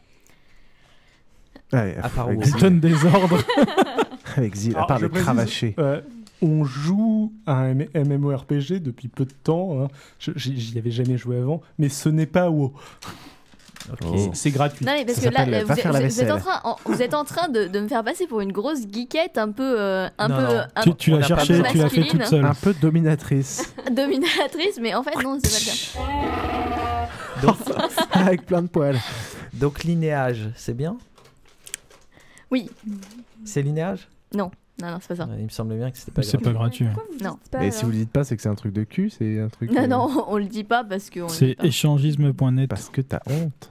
Speaker 8: Ouais,
Speaker 9: À part
Speaker 8: avec
Speaker 9: où
Speaker 8: Zil.
Speaker 12: Donne des ordres.
Speaker 8: Avec Zil, à
Speaker 11: Alors,
Speaker 8: part
Speaker 11: je
Speaker 8: le
Speaker 11: précise,
Speaker 8: cravaché.
Speaker 11: euh, on joue à un M- MMORPG depuis peu de temps. hein. Je- J'y j'y avais jamais joué avant, mais ce n'est pas WoW.
Speaker 8: Oh.
Speaker 11: C'est- C'est gratuit.
Speaker 10: Non, mais parce
Speaker 11: Ça
Speaker 10: que là,
Speaker 11: s'appelle
Speaker 10: là,
Speaker 11: Va
Speaker 10: vous, êtes-
Speaker 11: faire la
Speaker 10: vous êtes en
Speaker 11: vaisselle.
Speaker 10: train, en- vous êtes en train de, de me faire passer pour une grosse geekette un peu. euh, un
Speaker 8: Non,
Speaker 10: peu
Speaker 8: non.
Speaker 10: un-
Speaker 12: Tu- tu l'as
Speaker 10: un peu
Speaker 12: cherché, tu l'as fait
Speaker 10: masculine,
Speaker 12: toute seule.
Speaker 8: Un peu dominatrice,
Speaker 10: Dominatrice, mais en fait, non, c'est pas le cas.
Speaker 9: Donc,
Speaker 8: avec plein de poils.
Speaker 9: donc linéage, c'est bien
Speaker 10: Oui.
Speaker 9: C'est linéage
Speaker 10: Non, non, non, c'est pas ça.
Speaker 9: Ouais, Il me semblait bien que c'était pas
Speaker 12: C'est pas gratuit.
Speaker 10: Non.
Speaker 8: Mais si vous le dites pas, c'est que c'est un truc de cul, c'est un truc. euh,
Speaker 10: Non, non, on le dit pas parce que. on le dit
Speaker 12: C'est
Speaker 10: pas.
Speaker 12: échangisme.net.
Speaker 8: Parce que t'as honte.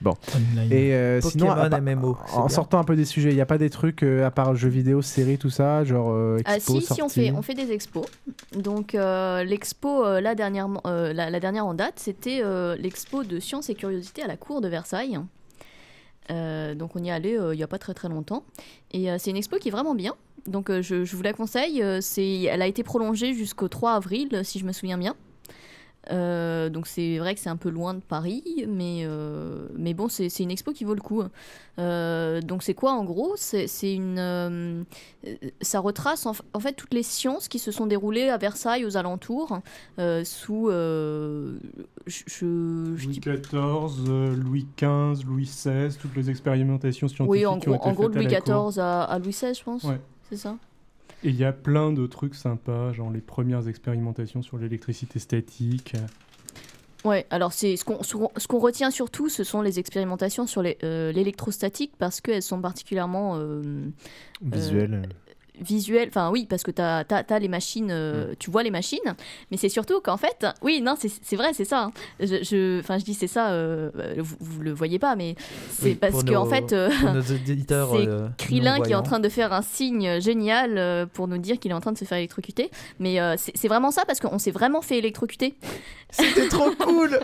Speaker 8: Bon.
Speaker 12: Online.
Speaker 8: Et euh,
Speaker 9: Pokémon
Speaker 8: sinon, à pa-
Speaker 9: MMO, c'est
Speaker 8: en
Speaker 9: bien.
Speaker 8: sortant un peu des sujets, il n'y a pas des trucs euh, à part jeux vidéo, séries, tout ça, genre euh,
Speaker 10: Ah,
Speaker 8: expo,
Speaker 10: si, si, on
Speaker 8: sorties
Speaker 10: fait, on fait des expos. Donc, euh, l'expo, euh, là, dernièrement- euh, la, la dernière en date, c'était euh, l'expo de sciences et curiosités à la cour de Versailles. Euh, donc, on y est allé euh, il n'y a pas très très longtemps. Et euh, c'est une expo qui est vraiment bien. Donc, euh, je, je vous la conseille. Euh, c'est, elle a été prolongée jusqu'au 3 avril, si je me souviens bien. Euh, donc c'est vrai que c'est un peu loin de Paris, mais, euh, mais bon, c'est c'est une expo qui vaut le coup. Euh, donc c'est quoi en gros C'est c'est une... euh, euh, ça retrace en, f- en fait toutes les sciences qui se sont déroulées à Versailles, aux alentours, euh, sous... euh, je- je- je
Speaker 11: Louis XIV, euh, Louis XV, Louis XVI, toutes les expérimentations scientifiques.
Speaker 10: oui, en
Speaker 11: qui ont
Speaker 10: gros,
Speaker 11: été
Speaker 10: en gros
Speaker 11: faites
Speaker 10: de Louis
Speaker 11: à la cour.
Speaker 10: XIV à, à Louis XVI, je pense.
Speaker 11: Ouais.
Speaker 10: C'est ça
Speaker 11: Et il y a plein de trucs sympas, genre les premières expérimentations sur l'électricité statique.
Speaker 10: Ouais, alors c'est ce qu'on ce qu'on- ce qu'on retient surtout, ce sont les expérimentations sur les- euh, l'électrostatique parce qu'elles sont particulièrement euh, euh,
Speaker 8: Visuelles.
Speaker 10: visuelles. Enfin oui, parce que t'as as, les machines, euh, tu vois les machines, mais c'est surtout qu'en fait, oui, non, c'est- c'est vrai, c'est ça. hein. Je, je, enfin, je dis c'est ça, euh, euh, vous, vous le voyez pas, mais c'est
Speaker 9: Oui,
Speaker 10: parce
Speaker 9: pour
Speaker 10: que en
Speaker 9: nos-
Speaker 10: fait, euh,
Speaker 9: pour nos auditeurs,
Speaker 10: c'est
Speaker 9: euh,
Speaker 10: Krillin qui est en
Speaker 9: non-voyants.
Speaker 10: train de faire un signe génial euh, pour nous dire qu'il est en train de se faire électrocuter. Mais euh, c'est c'est vraiment ça parce qu'on s'est vraiment fait électrocuter.
Speaker 12: C'était trop cool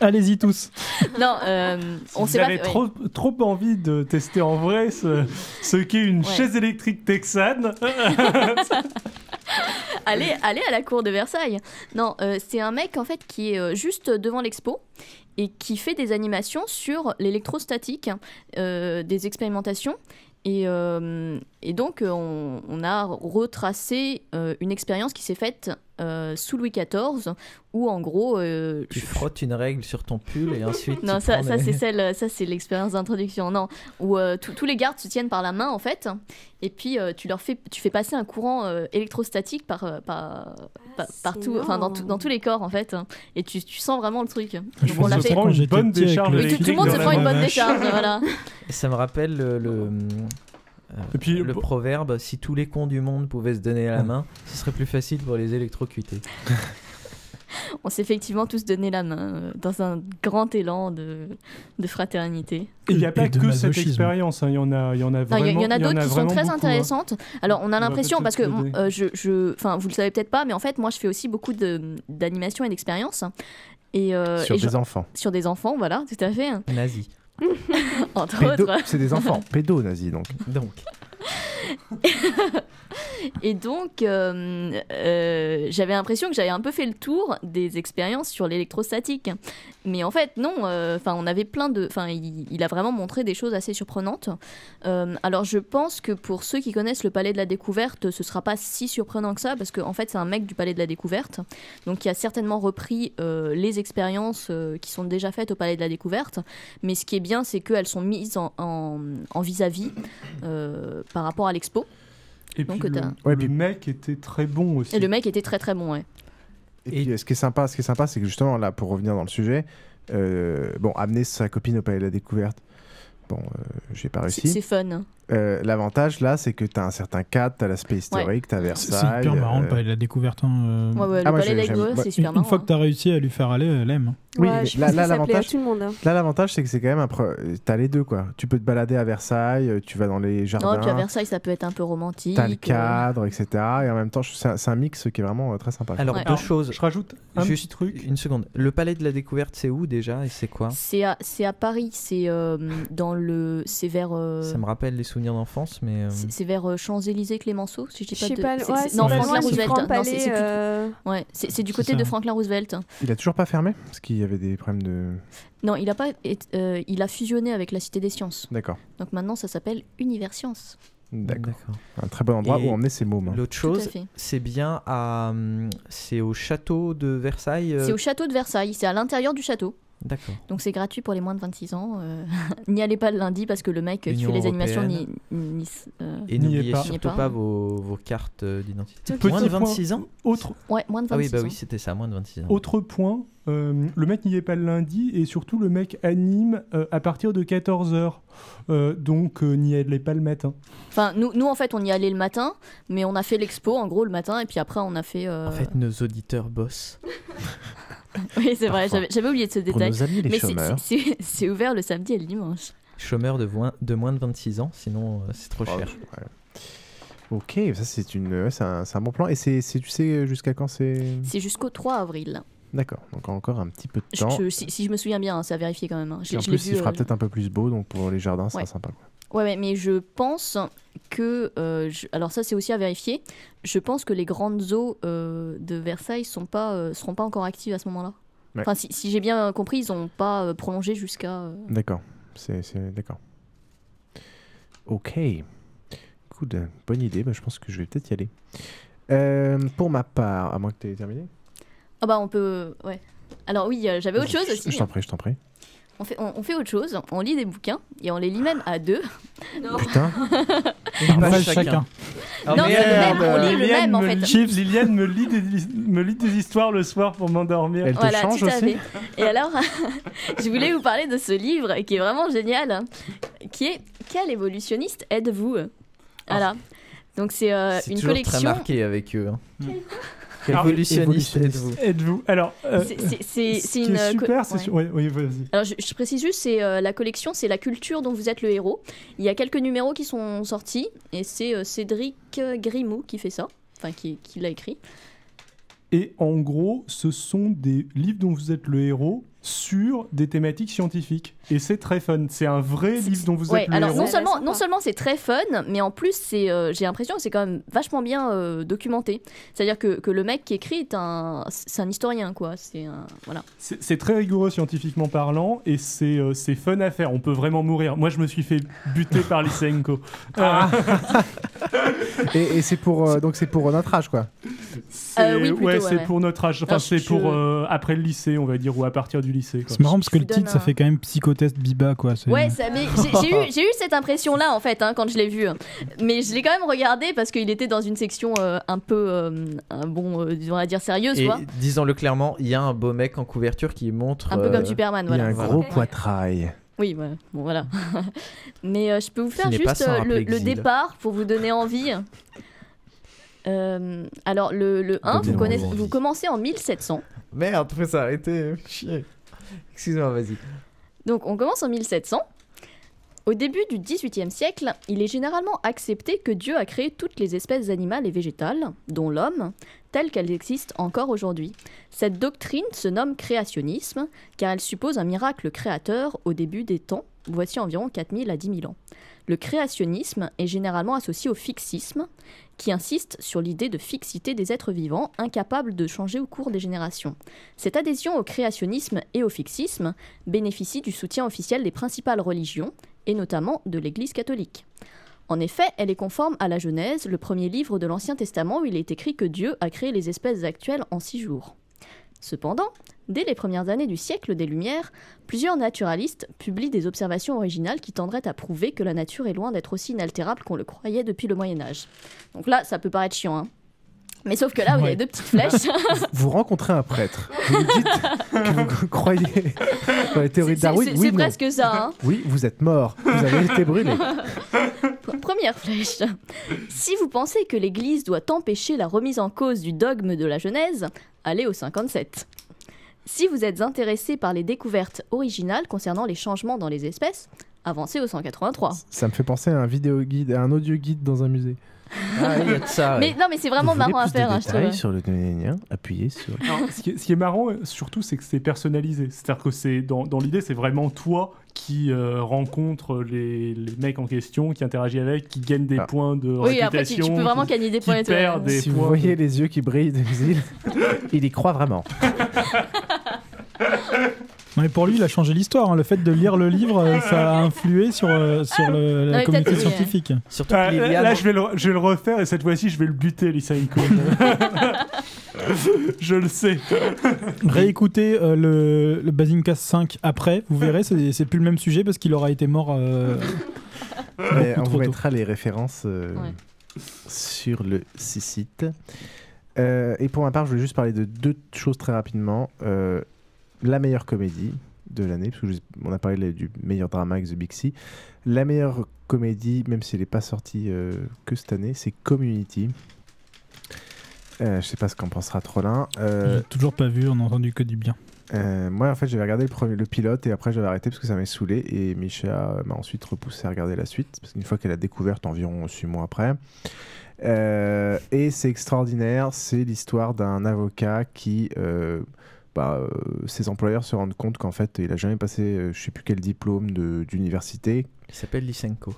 Speaker 12: Allez-y tous.
Speaker 10: Non, euh, on
Speaker 11: Vous
Speaker 10: s'est pas.
Speaker 11: avez
Speaker 10: ouais.
Speaker 11: trop, trop envie de tester en vrai ce, ce qu'est une
Speaker 10: Ouais.
Speaker 11: chaise électrique texane.
Speaker 10: allez, allez à la cour de Versailles. Non, euh, c'est un mec en fait qui est euh, juste devant l'expo et qui fait des animations sur l'électrostatique, euh, des expérimentations. Et, euh, et donc, euh, on, on a retracé euh, une expérience qui s'est faite euh, sous Louis XIV, où en gros. euh,
Speaker 9: Tu frottes une règle sur ton pull et ensuite. tu
Speaker 10: non, ça,
Speaker 9: prends
Speaker 10: ça,
Speaker 9: des-
Speaker 10: c'est celle, ça c'est l'expérience d'introduction. Non, où euh, tous- tous les gardes se tiennent par la main en fait, et puis euh, tu leur fais, tu fais passer un courant euh, électrostatique par, euh, par, par- partout, enfin dans, tout- dans tous les corps en fait, hein. et tu, tu sens vraiment le truc. Donc,
Speaker 9: pense que
Speaker 10: fait-
Speaker 9: ça prend une
Speaker 10: Oui,
Speaker 9: bonne
Speaker 10: tout-
Speaker 9: décharge
Speaker 10: tout, tout le monde se
Speaker 9: électrique
Speaker 10: prend
Speaker 9: dans
Speaker 10: une
Speaker 9: la
Speaker 10: bonne
Speaker 9: vache.
Speaker 10: décharge, voilà.
Speaker 9: Ça me rappelle le. le, euh, le proverbe si tous les cons du monde pouvaient se donner la main, ce serait plus facile pour les électrocuter.
Speaker 10: On s'est effectivement tous donné la main euh, dans un grand élan de, de fraternité.
Speaker 11: Et il n'y a pas
Speaker 12: de
Speaker 11: que cette
Speaker 12: masochisme.
Speaker 11: expérience, hein, il y en a, il y en a
Speaker 10: Non,
Speaker 11: vraiment.
Speaker 10: Il y, y en a d'autres qui sont
Speaker 11: vraiment
Speaker 10: très
Speaker 11: beaucoup, hein.
Speaker 10: intéressantes. Alors, on a
Speaker 11: va pas
Speaker 10: l'impression,
Speaker 11: toutes
Speaker 10: parce que
Speaker 11: les donner.
Speaker 10: euh, je, je- enfin, vous le savez peut-être pas, mais en fait, moi, je fais aussi beaucoup de- d'animation et d'expériences. Et, euh,
Speaker 8: Sur
Speaker 10: et je-
Speaker 8: des enfants.
Speaker 10: Sur des enfants, voilà, tout à fait. hein.
Speaker 9: Nazi.
Speaker 10: Entre
Speaker 8: Pédo-
Speaker 10: autres.
Speaker 8: C'est des enfants, pédo nazi donc.
Speaker 9: Donc.
Speaker 10: Et donc, euh, euh, j'avais l'impression que j'avais un peu fait le tour des expériences sur l'électrostatique. Mais en fait, non. euh, Enfin, on avait plein de. Enfin, il, il a vraiment montré des choses assez surprenantes. Euh, alors, je pense que pour ceux qui connaissent le Palais de la Découverte, ce sera pas si surprenant que ça, parce qu'en en fait, c'est un mec du Palais de la Découverte, donc qui a certainement repris euh, les expériences euh, qui sont déjà faites au Palais de la Découverte. Mais ce qui est bien, c'est qu'elles sont mises en- en en vis-à-vis euh, par rapport à l'expo.
Speaker 11: Et
Speaker 10: Donc,
Speaker 11: puis le,
Speaker 10: t'as-
Speaker 11: le mec était très bon aussi.
Speaker 10: et le mec était très très bon, hein. ouais.
Speaker 8: Et puis, euh, ce qui est sympa, ce qui est sympa, c'est que justement là, pour revenir dans le sujet, euh, bon, amener sa copine au palais de la découverte. Bon, euh, j'ai pas
Speaker 10: C'est
Speaker 8: réussi.
Speaker 10: c'est fun. hein.
Speaker 8: Euh, L'avantage là, c'est que t'as un certain cadre, t'as l'aspect historique, t'as Versailles.
Speaker 12: C'est hyper marrant le
Speaker 8: euh,
Speaker 12: palais de la découverte. hein, euh.
Speaker 10: Ouais, ouais, le
Speaker 8: Ah, moi,
Speaker 10: palais
Speaker 8: j'ai-
Speaker 10: d'Aigo,
Speaker 8: j'aime-
Speaker 10: c'est
Speaker 8: ouais.
Speaker 10: super
Speaker 12: Une
Speaker 10: marrant.
Speaker 12: fois que t'as réussi à lui faire aller,
Speaker 11: euh,
Speaker 12: elle aime.
Speaker 11: hein.
Speaker 8: Oui,
Speaker 16: Ouais,
Speaker 8: mais
Speaker 16: je
Speaker 8: là,
Speaker 16: pense
Speaker 8: là,
Speaker 16: que ça plaît à
Speaker 8: l'avantage,
Speaker 16: tout le monde. hein.
Speaker 8: là, l'avantage, c'est que c'est quand même un. pre- euh, T'as les deux quoi. Tu peux te balader à Versailles, euh, tu vas dans les
Speaker 10: Non, puis à
Speaker 8: jardins,
Speaker 10: Versailles, ça peut être un peu romantique.
Speaker 8: t'as le
Speaker 10: euh,
Speaker 8: cadre, etc. Et en même temps, je- c'est un, c'est un mix qui est vraiment euh, très sympa.
Speaker 9: Alors, deux choses. Je
Speaker 11: rajoute un
Speaker 9: Juste truc. Une seconde. Le palais de la découverte, c'est où déjà et c'est quoi
Speaker 10: C'est à, c'est à Paris, c'est euh, dans le, c'est vers, euh,
Speaker 9: Ça me rappelle les souvenirs d'enfance, mais. euh,
Speaker 10: c'est vers euh, Champs-Élysées, Clémenceau, si je dis
Speaker 16: Je
Speaker 10: pas
Speaker 16: sais
Speaker 10: de.
Speaker 16: pas,
Speaker 10: c'est-
Speaker 16: ouais,
Speaker 10: c'est-
Speaker 16: c'est
Speaker 10: non,
Speaker 16: pas
Speaker 10: Franklin
Speaker 16: loin, c'est
Speaker 10: Roosevelt. hein.
Speaker 16: Grand
Speaker 10: non,
Speaker 16: Palais,
Speaker 10: c'est- c'est du-
Speaker 16: euh,
Speaker 10: Ouais, c'est c'est du
Speaker 8: C'est
Speaker 10: côté
Speaker 8: ça.
Speaker 10: de Franklin Roosevelt.
Speaker 8: Il a toujours pas fermé parce qu'il y avait des problèmes de.
Speaker 10: Non, il a pas, été- euh, il a fusionné avec la Cité des Sciences.
Speaker 8: D'accord.
Speaker 10: Donc maintenant, ça s'appelle Univers Sciences.
Speaker 8: D'accord. Un très bon endroit
Speaker 9: Et
Speaker 8: où emmener ses mômes. hein.
Speaker 9: L'autre
Speaker 10: Tout à
Speaker 9: chose,
Speaker 10: fait.
Speaker 9: c'est bien à. hum, C'est au château de Versailles. euh,
Speaker 10: C'est au château de Versailles, c'est à l'intérieur du château.
Speaker 9: D'accord.
Speaker 10: Donc c'est gratuit pour les moins de 26 ans. euh, N'y allez pas le lundi parce que le mec qui
Speaker 9: Union
Speaker 10: fait les animations n'y.
Speaker 9: européenne.
Speaker 10: n'y- euh,
Speaker 9: Et
Speaker 10: n'y
Speaker 9: n'oubliez
Speaker 10: est
Speaker 9: surtout
Speaker 10: n'y est
Speaker 9: pas, vos, vos cartes euh, d'identité.
Speaker 11: Petit
Speaker 9: Moins de
Speaker 11: point,
Speaker 9: 26 ans
Speaker 11: Autre,
Speaker 10: Ouais, moins de 26
Speaker 9: Ah oui, bah
Speaker 10: ans.
Speaker 9: oui, c'était ça, moins de 26 ans.
Speaker 11: autre point, euh, le mec n'y est pas le lundi et surtout le mec anime euh, à partir de 14h. donc euh, n'y allez pas le matin.
Speaker 10: Enfin, nous, nous, en fait, on y allait le matin, mais on a fait l'expo, en gros, le matin, et puis après, on a fait. euh,
Speaker 9: En fait, nos auditeurs bossent.
Speaker 10: oui, c'est vrai,
Speaker 9: parfois.
Speaker 10: j'avais j'avais oublié de ce
Speaker 9: Pour
Speaker 10: détail.
Speaker 9: nos amis, les
Speaker 10: mais c'est-
Speaker 9: chômeurs.
Speaker 10: c'est- c'est- c'est ouvert le samedi et le dimanche.
Speaker 9: Chômeurs de, voin- de moins de 26 ans, sinon euh, c'est trop cher.
Speaker 8: Ok, ça c'est une, ouais, c'est un, c'est un bon plan. Et c'est, c'est- tu sais jusqu'à quand c'est
Speaker 10: C'est jusqu'au 3 avril.
Speaker 8: D'accord, donc encore un petit peu de
Speaker 10: Je-
Speaker 8: temps.
Speaker 10: je- si, si je me souviens bien, hein, c'est à vérifier quand même. hein. Je,
Speaker 8: Et en
Speaker 10: je l'ai
Speaker 8: plus, il
Speaker 10: vu,
Speaker 8: fera
Speaker 10: euh,
Speaker 8: peut-être un peu plus beau, donc pour les jardins, ça
Speaker 10: Ouais.
Speaker 8: sera sympa. quoi.
Speaker 10: Ouais, ouais, mais je pense que. euh, je- Alors, ça, c'est aussi à vérifier. Je pense que les grandes eaux euh, de Versailles sont pas, euh, seront pas encore actives à ce moment-là.
Speaker 8: Ouais.
Speaker 10: Enfin, si, si j'ai bien compris, ils n'ont pas euh, prolongé jusqu'à. euh,
Speaker 8: D'accord, c'est, c'est- d'accord. Ok, Good. bonne idée. Bah, je pense que je vais peut-être y aller. Euh, pour ma part, à moins que tu aies terminé.
Speaker 10: Ah, bah, on peut. Ouais. Alors, oui, euh, j'avais autre chose aussi.
Speaker 8: Je t'en prie, je t'en prie.
Speaker 10: On fait, on, on fait autre chose, on lit des bouquins et on les lit même à deux. Non,
Speaker 8: Putain.
Speaker 12: Une
Speaker 9: Pas
Speaker 12: page
Speaker 9: chacun.
Speaker 12: chacun.
Speaker 9: Ah,
Speaker 10: Non, mais le même, on lit le même en
Speaker 11: me,
Speaker 10: fait.
Speaker 11: lit- Liliane me lit, des, me lit des histoires le soir pour m'endormir.
Speaker 10: voilà, tout à fait. Et alors, je voulais vous parler de ce livre qui est vraiment génial, hein, qui est Quel évolutionniste êtes-vous Voilà. Donc c'est euh,
Speaker 9: C'est
Speaker 10: une
Speaker 9: toujours
Speaker 10: collection.
Speaker 9: très marqué avec eux. hein. Quel
Speaker 11: Alors,
Speaker 9: évolutionniste
Speaker 11: évolutionniste.
Speaker 9: êtes-vous
Speaker 11: Êtes-vous Alors, euh,
Speaker 10: C'est- c'est- c'est-
Speaker 11: ce
Speaker 10: c'est
Speaker 11: qui
Speaker 10: une,
Speaker 11: est
Speaker 10: euh, co-
Speaker 11: super, c'est
Speaker 10: ouais.
Speaker 11: su- oui, oui, vas-y.
Speaker 10: Alors je, je précise juste, c'est euh, la collection, c'est la culture dont vous êtes le héros. Il y a quelques numéros qui sont sortis et c'est euh, Cédric euh, Grimaud qui fait ça, enfin qui, qui l'a écrit.
Speaker 11: Et en gros, ce sont des livres dont vous êtes le héros sur des thématiques scientifiques. Et c'est très fun. C'est un vrai livre dont vous
Speaker 10: ouais,
Speaker 11: êtes le
Speaker 10: alors
Speaker 11: héros.
Speaker 10: non seulement, non seulement c'est très fun, mais en plus c'est, euh, j'ai l'impression que c'est quand même vachement bien euh, documenté. C'est-à-dire que, que le mec qui écrit est un, c'est un historien quoi. C'est un, voilà.
Speaker 11: C'est c'est très rigoureux scientifiquement parlant et c'est euh, c'est fun à faire. On peut vraiment mourir. Moi, je me suis fait buter par Lysenko.
Speaker 9: Ah.
Speaker 8: euh, Et, et c'est pour euh, donc c'est pour notre âge quoi.
Speaker 11: C'est
Speaker 10: Euh, oui, plutôt,
Speaker 11: ouais,
Speaker 10: ouais,
Speaker 11: c'est
Speaker 10: ouais.
Speaker 11: pour notre âge. Enfin,
Speaker 10: Non,
Speaker 11: c'est
Speaker 10: je-
Speaker 11: pour euh, après le lycée, on va dire, ou à partir du lycée. quoi.
Speaker 12: C'est marrant parce que le
Speaker 10: donne
Speaker 12: titre, ça
Speaker 10: un-
Speaker 12: fait quand même psychotest Biba, quoi. c'est-
Speaker 10: Ouais, ça, mais j'ai- j'ai eu, j'ai eu cette impression-là en fait hein, quand je l'ai vu. Mais je l'ai quand même regardé parce qu'il était dans une section euh, un peu, euh, un bon, euh, on va dire sérieuse,
Speaker 9: Et
Speaker 10: quoi.
Speaker 9: disons-le clairement, il y a un beau mec en couverture qui montre.
Speaker 10: Un peu comme Superman, voilà. Il y a un gros
Speaker 9: poitrail.
Speaker 10: Oui, ouais, bon voilà. mais euh, je peux vous faire
Speaker 9: n'est pas
Speaker 10: juste
Speaker 9: sans
Speaker 10: euh, le,
Speaker 9: rappeler
Speaker 10: le
Speaker 9: Exil.
Speaker 10: départ pour vous donner envie. Euh, alors le, le 1, vous,
Speaker 9: Donnez-moi
Speaker 10: connaissez,
Speaker 9: envie.
Speaker 10: vous commencez en 1700.
Speaker 9: Merde, après ça arrêté. Chier. Excuse-moi, vas-y.
Speaker 10: Donc on commence en 1700. Au début du XVIIIe siècle, il est généralement accepté que Dieu a créé toutes les espèces animales et végétales, dont l'homme, telles qu'elles existent encore aujourd'hui. Cette doctrine se nomme créationnisme, car elle suppose un miracle créateur au début des temps, voici environ 4000 à 10 000 ans. Le créationnisme est généralement associé au fixisme, qui insiste sur l'idée de fixité des êtres vivants incapables de changer au cours des générations. Cette adhésion au créationnisme et au fixisme bénéficie du soutien officiel des principales religions, et notamment de l'Église catholique. En effet, elle est conforme à la Genèse, le premier livre de l'Ancien Testament où il est écrit que Dieu a créé les espèces actuelles en six jours. Cependant, dès les premières années du siècle des Lumières, plusieurs naturalistes publient des observations originales qui tendraient à prouver que la nature est loin d'être aussi inaltérable qu'on le croyait depuis le Moyen Âge. Donc là, ça peut paraître chiant, hein. Mais sauf que là, vous
Speaker 8: Ouais.
Speaker 10: avez deux petites flèches.
Speaker 8: Vous rencontrez un prêtre. Vous lui dites que vous croyez dans les théories de
Speaker 10: C'est-
Speaker 8: Darwin.
Speaker 10: c'est-
Speaker 8: oui,
Speaker 10: c'est
Speaker 8: non.
Speaker 10: presque ça, hein.
Speaker 8: Oui, vous êtes mort. Vous avez été brûlé.
Speaker 10: Pr- Première flèche. Si vous pensez que l'Église doit empêcher la remise en cause du dogme de la Genèse, allez au 57. Si vous êtes intéressé par les découvertes originales concernant les changements dans les espèces, avancez au 183.
Speaker 8: Ça me fait penser à un vidéo guide, à un audio guide dans un musée.
Speaker 9: Ah, il y a de ça.
Speaker 10: Mais non, mais c'est vraiment
Speaker 8: Vous voulez
Speaker 10: marrant à
Speaker 8: plus de
Speaker 10: faire, hein, je
Speaker 8: détails
Speaker 10: trouve.
Speaker 8: sur le gnagnagna, appuyez sur.
Speaker 11: Alors, ce, qui est, ce qui est marrant, euh, surtout, c'est que c'est personnalisé. C'est-à-dire que c'est dans, dans l'idée, c'est vraiment toi qui euh, rencontre les, les mecs en question, qui interagit avec, qui gagne des points de
Speaker 10: Oui,
Speaker 11: réputation.
Speaker 10: après, tu- tu peux vraiment
Speaker 11: qui-
Speaker 10: gagner des
Speaker 11: qui
Speaker 10: points et tout,
Speaker 11: perd
Speaker 16: euh,
Speaker 10: ouais.
Speaker 11: des
Speaker 8: Si vous
Speaker 11: points.
Speaker 8: voyez les yeux qui brillent d'exil, il y croit vraiment.
Speaker 12: Non, mais pour lui, il a changé l'histoire. hein. Le fait de lire le livre, euh, ça a influé sur, euh,
Speaker 10: Ah,
Speaker 12: sur le- la
Speaker 11: mais
Speaker 12: communauté
Speaker 11: peut-être oui, hein.
Speaker 12: scientifique.
Speaker 9: Surtout euh,
Speaker 11: Ah, là, là, je, vais le, je vais le refaire et cette fois-ci, je vais le buter, Lisa Incoul. je le sais.
Speaker 12: Réécoutez euh, le, le Basincast 5 après, vous verrez, c'est c'est plus le même sujet parce qu'il aura été mort. euh,
Speaker 8: Mais
Speaker 12: beaucoup
Speaker 8: on vous
Speaker 12: trop tôt.
Speaker 8: mettra les références euh,
Speaker 12: Ouais.
Speaker 8: sur le si- site. Euh, et pour ma part, je voulais juste parler de deux choses très rapidement. Euh, la meilleure comédie de l'année, parce que je- on a parlé du meilleur drama avec The Big Sea. La meilleure comédie, même si elle n'est pas sortie euh, que cette année, c'est Community. Euh, je sais pas ce qu'en pensera Trollin. Euh,
Speaker 12: J'ai toujours pas vu, on a entendu que du bien.
Speaker 8: euh, moi, en fait, j'avais regardé le, premier, le pilote et après j'avais arrêté parce que ça m'avait saoulé. Et Micha m'a ensuite repoussé à regarder la suite parce qu'une fois qu'elle a découverte, environ 6 mois après. Euh, et c'est extraordinaire, c'est l'histoire d'un avocat qui. euh, bah, euh, ses employeurs se rendent compte qu'en fait, il a jamais passé, euh, je sais plus quel diplôme de- d'université,
Speaker 9: Il s'appelle Lysenko.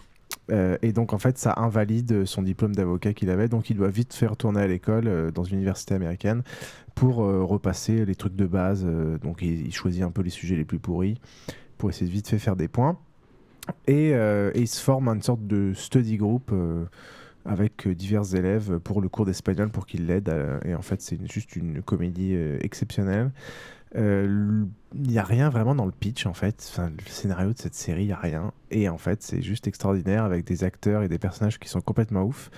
Speaker 8: euh, et donc, en fait, ça invalide son diplôme d'avocat qu'il avait. Donc, il doit vite faire tourner à l'école euh, dans une université américaine pour euh, repasser les trucs de base. Euh, donc, il, il choisit un peu les sujets les plus pourris pour essayer de vite fait faire des points. Et, euh, et il se forme une sorte de study group euh, avec euh, divers élèves pour le cours d'espagnol pour qu'il l'aide. à- et en fait, c'est une- juste une comédie euh, exceptionnelle. Euh, l- Il n'y a rien vraiment dans le pitch en fait. Enfin, le scénario de cette série, il n'y a rien. Et en fait, c'est juste extraordinaire avec des acteurs et des personnages qui sont complètement ouf.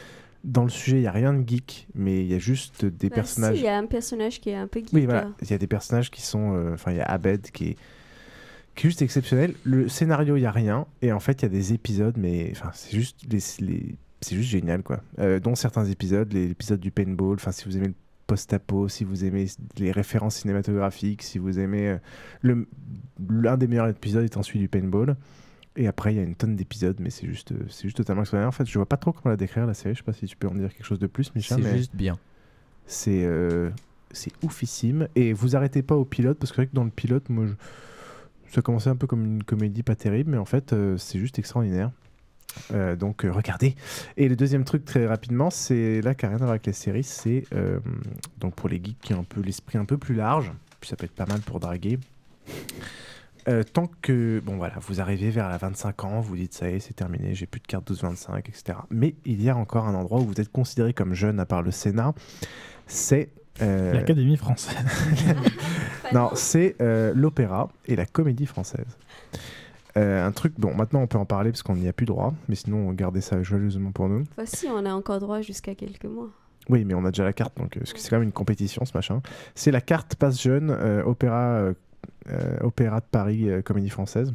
Speaker 8: Dans le sujet, il n'y a rien de geek, mais il y a juste des
Speaker 16: Bah, si,
Speaker 8: personnages.
Speaker 16: Il y a un personnage qui est un peu geek.
Speaker 8: Oui, voilà.
Speaker 16: là.
Speaker 8: Il y a des personnages qui sont. euh, Enfin, il y a Abed qui est, qui est juste exceptionnel. Le scénario, il n'y a rien. Et en fait, il y a des épisodes, mais enfin, c'est juste, les, les- c'est juste génial, quoi. Euh, dont certains épisodes, les- l'épisode du paintball. Enfin, si vous aimez le post-apo, si vous aimez les références cinématographiques, si vous aimez. euh, le- L'un des meilleurs épisodes étant celui du paintball. Et après, il y a une tonne d'épisodes, mais c'est juste, euh, c'est juste totalement extraordinaire. En fait, je vois pas trop comment la décrire, la série. Je sais pas si tu peux en dire quelque chose de plus, Michel.
Speaker 9: C'est
Speaker 8: mais-
Speaker 9: juste bien.
Speaker 8: c'est euh, c'est oufissime. Et vous arrêtez pas au pilote, parce que, c'est vrai que dans le pilote, moi, je- ça commençait un peu comme une comédie pas terrible, mais en fait, euh, c'est juste extraordinaire. Euh, donc euh, regardez. Et le deuxième truc très rapidement, c'est là qui a rien à voir avec les séries, c'est euh, donc pour les geeks qui ont un peu l'esprit un peu plus large, puis ça peut être pas mal pour draguer. Euh, tant que, bon voilà, vous arrivez vers la 25 ans, vous dites ça y est, c'est terminé, j'ai plus de carte 12-25, etc. Mais il y a encore un endroit où vous êtes considéré comme jeune à part le Sénat, c'est... euh,
Speaker 12: L'Académie française.
Speaker 8: non, c'est euh, l'opéra et la comédie française. Euh, un truc, bon, maintenant on peut en parler parce qu'on n'y a plus droit, mais sinon on gardait ça joyeusement pour nous.
Speaker 16: Enfin, si, on a encore droit jusqu'à quelques mois.
Speaker 8: Oui, mais on a déjà la carte, donc euh, parce que c'est quand même une compétition ce machin. C'est la carte passe jeune euh, opéra, euh, euh, opéra de Paris euh, comédie française.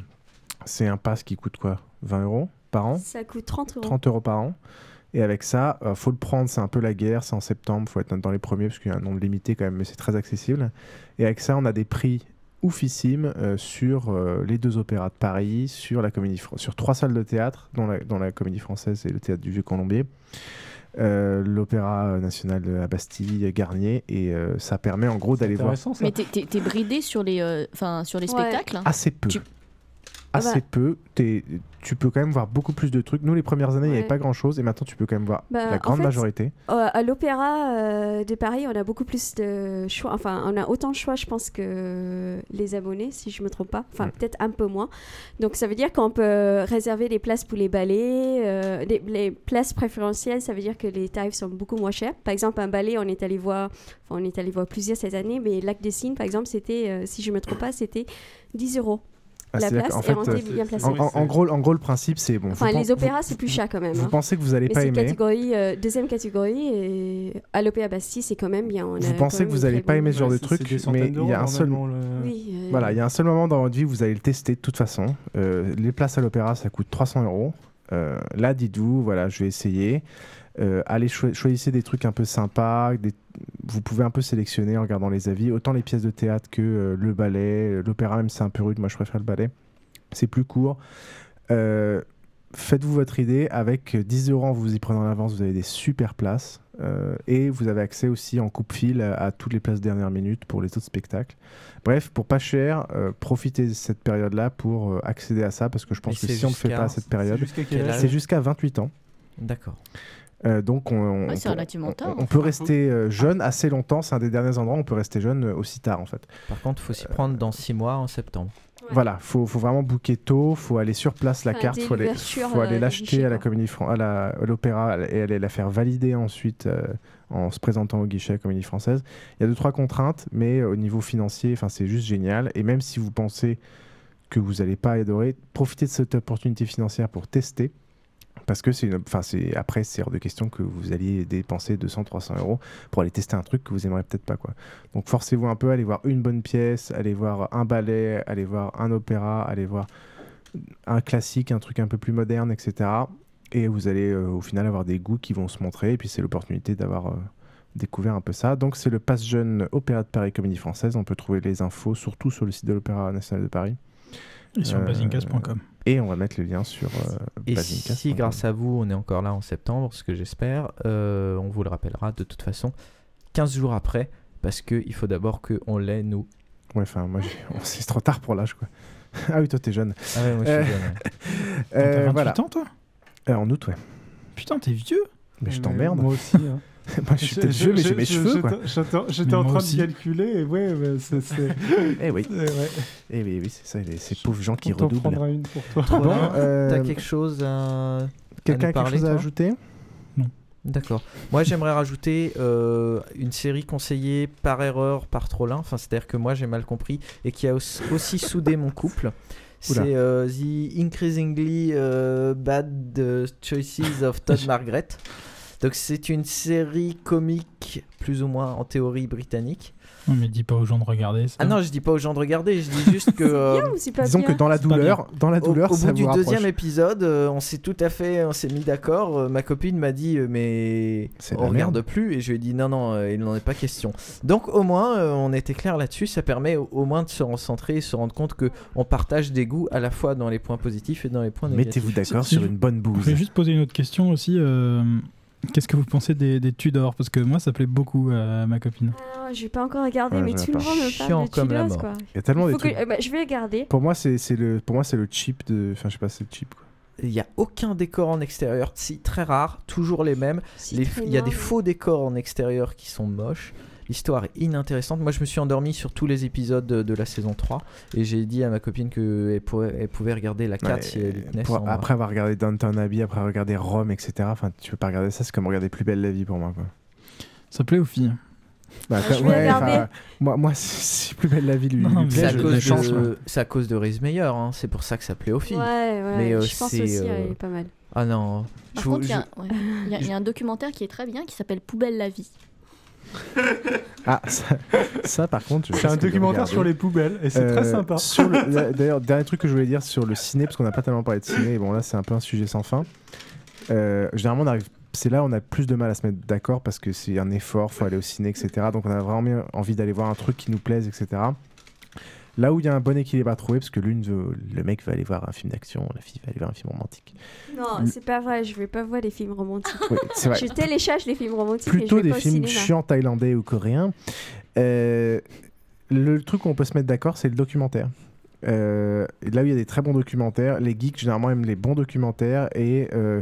Speaker 8: C'est un pass qui coûte quoi 20 euros par an
Speaker 16: Ça coûte 30 euros.
Speaker 8: 30 euros par an. Et avec ça, euh, faut le prendre, c'est un peu la guerre, c'est en septembre, faut être dans les premiers parce qu'il y a un nombre limité quand même, mais c'est très accessible. Et avec ça, on a des prix oufissimes euh, sur euh, les deux opéras de Paris, sur la comédie Fran- sur trois salles de théâtre, dont la, dont la comédie française et le théâtre du Vieux Colombier. euh, l'opéra national de la Bastille, Garnier, et euh, ça permet en gros d'aller voir
Speaker 10: Mais t'es- t'es t'es bridé sur les, euh, enfin, sur les
Speaker 16: Ouais.
Speaker 10: spectacles hein.
Speaker 8: assez peu.
Speaker 10: Ah
Speaker 8: Assez
Speaker 10: bah.
Speaker 8: peu. T'es- tu peux quand même voir beaucoup plus de trucs. Nous, les premières années, il n'y
Speaker 16: Ouais.
Speaker 8: avait pas grand chose, et maintenant, tu peux quand même voir
Speaker 16: Bah,
Speaker 8: la
Speaker 16: en
Speaker 8: grande
Speaker 16: fait,
Speaker 8: majorité.
Speaker 16: Euh, à l'Opéra euh, de Paris, on a beaucoup plus de choix. Enfin, on a autant de choix, je pense, que les abonnés, si je me trompe pas. Enfin, peut-être un peu moins. Donc, ça veut dire qu'on peut réserver des places pour les ballets, euh, des- les places préférentielles. Ça veut dire que les tarifs sont beaucoup moins chers. Par exemple, un ballet, on est allé voir, enfin, on est allé voir plusieurs cette année, mais Lac des Signes, par exemple, c'était, euh, si je me trompe pas, c'était 10 euros.
Speaker 8: Ah,
Speaker 16: la
Speaker 8: c'est-à-dire
Speaker 16: place
Speaker 8: qu'en
Speaker 16: et on était bien placé.
Speaker 8: en, en- en gros, en gros, le principe, c'est bon.
Speaker 16: Enfin,
Speaker 8: vous
Speaker 16: les
Speaker 8: pen-
Speaker 16: opéras,
Speaker 8: vous-
Speaker 16: c'est plus cher quand même.
Speaker 8: vous
Speaker 16: hein.
Speaker 8: pensez que vous allez
Speaker 16: Mais
Speaker 8: pas
Speaker 16: c'est
Speaker 8: aimer.
Speaker 16: catégorie, euh, deuxième catégorie, et à l'opéra Bastille, c'est quand même bien. on a
Speaker 8: Vous
Speaker 16: quand
Speaker 8: pensez
Speaker 16: même
Speaker 8: que vous
Speaker 16: une
Speaker 8: n'allez
Speaker 16: très
Speaker 8: pas
Speaker 16: bonne-
Speaker 8: aimer ce genre de truc, mais il y a un seul.
Speaker 16: Oui, euh,
Speaker 8: Voilà, il y a un seul moment dans votre vie où vous allez le tester de toute façon. Euh, les places à l'opéra, ça coûte 300 euros. Euh, là, dites-vous, voilà, je vais essayer. Euh, allez, choi- choisissez des trucs un peu sympas. des- Vous pouvez un peu sélectionner en regardant les avis. Autant les pièces de théâtre que euh, le ballet. L'opéra, même, c'est un peu rude. Moi, je préfère le ballet. C'est plus court. Euh, Faites-vous votre idée. Avec 10 euros, en vous y prenant en avance, vous avez des super places. Euh, et vous avez accès aussi en coupe-fil à, à toutes les places dernière minute pour les autres spectacles. Bref, pour pas cher, euh, profitez de cette période-là pour euh, accéder à ça. Parce que je pense
Speaker 9: Mais
Speaker 8: que
Speaker 9: c'est
Speaker 8: si on ne le fait
Speaker 9: jusqu'à-
Speaker 8: pas à cette période,
Speaker 9: c'est jusqu'à quel âge
Speaker 8: c'est jusqu'à 28 ans.
Speaker 9: D'accord.
Speaker 8: Euh, donc on, on-
Speaker 10: Ouais, Ah, c'est
Speaker 8: on-
Speaker 10: relativement
Speaker 8: on-
Speaker 10: tard,
Speaker 8: on
Speaker 10: en
Speaker 8: peut
Speaker 10: fait.
Speaker 8: rester euh, jeune assez longtemps. C'est un des derniers endroits où on peut rester jeune euh, aussi tard en fait.
Speaker 9: Par contre, faut s'y prendre dans 6 mois en septembre.
Speaker 8: Voilà, faut, faut vraiment booker tôt, faut aller sur place la
Speaker 9: Enfin,
Speaker 8: carte,
Speaker 9: dès
Speaker 8: faut aller,
Speaker 9: l'ouverture,
Speaker 8: faut
Speaker 9: euh,
Speaker 8: aller
Speaker 9: du
Speaker 8: l'acheter
Speaker 9: guichet,
Speaker 8: à la comédie Fran- à la- à l'opéra et aller la faire valider ensuite euh, en se présentant au guichet à la comédie française. Il y a deux trois contraintes, mais euh, au niveau financier, enfin c'est juste génial. Et même si vous pensez que vous n'allez pas adorer, profitez de cette opportunité financière pour tester. Parce que c'est une. Enfin, c'est, après, c'est hors de question que vous alliez dépenser 200, 300 euros pour aller tester un truc que vous aimerez peut-être pas. Quoi. Donc, forcez-vous un peu, allez voir une bonne pièce, allez voir un ballet, allez voir un opéra, allez voir un classique, un truc un peu plus moderne, etc. Et vous allez euh, au final avoir des goûts qui vont se montrer. Et puis, c'est l'opportunité d'avoir euh, découvert un peu ça. Donc, c'est le Pass Jeune Opéra de Paris Comédie Française. On peut trouver les infos surtout sur le site de l'Opéra National de Paris.
Speaker 12: Et sur
Speaker 8: Euh,
Speaker 12: bazingas.com.
Speaker 8: Et on va mettre le lien sur euh,
Speaker 9: Et
Speaker 8: Bazingas.
Speaker 9: si grâce à vous on est encore là en septembre, ce que j'espère, euh, on vous le rappellera de toute façon 15 jours après, parce qu'il faut d'abord qu'on l'ait nous.
Speaker 8: Ouais, enfin, moi, j'ai- on- c'est trop tard pour l'âge, quoi. ah oui, toi, t'es jeune.
Speaker 9: Ah ouais, moi, je suis
Speaker 8: Euh,
Speaker 9: jeune, ouais.
Speaker 8: euh,
Speaker 12: T'as 28
Speaker 8: voilà.
Speaker 12: ans, toi
Speaker 8: Euh, En août, ouais.
Speaker 12: Putain, t'es vieux
Speaker 8: Mais je t'emmerde.
Speaker 9: Euh,
Speaker 11: Moi aussi. hein.
Speaker 8: Moi, je suis peut-être vieux, mais j'ai mes cheveux,
Speaker 11: je-
Speaker 8: quoi.
Speaker 11: j'étais-
Speaker 8: Mais
Speaker 11: J'étais en
Speaker 8: moi
Speaker 11: train
Speaker 8: aussi.
Speaker 11: de calculer, et ouais, ouais, bah, c'est. c'est-
Speaker 8: Eh oui.
Speaker 11: c'est- ouais.
Speaker 8: Eh oui, oui, c'est ça, les- ces pauvres gens qui
Speaker 11: On t'en
Speaker 8: redoublent.
Speaker 11: prendra une pour toi.
Speaker 9: Bon,
Speaker 8: euh,
Speaker 9: t'as quelque chose à. à nous
Speaker 8: Quelqu'un a quelque
Speaker 9: parler,
Speaker 8: chose à
Speaker 9: toi
Speaker 8: ajouter
Speaker 9: D'accord. Moi, j'aimerais rajouter euh, une série conseillée par erreur par Trollin. Enfin, c'est-à-dire que moi, j'ai mal compris et qui a aussi, aussi soudé mon couple.
Speaker 8: Oula.
Speaker 9: C'est euh, The Increasingly euh, Bad euh, Choices of Todd Margaret. Donc, c'est une série comique, plus ou moins en théorie britannique.
Speaker 12: Non, mais dis pas aux gens de regarder.
Speaker 9: Ah non, je dis pas aux gens de regarder, je dis juste que. euh,
Speaker 16: bien ou c'est pas
Speaker 8: Disons
Speaker 16: bien
Speaker 8: que dans la
Speaker 9: pas
Speaker 8: douleur,
Speaker 9: bien.
Speaker 8: dans la
Speaker 9: Au-
Speaker 8: douleur,
Speaker 9: au,
Speaker 8: ça
Speaker 9: bout du
Speaker 8: vous rapproche.
Speaker 9: deuxième épisode, euh, on s'est tout à fait, on s'est mis d'accord. Euh, ma copine m'a dit, euh, mais
Speaker 8: de
Speaker 9: on
Speaker 8: la
Speaker 9: regarde plus, et je lui ai dit non, non, euh, il n'en est pas question. Donc au moins, euh, on était clair là-dessus. Ça permet au, au moins de se recentrer et se rendre compte que on partage des goûts à la fois dans les points positifs et dans les points négatifs.
Speaker 8: Mettez-vous d'accord
Speaker 12: Si- si
Speaker 8: sur
Speaker 12: je-
Speaker 8: une bonne
Speaker 12: Je vais
Speaker 8: bouse.
Speaker 12: juste poser une autre question aussi. euh, Qu'est-ce que vous pensez des, des Tudors Parce que moi, ça plaît beaucoup à ma copine.
Speaker 16: Ah, j'ai pas encore regardé,
Speaker 8: Ouais,
Speaker 16: mais
Speaker 8: j'en ai
Speaker 16: tout le
Speaker 8: pas.
Speaker 16: monde me Oh, parle
Speaker 8: Chiant
Speaker 16: de
Speaker 8: comme la
Speaker 16: Tudors,
Speaker 8: mort.
Speaker 16: quoi.
Speaker 8: Il y a tellement
Speaker 16: Faut
Speaker 8: des
Speaker 16: que-
Speaker 8: trucs.
Speaker 16: eh ben, je vais regarder.
Speaker 8: Pour moi, c'est c'est le, pour moi, c'est le cheap de. Enfin, je sais pas, c'est le cheap. Quoi.
Speaker 9: Il n'y a aucun décor en extérieur, si très rare, toujours les mêmes. Les-
Speaker 16: très
Speaker 9: Il y a
Speaker 16: noir.
Speaker 9: des faux décors en extérieur qui sont moches. L'histoire est inintéressante. Moi, je me suis endormi sur tous les épisodes de, de la saison 3 et j'ai dit à ma copine qu'elle pouvait, elle pouvait regarder la 4
Speaker 8: Ouais,
Speaker 9: si elle y tenait
Speaker 8: pour-
Speaker 9: sans-
Speaker 8: après avoir regardé Downton Abbey, après avoir regardé Rome, etc. Enfin, tu peux pas regarder ça, c'est comme regarder Plus belle la vie pour moi. Quoi.
Speaker 12: Ça plaît aux filles
Speaker 8: Bah,
Speaker 12: Je vais
Speaker 8: ouais,
Speaker 12: regarder.
Speaker 8: enfin, moi, moi, si Plus belle la vie euh, lui, lui
Speaker 9: C'est
Speaker 8: plaît,
Speaker 9: à,
Speaker 8: je-
Speaker 9: cause
Speaker 8: je
Speaker 9: de-
Speaker 8: change, ouais.
Speaker 9: c'est à cause de Reese Meyer, hein. c'est pour ça que ça plaît aux filles.
Speaker 10: Ouais, ouais,
Speaker 9: Mais,
Speaker 10: je pense
Speaker 9: c'est,
Speaker 10: aussi, ouais, il est pas mal.
Speaker 9: Ah non.
Speaker 10: Par
Speaker 9: je vous-
Speaker 10: contre, il y, a-
Speaker 9: je-
Speaker 10: ouais. Il y a- il y a un documentaire qui est très bien qui s'appelle Poubelle la vie.
Speaker 8: Ah, ça, ça, par contre. je
Speaker 11: C'est
Speaker 8: risque
Speaker 11: un
Speaker 8: de
Speaker 11: documentaire
Speaker 8: regarder. Euh,
Speaker 11: sur les poubelles et c'est très sympa.
Speaker 8: sur le- la- D'ailleurs, dernier truc que je voulais dire sur le ciné, parce qu'on n'a pas tellement parlé de ciné, et bon là c'est un peu un sujet sans fin. Euh, généralement, on arrive. C'est là où on a plus de mal à se mettre d'accord parce que c'est un effort, faut aller au ciné, etc. Donc on a vraiment bien envie d'aller voir un truc qui nous plaise, etc. Là où il y a un bon équilibre à trouver, parce que l'une veut, le mec va aller voir un film d'action, la fille va aller voir un film romantique.
Speaker 16: Non,
Speaker 8: Le-
Speaker 16: c'est pas vrai, je vais pas voir les films romantiques.
Speaker 8: Oui, c'est vrai.
Speaker 16: Je télécharge les films romantiques
Speaker 8: plutôt
Speaker 16: et je vais
Speaker 8: des
Speaker 16: pas au
Speaker 8: films
Speaker 16: cinéma.
Speaker 8: chiants thaïlandais ou coréens. Euh, le truc où on peut se mettre d'accord, c'est le documentaire. Euh, là où il y a des très bons documentaires, les geeks généralement aiment les bons documentaires et euh,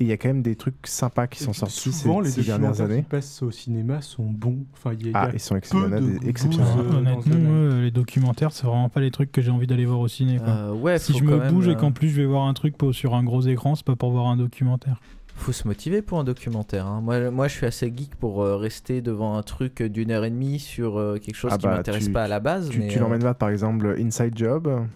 Speaker 8: et il y a quand même des trucs sympas qui sont sortis ces,
Speaker 11: Souvent, les
Speaker 8: ces dernières
Speaker 11: documentaires qui
Speaker 8: années.
Speaker 11: passent au cinéma sont bons. Enfin, il y a- il y a
Speaker 8: Ah, ils sont
Speaker 11: peu
Speaker 8: exceptionnels,
Speaker 11: de
Speaker 8: des- exceptionnels.
Speaker 11: bouses, euh, dans
Speaker 12: Honnêtement,
Speaker 11: ce domaine.
Speaker 12: ouais, les documentaires, c'est vraiment pas les trucs que j'ai envie d'aller voir au ciné. quoi.
Speaker 9: Euh, ouais,
Speaker 12: si
Speaker 9: faut
Speaker 12: je
Speaker 9: quand
Speaker 12: me
Speaker 9: même,
Speaker 12: bouge et
Speaker 9: euh,
Speaker 12: qu'en plus je vais voir un truc pour- sur un gros écran, c'est pas pour voir un documentaire.
Speaker 9: Faut se motiver pour un documentaire. hein. Moi, moi, je suis assez geek pour euh, rester devant un truc d'une heure et demie sur euh, quelque chose
Speaker 8: Ah
Speaker 9: qui
Speaker 8: bah,
Speaker 9: m'intéresse
Speaker 8: tu-
Speaker 9: pas à la base.
Speaker 8: Tu,
Speaker 9: mais,
Speaker 8: tu
Speaker 9: euh,
Speaker 8: l'emmènes voir par exemple Inside Job,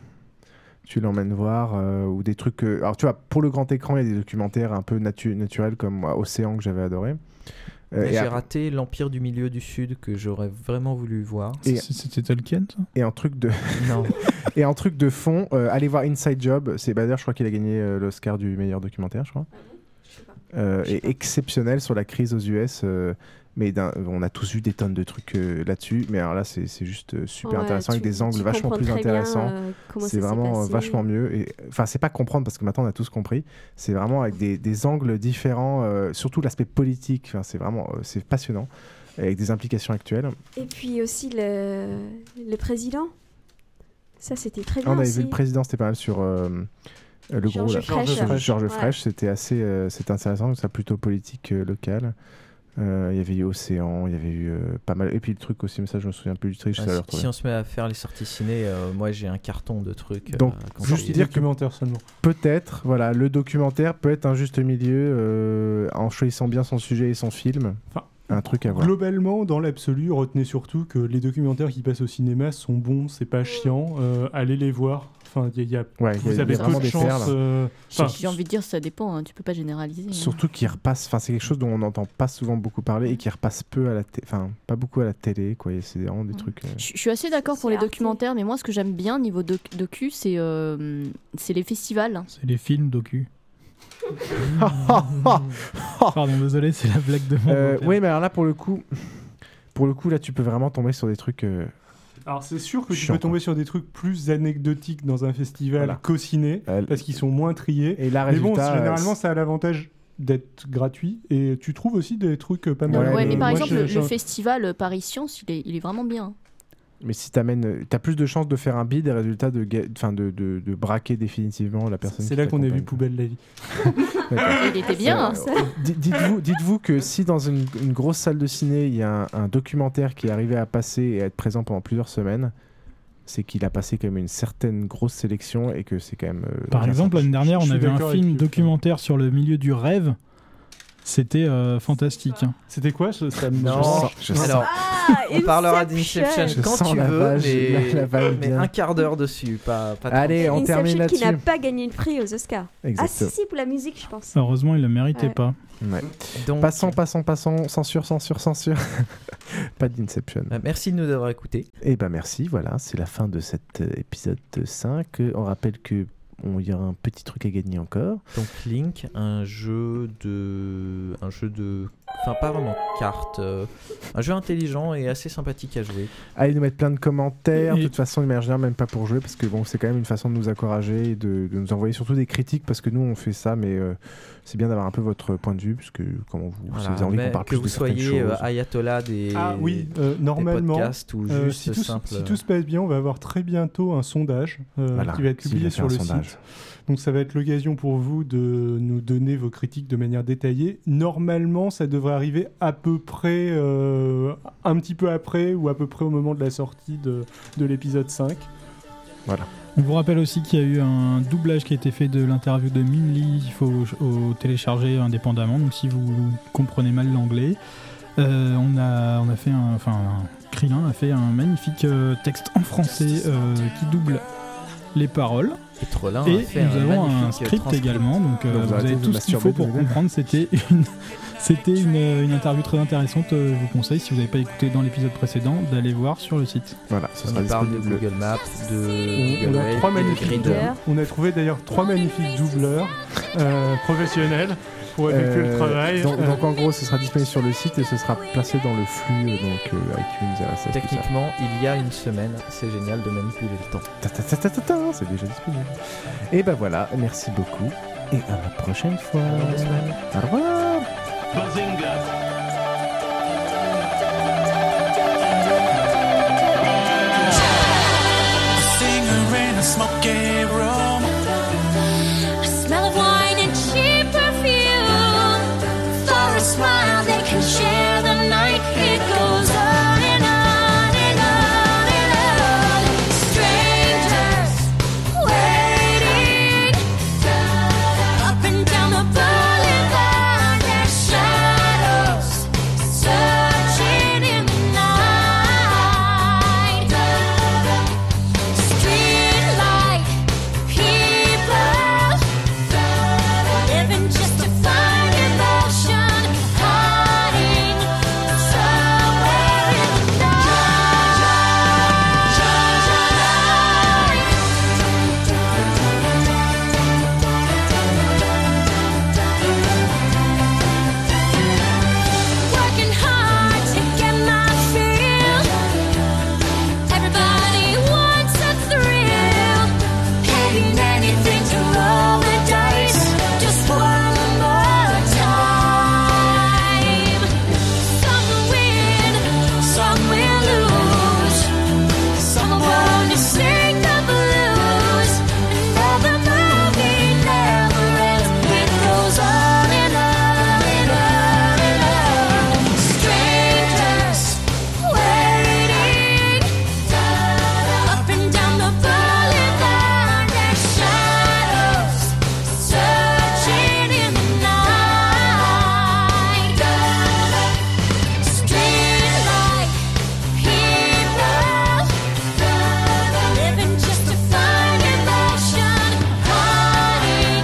Speaker 8: tu l'emmènes voir euh, ou des trucs. que- alors tu vois, pour le grand écran, il y a des documentaires un peu natu- naturels comme euh, Océan que j'avais adoré. Euh,
Speaker 9: mais
Speaker 8: et
Speaker 9: J'ai
Speaker 8: après-
Speaker 9: raté l'Empire du Milieu du Sud que j'aurais vraiment voulu voir.
Speaker 12: C'était Tolkien, ça
Speaker 8: Et un truc de.
Speaker 9: Non.
Speaker 8: et un truc de fond, euh, allez voir Inside Job. C'est bah, d'ailleurs, je crois qu'il a gagné euh, l'Oscar du meilleur documentaire, je crois.
Speaker 16: Ah
Speaker 8: Euh, et exceptionnel sur la crise aux US. euh, mais d'un- on a tous vu des tonnes de trucs euh, là-dessus. Mais alors là, c'est c'est juste euh, super
Speaker 16: Ouais,
Speaker 8: intéressant avec
Speaker 16: tu-
Speaker 8: des angles
Speaker 16: tu
Speaker 8: vachement
Speaker 16: comprends
Speaker 8: plus
Speaker 16: très bien,
Speaker 8: intéressants.
Speaker 16: euh, comment
Speaker 8: c'est
Speaker 16: ça s'est
Speaker 8: vraiment euh,
Speaker 16: passé.
Speaker 8: vachement mieux. Et enfin, c'est pas comprendre parce que maintenant on a tous compris. C'est vraiment avec des, des angles différents, euh, surtout l'aspect politique. Enfin, c'est vraiment, euh, c'est passionnant avec des implications actuelles.
Speaker 16: Et puis aussi le, le président. Ça, c'était très
Speaker 8: Ah,
Speaker 16: bien
Speaker 8: on avait
Speaker 16: aussi.
Speaker 8: vu le président, c'était pas mal sur euh, euh, le
Speaker 16: Georges
Speaker 8: gros là.
Speaker 16: Frêche. Georges Frêche.
Speaker 8: Georges
Speaker 16: Ouais.
Speaker 8: Frêche, c'était assez euh, c'était intéressant, donc ça plutôt politique euh, locale. Euh, Il y avait eu Océan, il y avait eu euh, pas mal. Et puis le truc aussi, mais ça je me souviens plus du tri, je
Speaker 9: Ah,
Speaker 8: sais pas le
Speaker 9: si,
Speaker 8: retrouver.
Speaker 9: si on se met à faire les sorties ciné, euh, moi j'ai un carton de trucs. euh,
Speaker 8: Donc,
Speaker 9: quand
Speaker 8: juste
Speaker 9: j'y vais.
Speaker 8: dire que-
Speaker 11: Documentaire seulement.
Speaker 8: Peut-être, voilà, le documentaire peut être un juste milieu euh, en choisissant bien son sujet et son film. un truc à voir.
Speaker 11: Globalement, dans l'absolu, retenez surtout que les documentaires qui passent au cinéma sont bons, c'est pas chiant. euh, allez les voir. Enfin, il y a,
Speaker 8: Ouais, il y a- il
Speaker 11: vous
Speaker 8: y a
Speaker 11: avez
Speaker 8: vraiment
Speaker 11: peu de
Speaker 8: des
Speaker 11: chances.
Speaker 8: perles.
Speaker 11: euh, enfin,
Speaker 10: J'ai envie de dire, ça dépend, hein, tu peux pas généraliser. hein.
Speaker 8: Surtout qu'il repasse, enfin c'est quelque chose dont on n'entend pas souvent beaucoup parler et qui repasse peu à la télé, enfin pas beaucoup à la télé, quoi. Et C'est vraiment des trucs. euh,
Speaker 10: Je je suis assez d'accord pour les documentaires, mais moi ce que j'aime bien niveau doc- docu, c'est euh, c'est les festivals.
Speaker 12: C'est les films docu.
Speaker 8: euh.
Speaker 12: Pardon, désolé, c'est la blague de mon.
Speaker 8: Euh,
Speaker 12: grand-père.
Speaker 8: oui, mais alors là, pour le coup, pour le coup, là, tu peux vraiment tomber sur des trucs. euh,
Speaker 11: Alors c'est sûr que tu
Speaker 8: Chiant,
Speaker 11: peux tomber sur des trucs plus anecdotiques dans un festival
Speaker 8: Voilà.
Speaker 11: qu'au ciné,
Speaker 8: Euh,
Speaker 11: parce qu'ils sont moins triés.
Speaker 8: Et là,
Speaker 11: Mais bon,
Speaker 8: résultat, euh,
Speaker 11: généralement,
Speaker 8: c'est-
Speaker 11: ça a l'avantage d'être gratuit et tu trouves aussi des trucs euh, pas mal.
Speaker 10: Ouais, mais
Speaker 11: Euh, moi,
Speaker 10: par exemple,
Speaker 11: je-
Speaker 10: le,
Speaker 11: je-
Speaker 10: le festival Paris Science, il est, il est vraiment bien.
Speaker 8: Mais si t'amènes, euh, t'as plus de chances de faire un bid et résultat de, ga- enfin de, de, de braquer définitivement la personne.
Speaker 11: C'est là qu'on a vu
Speaker 8: Poubelle
Speaker 11: la vie.
Speaker 10: Il était bien.
Speaker 8: Dites-vous, dites-vous que si dans une, une grosse salle de ciné, il y a un, un documentaire qui est arrivé à passer et à être présent pendant plusieurs semaines, c'est qu'il a passé quand même une certaine grosse sélection et que c'est quand même. euh,
Speaker 12: Par
Speaker 8: bien
Speaker 12: exemple, l'année dernière,
Speaker 8: Je
Speaker 12: on
Speaker 8: suis
Speaker 12: avait un
Speaker 8: d'accord avec
Speaker 12: film documentaire sur le milieu du rêve. C'était euh, fantastique.
Speaker 11: C'était quoi ça,
Speaker 9: Non, alors,
Speaker 10: Ah,
Speaker 9: on parlera d'Inception
Speaker 12: Je
Speaker 9: quand
Speaker 12: sens
Speaker 9: tu
Speaker 12: la
Speaker 9: veux,
Speaker 12: vague,
Speaker 9: mais,
Speaker 12: la- la vague
Speaker 9: mais
Speaker 12: bien.
Speaker 9: un quart d'heure dessus, pas, pas
Speaker 8: Allez,
Speaker 9: trente.
Speaker 8: on
Speaker 16: Inception
Speaker 8: termine
Speaker 16: qui n'a
Speaker 8: là-dessus.
Speaker 16: pas gagné le prix aux Oscars. Ah si,
Speaker 8: Exactement.
Speaker 16: si, pour la musique, je pense.
Speaker 12: Heureusement, il le méritait
Speaker 16: Ouais.
Speaker 12: pas.
Speaker 8: Ouais. Passons, passons, passons. Censure, censure, censure. Pas d'Inception.
Speaker 9: Bah, merci de nous avoir écoutés.
Speaker 8: Eh ben merci, voilà, c'est la fin de cet euh, épisode 5. Euh, On rappelle que on il y a un petit truc à gagner encore.
Speaker 9: Donc Link, un jeu de, un jeu de, enfin pas vraiment carte, euh, un jeu intelligent et assez sympathique à jouer.
Speaker 8: Allez nous mettre plein de commentaires.
Speaker 9: Et-
Speaker 8: De toute façon, de manière générale, même pas pour jouer, parce que bon, c'est quand même une façon de nous encourager et de, de nous envoyer surtout des critiques, parce que nous on fait ça, mais euh, c'est bien d'avoir un peu votre point de vue, parce que comment vous, si
Speaker 9: Voilà,
Speaker 8: vous avez envie
Speaker 9: mais
Speaker 8: qu'on parle
Speaker 9: que
Speaker 8: plus
Speaker 9: vous
Speaker 8: de certaines
Speaker 9: soyez euh,
Speaker 8: choses.
Speaker 9: ayatollah des,
Speaker 11: Ah oui, euh,
Speaker 9: des
Speaker 11: normalement,
Speaker 9: podcasts ou
Speaker 11: euh,
Speaker 9: juste
Speaker 11: si, tout,
Speaker 9: simple.
Speaker 11: si tout se passe bien, on va avoir très bientôt un sondage euh,
Speaker 8: Voilà,
Speaker 11: qui va être
Speaker 8: Sylvie
Speaker 11: publié
Speaker 8: a fait
Speaker 11: sur
Speaker 8: un
Speaker 11: le
Speaker 8: sondage.
Speaker 11: site. Donc ça va être l'occasion pour vous de nous donner vos critiques de manière détaillée. Normalement, ça devrait devrait arriver à peu près, euh, un petit peu après ou à peu près au moment de la sortie de, de l'épisode 5.
Speaker 8: Voilà.
Speaker 12: On vous rappelle aussi qu'il y a eu un doublage qui a été fait de l'interview de Min Lee. Il faut au télécharger indépendamment. Donc si vous comprenez mal l'anglais, euh, on, a, on a fait un. Enfin, un- Krillin a fait un magnifique euh, texte en français euh, qui double les paroles.
Speaker 9: Et Trollin a
Speaker 12: Et
Speaker 9: fait
Speaker 12: nous
Speaker 9: un
Speaker 12: avons un
Speaker 9: magnifique
Speaker 12: script
Speaker 9: transcript.
Speaker 12: également. Donc euh,
Speaker 9: Donc, vous
Speaker 12: vous
Speaker 9: arrêtez
Speaker 12: avez
Speaker 9: de
Speaker 12: tout ce qu'il
Speaker 9: masturber
Speaker 12: faut
Speaker 9: tous
Speaker 12: pour
Speaker 9: les deux.
Speaker 12: comprendre. C'était une. C'était une, une interview très intéressante, euh, je vous conseille, si vous n'avez pas écouté dans l'épisode précédent, d'aller voir sur le site.
Speaker 8: Voilà,
Speaker 9: On parle de Google Maps, de
Speaker 11: On
Speaker 9: Google
Speaker 11: a,
Speaker 9: Earth,
Speaker 11: trois
Speaker 9: de
Speaker 11: magnifiques
Speaker 9: Grid.
Speaker 11: on a trouvé d'ailleurs trois magnifiques doubleurs euh, professionnels pour effectuer le
Speaker 8: Euh,
Speaker 11: travail.
Speaker 8: Donc,
Speaker 11: Euh,
Speaker 8: donc, en gros, ce sera disponible sur le site et ce sera placé dans le flux euh, donc euh, iTunes, RSS, tout ça.
Speaker 9: Techniquement, il y a une semaine, c'est génial de manipuler le temps.
Speaker 8: Ta, ta, ta, ta, ta, ta, C'est déjà disponible. Et ben voilà, merci beaucoup et à la prochaine fois. Au revoir.
Speaker 3: A singer in a smoky room. A smell of wine and cheap perfume. For a smile, they can share the night. It goes on and on and on and on. Strangers waiting. Up and down the boulevard, their shadows searching in the night. Streetlight people living just to find emotion, hiding somewhere in the night. Working hard to get my fill. Everybody wants a thrill. Paying anything to roll the dice. Just one more time. Some will win, some will lose. Someone to sing the blues. Another movie never ends. It goes on and on and on and on. Strangers waiting. Up and down the boulevard, their shadows searching in the night. Streetlight people living just to find emotion, hiding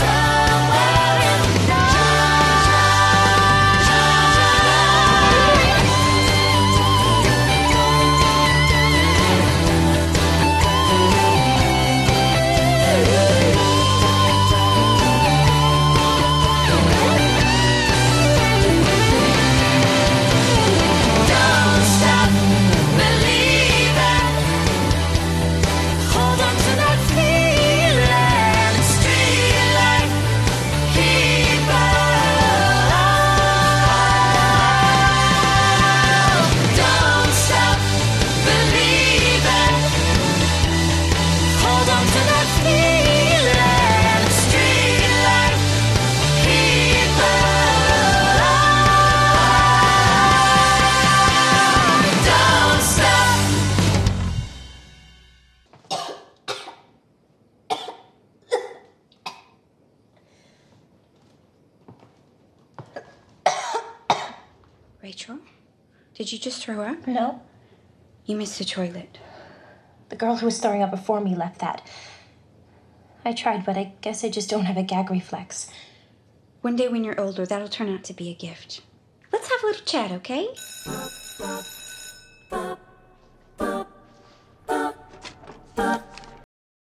Speaker 3: somewhere in the night. Don't stop believing. Hold on to that feeling. Streetlight people. Don't stop believing. Hold on to that feeling. Streetlight people. Don't stop.
Speaker 18: Rachel, did you just throw up? No. You missed the toilet.
Speaker 19: The girl who was throwing up before me left that. I tried, but I guess I just don't have a gag reflex.
Speaker 18: One day when you're older, that'll turn out to be a gift. Let's have a little chat, okay?